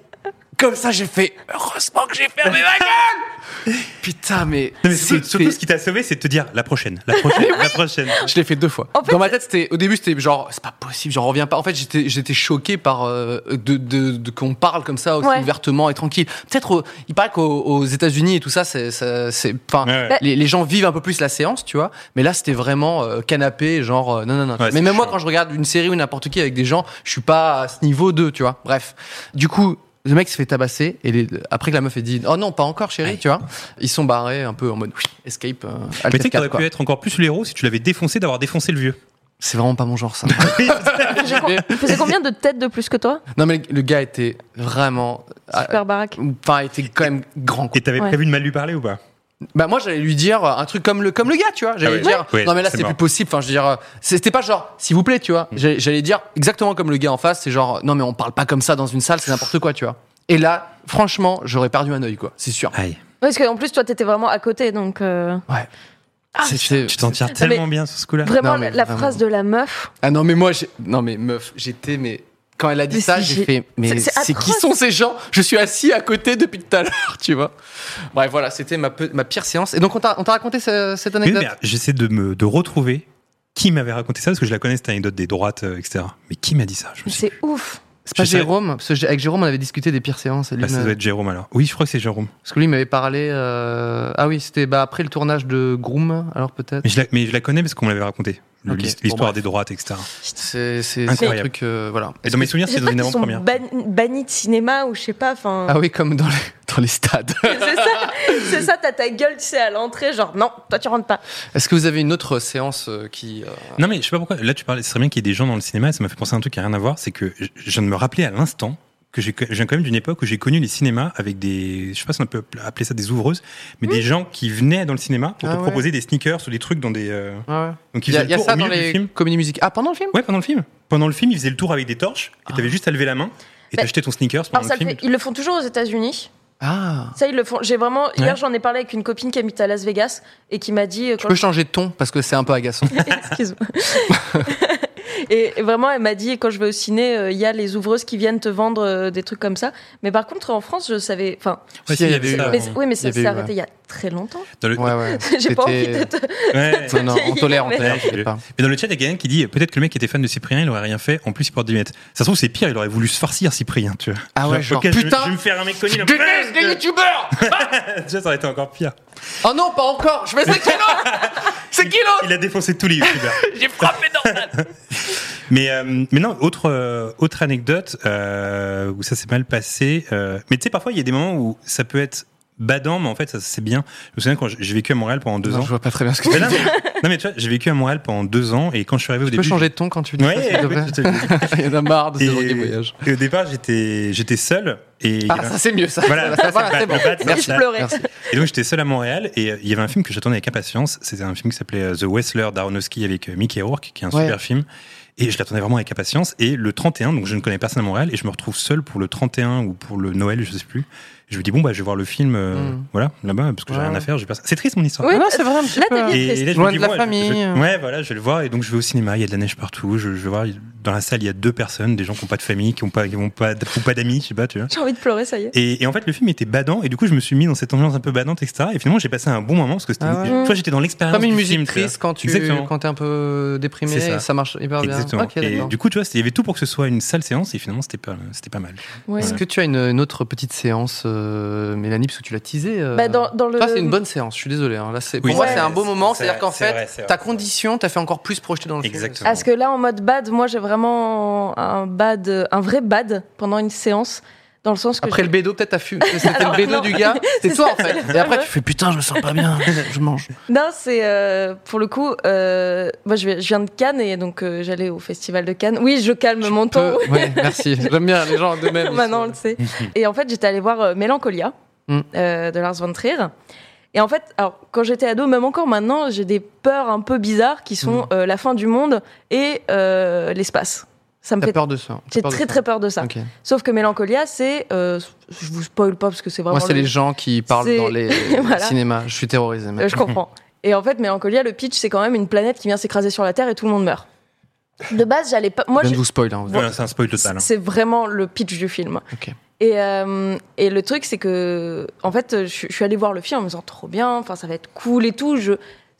S2: Comme ça, j'ai fait heureusement que j'ai fermé ma gueule. Putain, mais,
S3: Non,
S2: c'était-
S3: mais surtout, surtout, ce qui t'a sauvé, c'est de te dire la prochaine, la prochaine, la prochaine.
S2: je l'ai fait deux fois.
S4: En fait,
S2: Dans ma tête, c'était au début, c'était genre c'est pas possible, j'en reviens pas. En fait, j'étais j'étais choqué par euh, de, de- de- qu'on parle comme ça aussi
S4: Ouais.
S2: ouvertement et tranquille. Peut-être au- il paraît qu'aux aux États-Unis et tout ça, c'est ça- c'est enfin
S3: Ouais, ouais.
S4: Bah,
S2: les, les gens vivent un peu plus la séance, tu vois. Mais là, c'était vraiment euh, canapé, genre euh, non, non, non.
S3: Ouais,
S2: mais
S3: c'est
S2: même moi,
S3: chaud.
S2: quand je regarde une série ou n'importe qui avec des gens, je suis pas à ce niveau 2, tu vois. Bref, du coup. Le mec se fait tabasser et les- après que la meuf ait dit oh non pas encore chérie tu vois ils sont barrés un peu en mode oui, escape euh, Alt
S3: Mais tu sais
S2: F4,
S3: que t'aurais
S2: quoi.
S3: pu être encore plus le héros si tu l'avais défoncé d'avoir défoncé le vieux.
S2: c'est vraiment pas mon genre ça Mais-
S4: Il faisait combien de têtes de plus que toi
S2: Non mais le gars était vraiment, ah,
S4: Super baraque.
S2: enfin était quand même grand. quoi.
S3: Et t'avais
S4: Ouais.
S3: prévu de mal lui parler ou pas
S2: Bah moi j'allais lui dire euh, un truc comme le comme le gars, tu vois. J'allais
S3: Ah ouais.
S2: dire
S3: Ouais,
S2: non mais là
S3: c'est
S2: c'est
S3: mort. Mm.
S2: plus possible. Enfin je veux dire euh, c'était pas genre s'il vous plaît, tu vois. J'allais j'allais dire exactement comme le gars en face, c'est genre non mais on parle pas comme ça dans une salle, c'est n'importe quoi, tu vois. Et là franchement j'aurais perdu un œil quoi, c'est sûr.
S3: Aïe.
S4: Parce qu'en plus, toi, t'étais vraiment à côté, donc. euh,
S2: Ouais. C'est- c'est-
S3: Tu t'en tires
S4: Non, mais-
S3: tellement bien sur ce coup-là.
S4: Vraiment,
S2: Non, mais
S4: la- la
S2: vraiment.
S4: phrase de la meuf.
S2: Ah non mais moi j'ai- non mais meuf j'étais mais quand elle a dit
S4: Mais
S2: ça
S4: si,
S2: j'ai
S4: j'ai-
S2: fait mais
S4: C'est- c'est
S2: c'est qui
S4: atroce.
S2: sont ces gens Je suis assis à côté depuis tout à l'heure, tu vois. Bref voilà c'était ma pe- ma pire séance. Et donc on t'a on t'a raconté ce- cette
S3: Oui,
S2: anecdote.
S3: mais j'essaie de me de retrouver qui m'avait raconté ça parce que je la connais cette anecdote des droites, euh, etc. Mais qui m'a dit ça Je me suis.
S4: C'est ouf.
S2: C'est pas
S3: Je sais-
S2: Jérôme, parce que j'ai- avec Jérôme on avait discuté des pires séances. et lui
S3: Bah, ça
S2: m'a-
S3: doit être Jérôme alors. Oui, je crois que c'est Jérôme.
S2: Parce que lui il m'avait parlé. euh, Ah oui, c'était bah, après le tournage de Groom, alors peut-être.
S3: Mais je la, mais je la connais parce qu'on me l'avait raconté. Le-
S2: Ok,
S3: l'hist-
S2: bon,
S3: L'histoire
S2: bref.
S3: des droites, etc.
S2: C'est c'est- c'est un
S3: Incroyable.
S2: truc. euh, voilà.
S3: Et dans mes souvenirs, c'est
S4: J'espère
S3: dans une
S4: qu'ils sont
S3: avant-première.
S4: ban- bannis de cinéma ou je sais pas. Enfin,
S2: Ah oui, comme dans les, dans les stades.
S4: c'est ça. C'est ça. T'as ta gueule, tu sais, à l'entrée, genre non, toi tu rentres pas.
S2: Est-ce que vous avez une autre séance euh, qui. euh,
S3: Non, mais je sais pas pourquoi. Là, tu parlais. Ce serait bien qu'il y ait des gens dans le cinéma. Ça m'a fait penser à un truc qui a rien à voir. C'est que je je viens de me rappeler à l'instant que j'ai- je viens quand même d'une époque où j'ai connu les cinémas avec des. Je sais pas si on peut appeler ça des ouvreuses, mais des gens qui venaient dans le cinéma pour
S2: Hmm. Ah
S3: te
S2: ouais.
S3: proposer des sneakers ou des trucs dans des. euh, Donc
S2: Il
S3: ils
S2: y a,
S3: faisaient le
S2: il y a
S3: tour
S2: ça
S3: au
S2: dans
S3: milieu du
S2: les
S3: film.
S2: comédies musicales. Ah, pendant le film
S3: Ouais, pendant le film. Pendant le film, ils faisaient le tour avec des torches
S2: Ah.
S3: et t'avais juste à lever la main et
S4: Bah,
S3: t'achetais ton sneakers pendant
S4: Alors ça,
S3: le film.
S4: le fait- ils le font toujours aux États-Unis.
S2: Ah.
S4: Ça, ils le font. J'ai vraiment. Hier,
S3: Ouais.
S4: j'en ai parlé avec une copine qui habite à Las Vegas et qui m'a dit. euh,
S2: Tu
S4: quand
S2: peux changer de ton parce que c'est un peu agaçant.
S4: Excuse-moi. et, et vraiment, elle m'a dit quand je vais au ciné, euh, il y a les ouvreuses qui viennent te vendre euh, des trucs comme ça. Mais par contre, en France, je savais. Enfin,
S2: Si,
S3: Ouais, si, il y
S2: avait
S3: avait eu
S2: ça.
S3: ça.
S4: mais- oui,
S2: Ah Il
S4: mais
S2: y
S4: ça
S2: avait
S4: s'est
S2: eu,
S4: arrêté il y a très longtemps.
S3: Dans le-
S2: Ouais, ouais.
S4: J'ai pas envie
S2: T'étais-
S4: de te.
S3: Ouais.
S2: Non, non, on tolère, on
S4: Mais-
S2: tolère. t'inquiète pas.
S3: Mais dans le chat, il y a quelqu'un qui dit euh, peut-être que le mec était fan de Cyprien, il aurait rien fait. En plus, il porte des lunettes. Ça se trouve, c'est pire, il aurait voulu se farcir, Cyprien, tu vois.
S2: Ah ouais, genre,
S3: ok, je vais-
S2: putain,
S3: Je vais me faire un mec connu. là.
S2: Déteste les youtubeurs
S3: Tu vois, ça aurait été encore pire.
S2: Oh non, pas encore Je vais c'est qui l'autre C'est qui l'autre
S3: Il a défoncé tous les youtubeurs.
S2: J'ai frappé dans
S3: mais, euh, mais non, autre, euh, autre anecdote euh, où ça s'est mal passé. euh, mais tu sais, parfois, il y a des moments où ça peut être badant, mais en fait, ça c'est bien. Je me souviens quand j'ai vécu à Montréal pendant deux
S2: Non,
S3: ans.
S2: je vois pas très bien ce que tu
S3: Mais
S2: veux
S3: non,
S2: dire.
S3: mais, non, mais tu vois, j'ai vécu à Montréal pendant deux ans et quand je suis arrivé au
S2: Tu peux
S3: début.
S2: changer de ton quand tu dis
S3: Ouais,
S2: ça, s'il te
S3: oui,
S2: plaît
S3: tout à fait.
S2: Il y en a marre de ces gens qui
S3: Et,
S2: voyagent.
S3: et au départ, j'étais j'étais seul Et il y
S2: Ah,
S3: avait-
S2: ça c'est mieux ça.
S3: Voilà,
S2: Ça,
S3: ça,
S2: voilà,
S3: ça,
S2: c'est
S3: le
S2: bon.
S3: bat, c'est
S2: Merci.
S4: Je pleurais.
S2: Merci.
S3: Et donc j'étais seul à Montréal et euh, il y avait un film que j'attendais avec impatience. C'était un film qui s'appelait euh, The Wrestler d'Aronofsky avec euh, Mickey Rourke, qui est un
S2: Ouais.
S3: super film. Et je l'attendais vraiment avec impatience. Et le 31, donc je ne connais personne à Montréal et je me retrouve seul pour le 31 ou pour le Noël, je sais plus. Je me dis bon bah je vais voir le film, euh,
S2: Mm.
S3: voilà là-bas parce que j'ai
S2: Ouais.
S3: rien à faire. J'ai personne. C'est triste mon histoire.
S4: Oui,
S2: Ah non, c'est vraiment
S4: là,
S2: super.
S4: t'as dit-
S3: Et, et là, je
S2: Loin
S3: me dis,
S2: de la
S3: bon, je- je-
S2: famille, euh.
S3: ouais, voilà, je vais le voir. Et donc, je vais au cinéma. Il y a de la neige partout. Je, je vais voir. il- Dans la salle, il y a deux personnes, des gens qui n'ont pas de famille, qui n'ont pas, qui ont pas, d- ou pas d'amis, je sais pas, tu vois.
S4: J'ai envie de pleurer, ça y est.
S3: Et, et en fait, le film était badant. Et du coup, je me suis mis dans cette ambiance un peu badante, etc. Et finalement, j'ai passé un bon moment parce que c'était.
S2: Ah ouais.
S3: une- tu vois, j'étais dans l'expérience.
S2: Comme une
S3: du
S2: musique
S3: film, tu vois.
S2: triste quand tu
S3: Exactement.
S2: quand t'es un peu déprimé,
S3: C'est ça.
S2: ça. ça marche hyper bien.
S3: Exactement.
S2: Ok,
S3: et
S2: d'accord.
S3: du coup, tu vois, c'était- il y avait tout pour que ce soit une sale séance. Et finalement, c'était pas, c'était pas mal.
S4: Ouais.
S2: Est-ce que tu as une, une autre petite séance, euh, Mélanie, parce que tu l'as teasé euh,
S4: Bah, dans, dans le...
S2: Toi, c'est une bonne séance, je suis désolé. hein. Là, c'est- pour
S3: Oui,
S2: moi,
S4: c'est
S2: c'est un
S3: vrai,
S2: beau moment.
S3: c'est
S2: C'est-à-dire
S3: vrai,
S2: qu'en
S3: c'est
S2: fait,
S3: vrai, c'est vrai,
S2: ta
S3: c'est
S2: condition t'a fait encore plus projeter dans le film.
S3: Exactement.
S4: Parce que là, en mode bad, moi, j'ai vraiment un bad, euh, un vrai bad pendant une séance, dans le sens que
S2: Après
S4: je-
S2: le bédo, peut-être t'as fumé. C'était le bédo
S4: non.
S2: du gars. C'est
S4: C'est
S2: toi,
S4: ça,
S2: en fait.
S4: c'est
S2: Et après,
S4: le-
S2: tu fais putain, je me sens pas bien. Je mange.
S4: non, c'est euh, pour le coup, euh, moi, je, vais- je viens de Cannes et donc euh, j'allais au festival de Cannes. Oui, je calme mon ton.
S2: Peu- Ouais, merci. J'aime bien les gens de même.
S4: Maintenant, on le sait. Et en fait, j'étais allée voir euh, Mélancolia
S2: Mm.
S4: euh, de Lars von Trier. Et en fait, alors, quand j'étais ado, même encore maintenant, j'ai des peurs un peu bizarres qui sont
S2: Mm.
S4: euh, la fin du monde et euh, l'espace. Ça me
S2: T'as
S4: fait.
S2: peur de ça. T'as
S4: J'ai
S2: peur de
S4: très
S2: ça.
S4: très peur de ça.
S2: Ok.
S4: Sauf que Mélancolia, c'est. euh, je vous spoil pas parce que c'est vraiment.
S2: Moi, c'est
S4: le-
S2: les gens qui parlent
S4: C'est-
S2: dans les
S4: Voilà.
S2: cinémas. Je suis terrorisé. mec.
S4: Euh, je comprends. Et en fait, Mélancolia, le pitch, c'est quand même une planète qui vient s'écraser sur la Terre et tout le monde meurt. De base, j'allais pas. Moi,
S2: Je viens
S4: je-
S2: de vous spoil. hein, vous-
S3: Voilà, c'est un spoil total. hein.
S4: C'est vraiment le pitch du film.
S2: Ok.
S4: Et, euh, et le truc, c'est que, en fait, je, je suis allée voir le film en me disant trop bien, enfin, ça va être cool et tout. Je...
S2: Et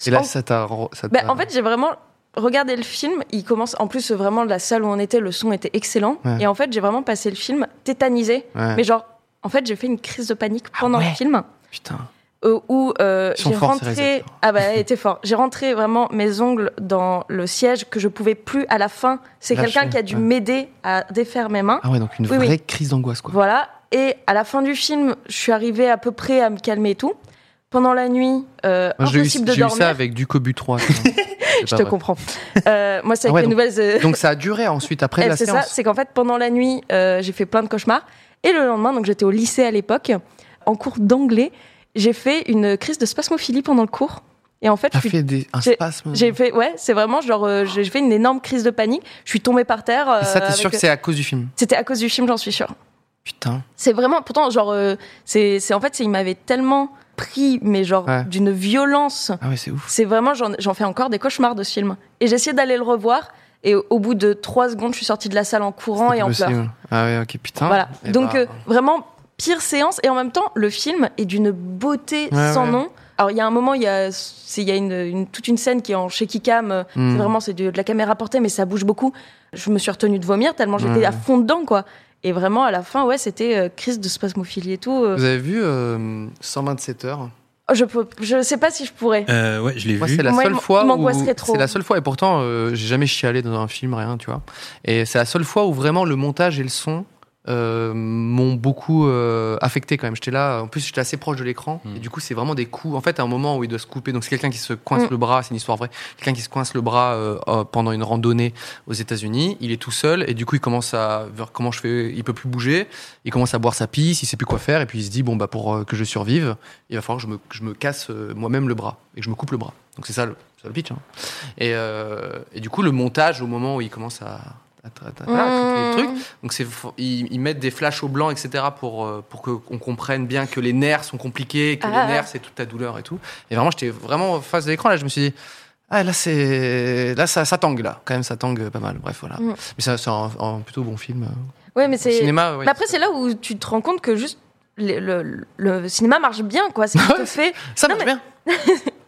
S2: euh, là,
S4: en...
S2: ça t'a. re- ça
S4: Bah,
S2: t'a-
S4: en fait, j'ai vraiment regardé le film. Il commence, en plus, vraiment, la salle où on était, le son était excellent.
S2: Ouais.
S4: Et en fait, j'ai vraiment passé le film tétanisé.
S2: Ouais. Ah
S4: Mais genre, en fait, j'ai fait une crise de panique pendant
S2: ouais.
S4: le film
S2: Putain.
S4: euh, où euh,
S2: Ils sont
S4: j'ai
S2: forts, ces
S4: rentré
S2: réalisateurs.
S4: ah bah elle était fort j'ai rentré vraiment mes ongles dans le siège que je pouvais plus à la fin c'est
S2: Lâcher,
S4: quelqu'un qui a dû
S2: ouais.
S4: m'aider à défaire mes mains
S2: Ah ouais, donc une
S4: Oui,
S2: vraie
S4: oui.
S2: crise d'angoisse, quoi.
S4: voilà et à la fin du film je suis arrivée à peu près à me calmer et tout pendant la nuit euh,
S2: Moi, j'ai eu,
S4: impossible de
S2: j'ai eu
S4: dormir
S2: ça avec du Cobu 3. c'est pas
S4: je te
S2: vrai.
S4: comprends Euh, moi c'est
S2: Ah
S4: avec
S2: ouais,
S4: les
S2: donc-
S4: nouvelles euh,
S2: Donc ça a duré ensuite après
S4: Eh,
S2: la
S4: c'est ça,
S2: séance.
S4: c'est qu'en fait, pendant la nuit, euh, j'ai fait plein de cauchemars. Et le lendemain, donc j'étais au lycée à l'époque, en cours d'anglais, j'ai fait une crise de spasmophilie pendant le cours. Et en fait,
S2: T'as
S4: je suis-
S2: fait des, un
S4: j'ai-
S2: spasme.
S4: j'ai fait, ouais, c'est vraiment genre, euh, j'ai j'ai fait une énorme crise de panique. Je suis tombée par terre. euh,
S2: Et ça, t'es
S4: avec-
S2: sûr que c'est à cause du film
S4: C'était à cause du film, j'en suis sûre.
S2: Putain.
S4: C'est vraiment, pourtant, genre, euh, c'est, c'est- en fait, c'est- il m'avait tellement pris, mais genre,
S2: Ouais.
S4: d'une violence.
S2: Ah ouais, c'est ouf.
S4: C'est vraiment, j'en j'en fais encore des cauchemars de ce film. Et j'ai essayé d'aller le revoir. Et au au bout de trois secondes, je suis sortie de la salle en courant
S2: C'est
S4: et en
S2: possible.
S4: pleurs.
S2: Ah ouais, ok, putain.
S4: Voilà.
S2: Eh
S4: Donc
S2: bah,
S4: euh, vraiment pire séance et en même temps le film est d'une beauté
S2: Ouais,
S4: sans
S2: ouais.
S4: nom. Alors il y a un moment il y a c'est- il y a une, une- toute une scène qui est en shaky cam. euh,
S2: hmm.
S4: C'est vraiment c'est de, de la caméra portée mais ça bouge beaucoup. Je me suis retenue de vomir tellement j'étais
S2: Ouais.
S4: à fond dedans quoi. Et vraiment à la fin ouais c'était euh, crise de spasmophilie et tout. euh.
S2: Vous avez vu euh, 127 heures
S4: Oh, je peux je sais pas si je pourrais.
S3: Euh, ouais, je l'ai
S2: Moi,
S3: vu.
S2: c'est la
S4: Moi, il
S2: seule
S4: m-
S2: fois
S4: il
S2: où
S4: m'angoisserait trop.
S2: c'est la seule fois et pourtant euh, j'ai jamais chialé dans un film rien, tu vois. Et c'est la seule fois où vraiment le montage et le son euh, m'ont beaucoup euh, affecté quand même. J'étais là, en plus j'étais assez proche de l'écran
S3: Mm.
S2: et du coup c'est vraiment des coups. En fait, à un moment où il doit se couper, donc c'est quelqu'un qui se coince
S4: Mm.
S2: le bras, c'est une histoire vraie. Quelqu'un qui se coince le bras euh, euh, pendant une randonnée aux États-Unis, il est tout seul et du coup il commence à voir comment je fais, il peut plus bouger, il commence à boire sa pisse, il sait plus quoi faire et puis il se dit bon bah pour euh, que je survive, il va falloir que je me, que je me casse euh, moi-même le bras et que je me coupe le bras. Donc c'est ça le, c'est ça le pitch. hein. Et, euh, et du coup le montage au moment où il commence à, à, tra- tra- tra-
S4: Mmh.
S2: à traiter Euh, les trucs, donc c'est fo- ils, ils mettent des flashs au blanc, etc. pour euh, pour que qu'on comprenne bien que les nerfs sont compliqués, que
S4: Ah.
S2: les nerfs c'est toute ta douleur et tout. Et vraiment j'étais vraiment face à l'écran là, je me suis dit ah là c'est là ça, ça tangue là quand même ça tangue pas mal. Bref voilà.
S4: Mm.
S2: Mais ça c'est un, un plutôt bon film. euh,
S4: Ouais mais
S2: Au
S4: c'est.
S2: cinéma. ouais.
S4: Mais après c'est là où tu te rends compte que juste le, le- le cinéma marche bien quoi. C'est qu'il te fait
S2: ça
S4: Non,
S2: marche
S4: mais-
S2: bien.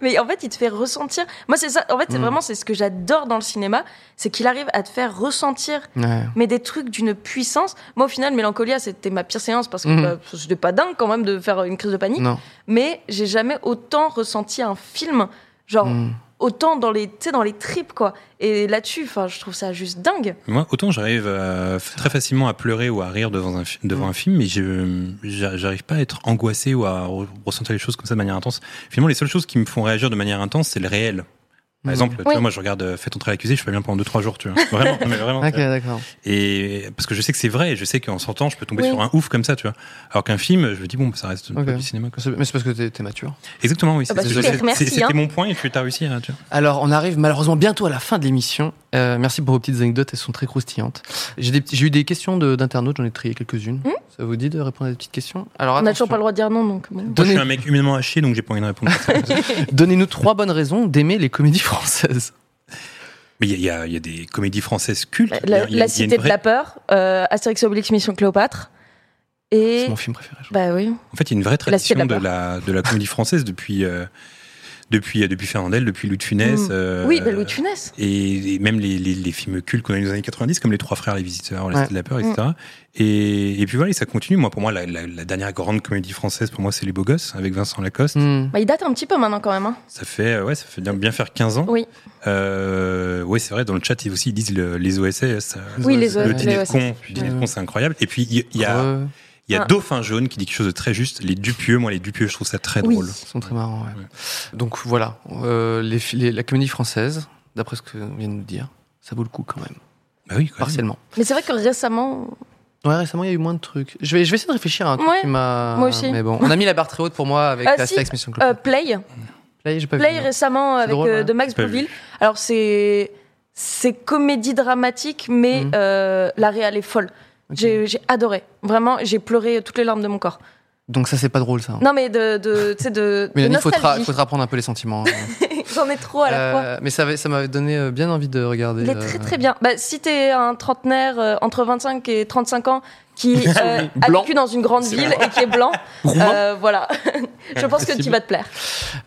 S4: Mais en fait, il te fait ressentir. Moi, c'est ça. En fait, c'est
S3: Hmm.
S2: Mm.
S4: vraiment c'est ce que j'adore dans le cinéma, c'est qu'il arrive à te faire ressentir
S2: Ouais.
S4: mais des trucs d'une puissance. Moi, au final, Mélancolia, c'était ma pire séance parce que
S3: Hmm.
S2: Mm.
S4: bah, c'était pas dingue quand même de faire une crise de panique.
S2: Non.
S4: Mais j'ai jamais autant ressenti un film, genre
S3: Hmm.
S2: Mm.
S4: autant dans les, tu sais, dans les tripes quoi. Et là-dessus, enfin, je trouve ça juste dingue.
S3: Moi, autant j'arrive euh, f- très facilement à pleurer ou à rire devant un, fi- devant
S2: Mm.
S3: un film, mais je j'a- j'arrive pas à être angoissé ou à re- ressentir les choses comme ça de manière intense. Finalement, les seules choses qui me font réagir de manière intense, c'est le réel.
S2: Mm.
S3: Par exemple, tu
S4: Oui.
S3: vois, moi, je regarde euh, Faites entrer l'accusé, je fais bien pendant 2-3 jours, tu vois. Vraiment, mais vraiment.
S2: Ok, d'accord.
S3: Et parce que je sais que c'est vrai, et je sais qu'en sortant, je peux tomber
S4: Oui.
S3: sur un ouf comme ça, tu vois. Alors qu'un film, je me dis, bon, bah, ça reste
S2: Ok.
S3: pas du cinéma. quoi.
S2: C'est- Mais c'est parce que t'es t'es mature.
S3: Exactement, oui.
S4: Ah bah
S3: c'est-
S4: super,
S3: c'est- c'est-
S4: merci,
S3: C'était
S4: hein.
S3: mon point, et tu as réussi, hein, tu vois.
S2: Alors, on arrive malheureusement bientôt à la fin de l'émission. Euh, merci pour vos petites anecdotes, elles sont très croustillantes. J'ai des petits- j'ai eu des questions de- d'internautes, j'en ai trié quelques-unes. Ça vous dit de répondre à des petites questions Alors,
S4: Hmm On n'a toujours
S2: attention.
S4: pas le droit de dire non, donc bon.
S3: Moi, je
S2: Donnez-
S3: suis un mec humainement à chier, donc j'ai pas envie de répondre.
S2: Donnez-nous trois bonnes raisons d'aimer les comédies françaises.
S3: Mais il y, a- il y a- il y a des comédies françaises cultes. Il y a-
S4: Bah, La,
S3: il y a-
S4: la
S3: il y a une
S4: Cité de
S3: vraie-
S4: la Peur, euh, Astérix et Obélix, Mission Cléopâtre.
S2: C'est
S4: Et.
S2: mon film préféré. je crois.
S4: Bah oui.
S3: En fait, il y a une vraie
S4: La
S3: tradition
S4: Cité de la
S3: de
S4: Peur.
S3: la, de la comédie française depuis, euh, depuis, euh, depuis Fernandel, depuis Louis de Funès.
S4: Mm.
S3: euh,
S4: oui, bah Louis de Funès.
S3: Et, et même les, les, les films cultes qu'on a eu dans les années 90, comme Les Trois Frères, Les Visiteurs, La
S2: Ouais.
S3: Cité de la Peur, etc. Et, et puis voilà, et ça continue. Moi, pour moi, la, la- la dernière grande comédie française, pour moi, c'est Les Beaux Gosses, avec Vincent Lacoste.
S2: Hmm.
S4: Bah, il date un petit peu maintenant quand même. hein.
S3: Ça fait, euh, ouais, ça fait bien, bien faire 15 ans.
S4: Oui.
S3: Euh, ouais, c'est vrai, dans le chat, ils aussi ils disent le- les OSS. euh,
S4: Oui, les
S3: Le
S4: OSS.
S3: dîner de
S4: OSS.
S3: con, le dîner de con, c'est incroyable. Et puis, il y, il y a,
S2: Heureux,
S3: il y a
S4: Ah.
S3: Dauphin Jaune qui dit quelque chose de très juste. Les Dupieux, moi, les Dupieux, je trouve ça très
S4: Oui.
S3: drôle.
S2: ils sont très marrants. ouais.
S3: Ouais.
S2: Donc voilà, euh, les, fi- les- la comédie française, d'après ce qu'on vient de nous dire, ça vaut le coup quand même,
S3: Bah oui, quand même.
S2: partiellement.
S4: Mais c'est vrai que récemment.
S2: Ouais, récemment, il y a eu moins de trucs. Je vais, je vais essayer de réfléchir à un truc
S4: Ouais,
S2: qui m'a.
S4: moi aussi.
S2: Mais bon, on a mis la barre très haute pour moi avec
S4: Ah,
S2: la
S4: si,
S2: Stax Mission
S4: euh,
S2: Club.
S4: Play.
S2: Play, j'ai pas vu,
S4: Play
S2: non.
S4: récemment avec
S2: drôle, hein.
S4: euh,
S2: ouais.
S4: de Max
S3: J'ai pas vu.
S4: Bourvil. Alors c'est c'est comédie dramatique, mais
S2: Mhm.
S4: euh, la réal est folle.
S2: Ok.
S4: J'ai- J'ai adoré. Vraiment, j'ai pleuré toutes les larmes de mon corps.
S2: Donc ça, c'est pas drôle, ça.
S4: Non, mais de, de, tu sais, de,
S2: mais
S4: de
S2: il Ah. faut, te ra-
S4: nostalgie.
S2: faut te rapprendre un peu les sentiments.
S4: J'en ai trop à la
S2: Euh,
S4: fois.
S2: mais ça, avait- ça m'avait donné euh, bien envie de regarder.
S4: Il est
S2: euh,
S4: très très bien. Bah, si t'es un trentenaire euh, entre 25 et 35 ans qui euh, a
S2: Blanc.
S4: vécu dans une grande
S2: C'est
S4: ville et qui est blanc,
S2: Roumain.
S4: euh, voilà. je pense que tu
S2: Possible.
S4: vas te plaire.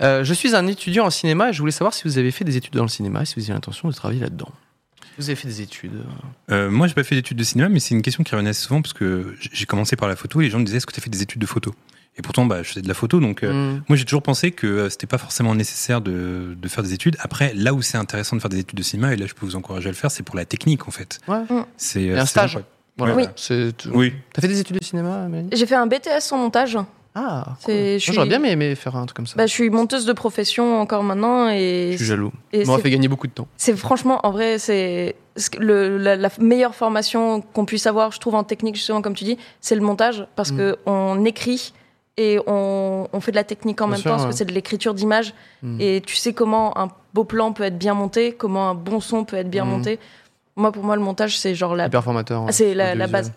S2: Euh, je suis un étudiant en cinéma et je voulais savoir si vous avez fait des études dans le cinéma et si vous avez l'intention de travailler là-dedans. Vous avez fait des études. euh,
S3: Euh, moi, j'ai pas fait d'études de cinéma, mais c'est une question qui revenait assez souvent parce que j- j'ai commencé par la photo et les gens me disaient est-ce que tu as fait des études de photo Et pourtant, bah, je faisais de la photo, donc euh,
S2: hmm.
S3: moi j'ai toujours pensé que euh, c'était pas forcément nécessaire de, de faire des études. Après, là où c'est intéressant de faire des études de cinéma et là je peux vous encourager à le faire, c'est pour la technique en fait.
S2: Ouais.
S3: C'est
S2: Et
S3: euh,
S2: un
S3: c'est
S2: stage.
S3: sympa.
S2: Voilà.
S3: Oui.
S2: C'est- tu-
S3: Oui.
S2: T'as fait des études de cinéma, Mélanie
S4: J'ai fait un BTS en montage.
S2: Ah, cool.
S4: C'est- je
S2: Moi,
S4: suis-
S2: J'aurais bien aimé faire un truc comme ça.
S4: Bah, je suis monteuse de profession encore maintenant
S2: je
S4: et
S2: suis jaloux.
S4: et
S2: Ça m'aurait
S4: c'est-
S2: fait gagner beaucoup de temps.
S4: c'est franchement en vrai c'est ce que- le- la, la meilleure formation qu'on puisse avoir, je trouve en technique justement comme tu dis, c'est le montage parce
S2: Mm.
S4: que on écrit et on, on fait de la technique en
S2: Bien
S4: même
S2: sûr,
S4: temps parce
S2: ouais.
S4: que c'est de l'écriture d'image
S2: Hmm.
S4: Et tu sais comment un beau plan peut être bien monté, comment un bon son peut être bien
S2: Mhm.
S4: monté. Moi, pour moi, le montage, c'est genre la.
S2: Hyper formateur.
S4: Ah,
S2: ouais,
S4: c'est la- la
S2: audiovisuel.
S4: base.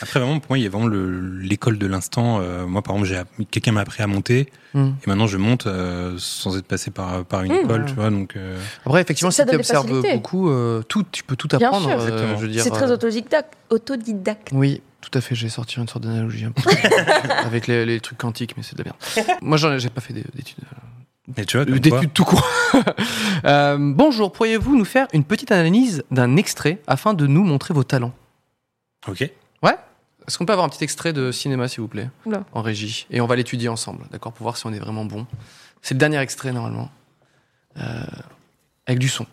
S3: Après, vraiment, pour moi, il y a vraiment le- l'école de l'instant. Euh, moi, par exemple, j'ai app- quelqu'un m'a appris à monter
S2: Hmm.
S3: et maintenant je monte euh, sans être passé par, par une
S4: Mmh.
S3: école,
S2: Ouais.
S3: tu vois. Donc, euh,
S2: Après, effectivement, si
S4: Ça
S2: tu
S4: donne des
S2: observes
S4: facilités.
S2: beaucoup, euh, tout, tu peux tout
S4: Bien
S2: apprendre.
S4: sûr.
S2: euh,
S3: Exactement.
S2: je veux dire,
S4: C'est très
S2: euh,
S4: autodidacte. autodidacte.
S2: Oui, tout à fait. J'ai sorti une sorte d'analogie un peu avec les, les trucs quantiques, mais c'est de la merde. Moi, j'en ai- j'ai pas fait des- d'études.
S3: et tu vois,
S2: euh,
S3: comme quoi-
S2: D'études tout court. Euh, bonjour, pourriez-vous nous faire une petite analyse d'un extrait afin de nous montrer vos talents
S3: Ok.
S2: Est-ce qu'on peut avoir un petit extrait de cinéma, s'il vous plaît
S4: Oula.
S2: En régie. Et on va l'étudier ensemble, d'accord Pour voir si on est vraiment bon. C'est le dernier extrait, normalement. Euh, avec du son.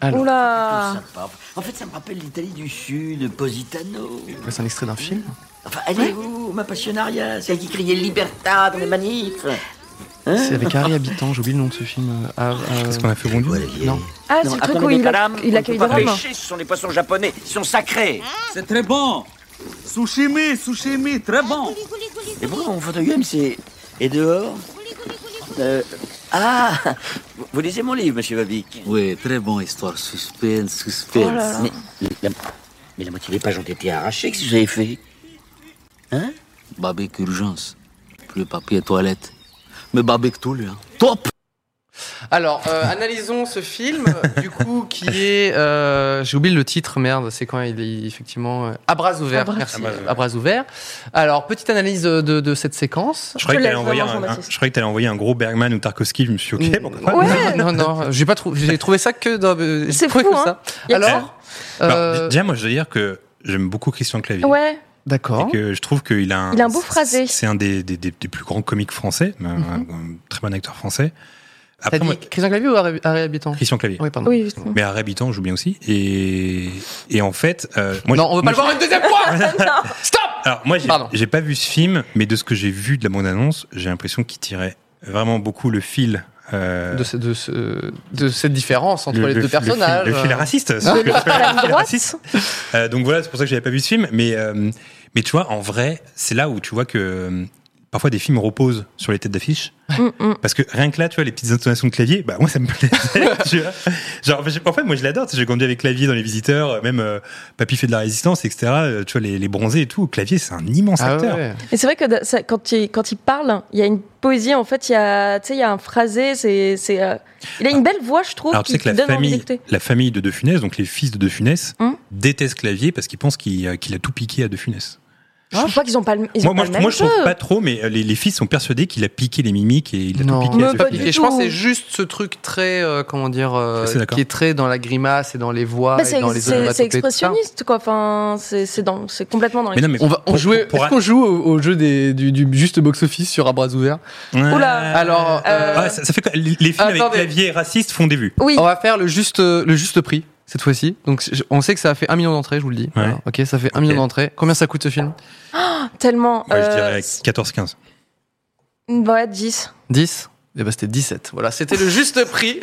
S2: Alors,
S4: Oula
S7: Sympa. En fait, ça me rappelle l'Italie du Sud, Positano.
S2: c'est un extrait d'un film.
S7: Enfin, allez-vous, ma passionnariat, celle qui criait Libertad dans les manifs. Hein?
S2: C'est avec Harry Habitant, j'oublie le nom de ce film. euh, ah, euh,
S3: Est-ce qu'on a fait bon
S7: Voilà, les-
S2: Non.
S4: Ah,
S7: Non,
S4: c'est le
S7: après
S4: truc
S7: les
S4: où il, a,
S7: Betaram,
S4: il
S7: on
S4: accueille des
S7: peut pas
S4: Roms.
S7: pêcher, Ce sont les poissons japonais, ils sont sacrés.
S8: Hein C'est très bon. Sushimi, sushimi, très bon.
S7: Et pourquoi mon photogame, c'est. Et dehors Euh, Ah Vous- Vous lisez mon livre, monsieur Babic
S8: Oui, très bon histoire. Suspense,
S4: Oh
S8: suspense.
S7: Mais, la... Mais la moitié des pages ont été arrachées, qu'est-ce que vous avez fait Hein
S8: Babic, urgence. Plus papier toilette. Mais Babic, tout lui. Hein. Top
S2: Alors, euh, analysons ce film, du coup, qui est. euh, J'ai oublié le titre, merde, c'est quand il est effectivement. euh, à bras ouverts,
S4: À bras-
S2: merci.
S3: À bras ouverts.
S2: À bras ouverts. Alors, petite analyse de, de cette séquence.
S3: Je croyais
S4: Je
S3: que t'allais
S4: lève
S3: envoyer
S4: vraiment
S3: un- un-
S4: Jean-Baptiste.
S3: je croyais que t'allais envoyer un gros Bergman ou Tarkovsky. Je me suis dit,
S2: Mm.
S3: ok, pourquoi pas.
S4: Ouais.
S2: Non, non, non, j'ai pas trouvé. J'ai trouvé ça que dans. euh, j'ai
S4: C'est
S2: trouvé
S4: fou,
S2: que
S4: hein.
S2: ça.
S4: Y a que
S2: Alors,
S3: Alors,
S2: euh,
S3: déjà, moi, je dois dire que j'aime beaucoup Christian Clavier.
S4: Ouais,
S2: d'accord.
S3: Et que je trouve qu'il a un,
S4: Il a un beau phrasé. Mm-hmm.
S3: C'est un des, des, des- des plus grands comiques français, un, un très bon acteur français.
S2: T'as
S3: Après,
S2: dit
S3: moi,
S2: Christian Clavier ou Harry, Harry Habitant
S3: Christian Clavier.
S2: Oui, pardon.
S4: oui.
S3: Mais Harry Habitant joue bien aussi. Et, et en fait, euh, moi,
S2: non, on veut pas
S3: moi,
S2: le voir une deuxième fois Stop
S3: Alors moi, j'ai-
S2: Pardon.
S3: j'ai pas vu ce film, mais de ce que j'ai vu de la bande-annonce, j'ai l'impression qu'il tirait vraiment beaucoup le fil euh,
S2: de, ce- de ce- de cette différence entre
S3: le-
S2: les
S3: le
S2: deux
S3: fi- le fi-
S2: personnages. euh.
S3: Le film est raciste.
S4: Ah,
S3: ce que- le film est raciste. Euh, donc voilà, c'est pour ça que j'avais pas vu ce film. Mais, euh, mais tu vois, en vrai, c'est là où tu vois que euh, parfois des films reposent sur les têtes d'affiche.
S4: Mm, mm.
S3: Parce que rien que là, tu vois, les petites intonations de clavier, bah moi ça me plaisait. tu vois. Genre, j'ai- en fait, moi je l'adore. tu sais, J'ai grandi avec clavier dans Les Visiteurs, euh, même euh, Papy fait de la résistance, etc. euh, Tu vois, les, les bronzés et tout. Clavier, c'est un immense
S2: Ah
S3: acteur.
S2: ouais.
S4: Mais c'est vrai que da- ça- quand, il, quand il parle, il y a une poésie, en fait, il y a, tu sais, il y a un phrasé, c'est, c'est, euh, il a une belle voix, je trouve,
S3: Alors tu sais
S4: qui
S3: que la
S4: donne envie
S3: famille,
S4: d'écouter.
S3: la famille de De Funès, donc les fils de De Funès,
S4: Hum.
S3: détestent Clavier parce qu'ils pensent qu'il euh, qu'il a tout piqué à De Funès.
S4: Je trouve pas qu'ils ont pas le, ils
S3: moi,
S4: ont
S3: moi,
S4: pas
S3: je,
S4: le même
S3: moi, je trouve
S4: jeu.
S3: pas trop, mais euh, les, les fils sont persuadés qu'il a piqué les mimiques et il a
S2: Non.
S3: tout piqué à
S4: Mais
S3: De
S4: pas
S3: Funès.
S4: du
S2: Et je pense
S4: tout.
S2: que c'est juste ce truc très, euh, comment dire, euh,
S3: Je suis d'accord.
S2: qui est très dans la grimace et dans les voix
S4: Bah,
S2: et
S4: c'est,
S2: dans les
S4: c'est-
S2: onomatopées,
S4: c'est
S2: tout ça.
S4: expressionniste, quoi. Enfin, c'est, c'est, dans, c'est complètement dans les.
S3: Mais non, mais
S2: On va on
S3: pour-
S2: jouait-
S3: pour- pour-
S2: est-ce qu'on joue au, au jeu des, du, du juste box-office sur à bras ouverts
S3: Ouais.
S4: Oula.
S2: Alors,
S4: Euh,
S3: Ah, ça, ça fait quoi les, les films avec
S2: Attendez.
S3: Clavier et raciste font des vues.
S4: Oui,
S2: on va faire le juste, le juste prix cette fois-ci. Donc je- on sait que ça a fait un million d'entrées, je vous le dis. Voilà, ok, ça fait un million d'entrées. Combien ça coûte ce film
S4: tellement.
S3: Moi, je
S4: euh,
S3: dirais 14-15.
S4: Ouais, 10.
S2: 10 Eh ben c'était 17. Voilà, c'était le juste prix.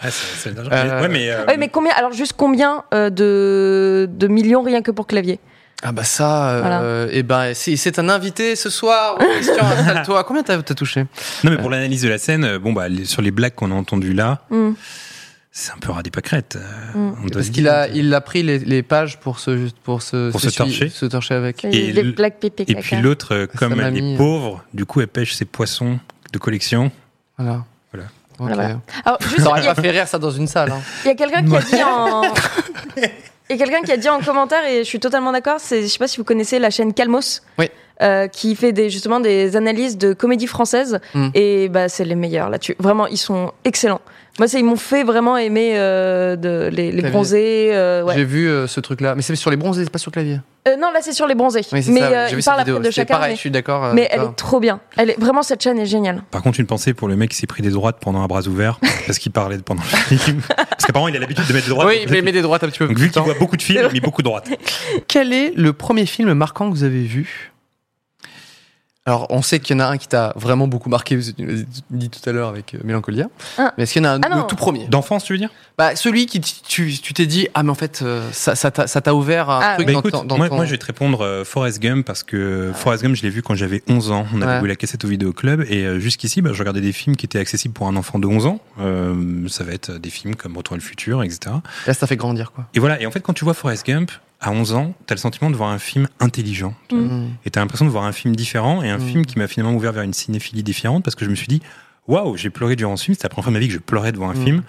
S3: Ah, c'est- c'est de l'argent.
S2: Euh,
S3: Ouais, mais, euh,
S4: Ouais, mais combien Alors, juste combien euh, de, de millions rien que pour clavier
S2: ah bah ça, euh,
S4: Voilà.
S2: eh ben c'est, c'est un invité ce soir. Christian, installe-toi. Combien t'as, t'as touché
S3: non, mais pour l'analyse de la scène, euh, bon, bah, les- sur les blagues qu'on a entendues là,
S4: Hmm.
S3: c'est un peu ras des pâquerettes. euh,
S4: Mm.
S3: on doit
S2: Parce
S3: se
S2: qu'il
S3: dire.
S2: a, il a pris les, les pages pour se, pour se,
S3: Pour se
S2: s'essuyer-
S3: torcher.
S2: se torcher avec.
S4: C'est
S3: Et
S4: les
S3: le-
S4: blagues pipi,
S3: Et
S4: caca.
S3: puis l'autre, euh, comme
S2: m'a
S3: elle
S2: mis,
S3: est
S2: euh,
S3: pauvre, du coup, elle pêche ses poissons de collection.
S2: Voilà.
S3: Voilà.
S2: Ok.
S4: Voilà, voilà. Alors, juste,
S2: T'aurais
S4: il y a-
S2: pas fait rire ça dans une salle. hein.
S4: il y a quelqu'un qui a dit en. Il y a quelqu'un qui a dit en commentaire, et je suis totalement d'accord, c'est, je sais pas si vous connaissez la chaîne Calmos,
S2: Oui.
S4: euh, qui fait des, justement des analyses de comédie française,
S2: Mm.
S4: et bah, c'est les meilleurs là-dessus. Vraiment, ils sont excellents. Moi, c'est, ils m'ont fait vraiment aimer euh, de, les, les
S2: T'as vu
S4: bronzés. euh, ouais.
S2: J'ai vu euh, ce truc-là, mais c'est sur les bronzés, c'est pas sur le clavier.
S4: Euh, non, là, c'est sur les bronzés.
S2: Oui, c'est
S4: mais
S2: ça,
S4: euh,
S2: j'ai
S4: ils
S2: vu cette
S4: parlent
S2: vidéo.
S4: après de
S2: C'était
S4: chacun.
S2: pareil,
S4: mais-
S2: je suis d'accord. euh,
S4: mais
S2: avec
S4: elle
S2: toi.
S4: est trop bien. Elle est, vraiment, cette chaîne est géniale.
S3: Par contre, une pensée pour le mec qui s'est pris des droites pendant un bras ouvert, parce qu'il parlait pendant le film. Parce qu'apparemment, il a l'habitude de mettre des droites.
S2: Oui, mais mets des droites un petit peu.
S3: Donc,
S2: plus
S3: vu qu'il
S2: tard.
S3: voit beaucoup de films, il met beaucoup de droites.
S2: Quel est le premier film marquant que vous avez vu Alors, on sait qu'il y en a un qui t'a vraiment beaucoup marqué, vous l'avez dit tout à l'heure avec euh, Mélancolia.
S4: Ah.
S2: Mais est-ce qu'il y en a un
S4: Ah non.
S2: le tout premier
S3: D'enfance, tu veux dire
S2: bah, Celui qui t- tu tu t'es dit, ah, mais en fait, euh, ça ça t'a ça t'a ouvert un
S4: Ah,
S2: truc
S3: Bah
S2: dans,
S3: écoute,
S2: ton- dans
S3: moi,
S2: ton-
S3: moi, je vais te répondre euh, Forrest Gump parce que Forrest Gump je l'ai vu quand j'avais 11 ans. On avait
S2: Ouais.
S3: vu la cassette au vidéo club et euh, jusqu'ici bah, je regardais des films qui étaient accessibles pour un enfant de 11 ans. Euh, ça va être des films comme Retour à le futur, etc.
S2: Là, ça fait grandir, quoi.
S3: Et voilà. Et en fait quand tu vois Forrest Gump à 11 ans, t'as le sentiment de voir un film intelligent
S2: Mm.
S3: et t'as l'impression de voir un film différent et un
S2: Mm.
S3: film qui m'a finalement ouvert vers une cinéphilie différente parce que je me suis dit waouh j'ai pleuré durant ce film. C'était la première fois de ma vie que je pleurais devant un
S2: Mm.
S3: film.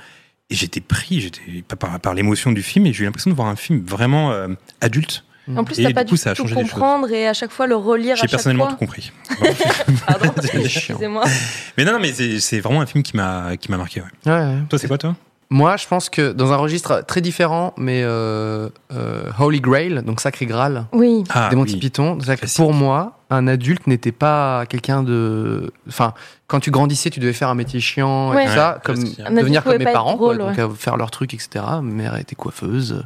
S3: Et j'étais pris, j'étais par, par, par l'émotion du film, et j'ai eu l'impression de voir un film vraiment euh, adulte.
S2: Mm.
S4: En plus,
S3: Et
S4: t'as
S3: du
S4: pas
S3: coup,
S4: dû
S3: ça a
S4: tout
S3: changé des
S4: comprendre et à chaque fois le relire à
S3: J'ai
S4: chaque
S3: personnellement
S4: fois.
S3: tout compris.
S4: Pardon,
S2: C'est chiant.
S4: excusez-moi.
S3: Mais non, non, mais c'est c'est vraiment un film qui m'a qui m'a marqué. ouais.
S2: Ouais, ouais.
S3: Toi, c'est quoi toi
S2: Moi, je pense que dans un registre très différent, mais euh, euh, Holy Grail, donc Sacré Graal,
S4: Oui.
S3: ah,
S2: des Monty
S3: oui.
S2: Python. C'est-à-dire que
S3: Classique.
S2: pour moi, un adulte n'était pas quelqu'un de. Enfin, quand tu grandissais, tu devais faire un métier chiant et
S4: Ouais.
S2: tout ça,
S3: Ouais,
S2: comme
S3: classique. Un
S4: adulte
S2: devenir
S4: pouvait
S2: comme mes
S4: pas être
S2: parents,
S4: drôle,
S2: quoi, donc euh, faire leur truc, etc. Ma mère était coiffeuse,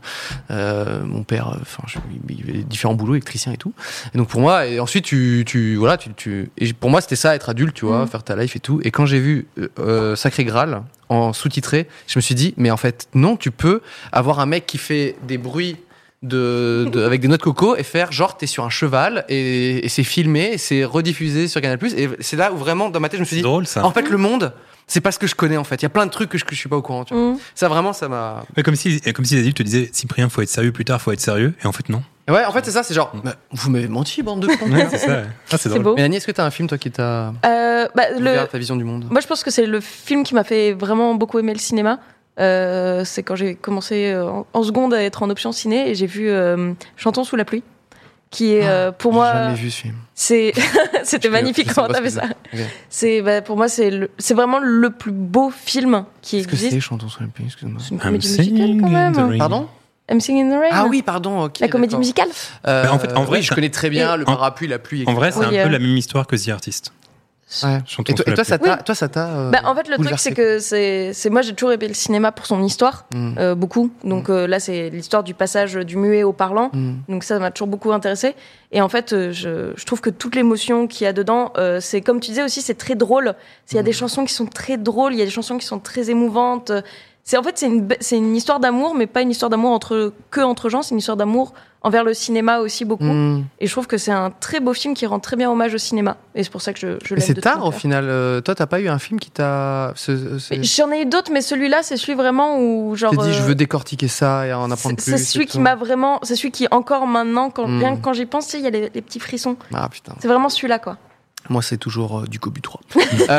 S2: euh, mon père, euh, enfin, je- il il avait différents boulots, électricien et tout. Et donc pour moi, et ensuite tu, tu voilà, tu, tu- et pour moi c'était ça être adulte, tu vois,
S4: Mhm.
S2: faire ta life et tout. Et quand j'ai vu euh, euh, Sacré Graal en sous-titré, je me suis dit, mais en fait non, tu peux avoir un mec qui fait des bruits de, de- avec des noix de coco et faire genre t'es sur un cheval et, et c'est filmé, et c'est rediffusé sur Canal+. Et c'est là où vraiment dans ma tête je me suis
S3: C'est
S2: dit,
S3: drôle ça.
S2: en fait le monde, c'est pas ce que je connais en fait. Il y a plein de trucs que je, que je suis pas au courant. Tu vois.
S4: Mm.
S2: Ça vraiment ça m'a.
S3: Ouais, Comme si comme si les adultes te disaient Cyprien, faut être sérieux plus tard, faut être sérieux. Et en fait, non.
S2: Ouais, en fait c'est ça, c'est genre bah, vous m'avez menti bande de cons.
S3: Ouais, c'est ça. ouais. Ah, c'est
S4: C'est
S3: drôle.
S4: beau.
S2: Mélanie, est-ce que t'as un film toi qui t'a
S4: Euh, bah, le,
S2: ouvert ta vision du monde
S4: Moi, je pense que c'est le film qui m'a fait vraiment beaucoup aimer le cinéma. Euh, c'est quand j'ai commencé euh, en, en seconde à être en option ciné et j'ai vu euh, Chantons sous la pluie, qui est euh,
S2: Ah, J'ai
S4: pour moi,
S2: jamais vu ce film.
S4: c'est
S2: Je-
S4: c'était magnifique
S2: je sais
S4: comment
S2: pas
S4: t'as
S2: ce
S4: fait
S2: que
S4: ça.
S2: c'est. Ok.
S4: C'est bah, pour moi c'est le- c'est vraiment le plus beau film qui
S2: Qu'est-ce que
S4: existe.
S2: c'est Chantons sur la pluie Excuse-moi.
S4: C'est une
S3: I'm
S4: comédie musicale
S3: singing
S4: quand
S3: in the
S4: même.
S3: rain.
S2: Pardon
S4: I'm singing in the rain.
S2: Ah oui, pardon. ok,
S4: La comédie
S2: d'accord.
S4: musicale.
S2: Euh,
S3: Bah, en fait, en vrai,
S2: oui, je
S3: ça-
S2: connais très bien
S4: Et-
S2: le
S3: en-
S2: parapluie, la pluie.
S3: En vrai, c'est
S4: Oui,
S3: un peu
S4: euh.
S3: la même histoire que The Artist.
S2: Ouais.
S3: Chantons
S2: Et, toi, et toi,
S3: sous la
S2: ça
S3: pluie.
S2: t'a. Toi, ça t'a euh,
S4: Bah, en fait, le truc,
S2: bouleversé.
S4: c'est que c'est c'est- moi, j'ai toujours aimé le cinéma pour son histoire,
S2: Mm.
S4: euh, beaucoup. Donc euh, là, c'est l'histoire du passage du muet au parlant.
S2: Mm.
S4: Donc ça m'a toujours beaucoup intéressé. Et en fait, euh, je, je trouve que toute l'émotion qu'il y a dedans, euh, c'est comme tu disais aussi, c'est très drôle. Il y a
S2: Mmh.
S4: des chansons qui sont très drôles, il y a des chansons qui sont très émouvantes. C'est en fait c'est une be- c'est une histoire d'amour, mais pas une histoire d'amour entre que entre gens. C'est une histoire d'amour envers le cinéma aussi beaucoup.
S2: Mm.
S4: Et je trouve que c'est un très beau film qui rend très bien hommage au cinéma. Et c'est pour ça que je, je
S2: Mais
S4: l'aime
S2: c'est
S4: de tout
S2: tard
S4: mon
S2: au
S4: cœur.
S2: final. Euh, toi, t'as pas eu un film qui t'a. ce- ce-
S4: Mais J'en ai eu d'autres, mais celui-là, c'est celui vraiment où genre.
S2: T'es dit, je
S4: euh,
S2: veux décortiquer ça et en apprendre
S4: c'est-
S2: plus.
S4: C'est
S2: et
S4: celui qui
S2: tout.
S4: m'a vraiment, c'est celui qui encore maintenant, quand,
S2: Mm.
S4: rien que quand j'y pense, tu sais, il y a les, les petits frissons.
S2: Ah putain.
S4: C'est vraiment celui-là, quoi.
S2: Moi, c'est toujours euh, du Cobu 3.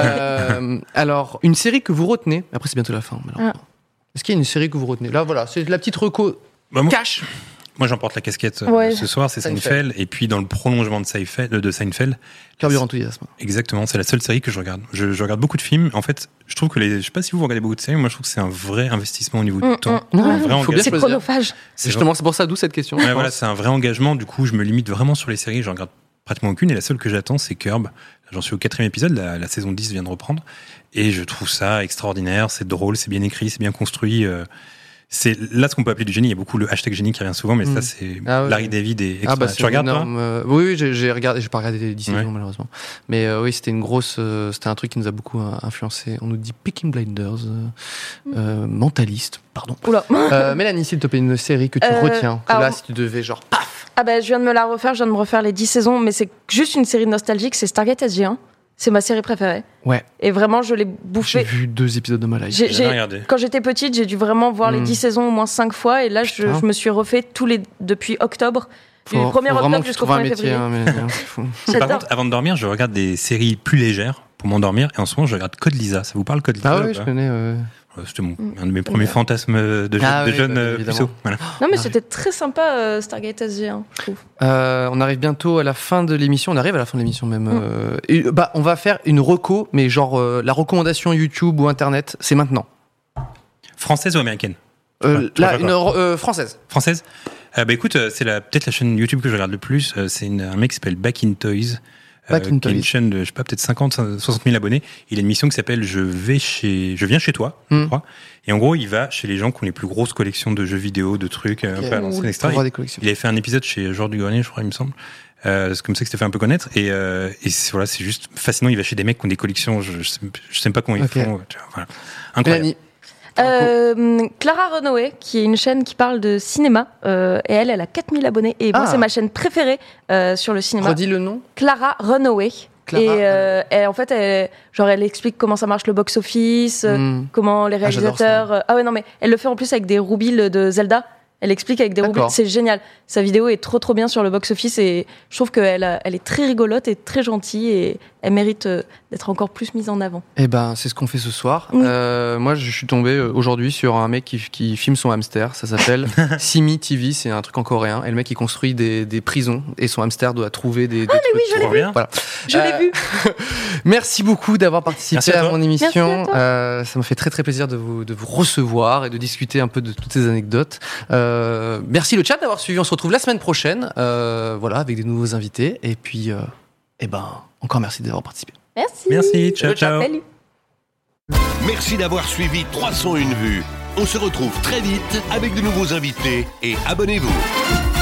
S2: Euh, alors, une série que vous retenez. Après, c'est bientôt la fin. malheureusement. Est-ce qu'il y a une série que vous retenez Là, voilà, c'est de la petite reco.
S3: Bah, moi,
S2: Cash
S3: moi, j'emporte la casquette euh,
S4: Ouais.
S3: ce soir, c'est Seinfeld.
S2: Seinfeld.
S3: Et puis, dans le prolongement de Seinfeld, euh, de Seinfeld
S2: Carburant enthousiasme.
S3: exactement, c'est la seule série que je regarde. Je, je regarde beaucoup de films. En fait, je trouve que les. Je sais pas si vous regardez beaucoup de séries, moi, je trouve que c'est un vrai investissement au niveau
S4: Mm,
S3: du temps.
S4: mm.
S3: Un vrai
S2: Faut bien
S3: engagement.
S4: C'est
S2: choisir.
S4: chronophage.
S3: C'est
S2: Justement, c'est pour ça, d'où cette question.
S3: Ouais,
S2: je
S3: voilà,
S2: pense.
S3: c'est un vrai engagement. Du coup, je me limite vraiment sur les séries. Je regarde pratiquement aucune. Et la seule que j'attends, c'est Curb. J'en suis au quatrième épisode. La, la saison 10 vient de reprendre. Et je trouve ça extraordinaire. C'est drôle, c'est bien écrit, c'est bien construit. euh, C'est là ce qu'on peut appeler du génie. Il y a beaucoup le hashtag génie qui revient souvent, mais
S2: Mm.
S3: ça, c'est
S2: Ah ouais.
S3: Larry David et
S2: Ah
S3: extra-
S2: bah,
S3: Tu
S2: c'est
S3: regardes toi
S2: énorme. euh, Oui, oui, j'ai- j'ai regardé, j'ai pas regardé les 10
S3: Ouais.
S2: saisons malheureusement. Mais euh, oui, c'était une grosse, euh, c'était un truc qui nous a beaucoup euh, influencé. On nous dit Picking Blinders, euh, euh, mentaliste, pardon.
S4: Oula.
S2: Euh, Mélanie, s'il te plaît, une série que tu
S4: Euh,
S2: retiens. que là,
S4: alors-
S2: si tu devais genre paf.
S4: Ah bah, je viens de me la refaire, je viens de me refaire les 10 saisons, mais c'est juste une série nostalgique, c'est Stargate SG1. C'est ma série préférée.
S2: Ouais.
S4: Et vraiment, je l'ai
S2: J'ai
S4: bouffée.
S2: vu deux épisodes de Malaise.
S4: J'ai-
S3: J'ai
S4: j'ai-
S3: jamais regardé.
S4: Quand j'étais petite, j'ai dû vraiment voir les
S2: Mm.
S4: 10 saisons au moins 5 fois, et là, je,
S2: Putain.
S4: je me suis refait tous les depuis octobre, du 1er
S2: vraiment
S4: octobre
S2: que tu
S4: jusqu'au
S2: trouves un
S4: 1er
S2: métier.
S4: février.
S2: hein, Mélanie, hein, faut-
S3: Par
S4: J'adore.
S3: contre, avant de dormir, je regarde des séries plus légères pour m'endormir. Et en ce moment, je regarde Code Lisa. Ça vous parle Code Lisa
S2: Ah
S3: ou
S2: oui, je
S3: pas
S2: connais. ouais.
S3: Euh, C'était mon- un de mes premiers fantasmes de jeune,
S2: Ah
S3: de
S2: oui,
S3: jeune,
S2: bah,
S3: euh,
S2: évidemment.
S3: puceau. Voilà.
S4: Non, mais
S2: Ah,
S4: c'était très sympa, euh, Stargate SG1, je trouve.
S2: Euh, on arrive bientôt à la fin de l'émission. On arrive à la fin de l'émission même.
S4: Mm.
S2: euh, et, bah, on va faire une reco, mais genre euh, la recommandation YouTube ou Internet, c'est maintenant.
S3: Française ou américaine
S2: Euh,
S3: Ouais, tu
S2: là,
S3: préfères
S2: une re- euh, française.
S3: française Euh, bah écoute, euh, c'est la- peut-être la chaîne YouTube que je regarde le plus. Euh, c'est une- un mec qui s'appelle Back in Toys. euh,
S2: Back in
S3: qui est une
S2: Toys.
S3: chaîne de, je sais pas, peut-être 50, euh, 60 000 abonnés. Il a une mission qui s'appelle Je vais chez, je viens chez toi, je
S2: Hmm.
S3: crois. Et en gros, il va chez les gens qui ont les plus grosses collections de jeux vidéo, de trucs, euh, un
S2: Ok.
S3: peu à l'ancienne,
S2: Pour
S3: etc.
S2: voir des collections.
S3: Il avait fait un épisode chez Georges Dugornier, je crois, il me semble. Euh, c'est comme ça que c'était fait un peu connaître. Et, euh, et c'est- voilà, c'est juste fascinant. Il va chez des mecs qui ont des collections. Je, je, sais, je sais pas comment ils
S2: Ok.
S3: font. tu vois, voilà. Incroyable.
S2: Mélanie.
S4: Euh, Clara Renoué, qui est une chaîne qui parle de cinéma, euh, et elle, elle a 4000 abonnés, et moi,
S2: Ah.
S4: c'est ma chaîne préférée euh, sur le cinéma.
S2: Redis le nom.
S4: Clara Runaway.
S2: Clara
S4: et euh, elle, en fait, elle, genre, elle explique comment ça marche le box-office, euh,
S2: Hmm.
S4: comment les
S2: Ah, j'adore ça.
S4: réalisateurs. euh, Ah, ouais, non, mais elle le fait en plus avec des roubilles de Zelda. Elle explique avec des
S2: D'accord.
S4: roubilles. C'est génial. Sa vidéo est trop, trop bien sur le box-office et je trouve qu'elle a- elle est très rigolote et très gentille et elle mérite euh, d'être encore plus mise en avant.
S2: Eh ben, c'est ce qu'on fait ce soir.
S4: Oui.
S2: Euh, moi, je suis tombé euh, aujourd'hui sur un mec qui, qui filme son hamster. Ça s'appelle Simi TV. C'est un truc en coréen. Et le mec, il construit des, des prisons et son hamster doit trouver des. ah,
S4: oui, je l'ai
S3: Trop bien.
S4: Je l'ai
S2: Euh,
S4: vu.
S2: Merci beaucoup d'avoir participé
S3: Merci
S2: à,
S3: à toi.
S2: mon
S4: Merci à
S2: émission.
S4: toi.
S2: Euh, ça m'a fait très très plaisir de vous, de vous recevoir et de discuter un peu de toutes ces anecdotes. Euh, merci le chat d'avoir suivi. On se retrouve la semaine prochaine, euh, voilà, avec des nouveaux invités. Et puis, euh, eh ben, encore merci d'avoir participé.
S4: Merci.
S3: Merci, ciao,
S4: Je
S3: ciao.
S4: t'appelle.
S5: Merci d'avoir suivi 301 vues. On se retrouve très vite avec de nouveaux invités et abonnez-vous.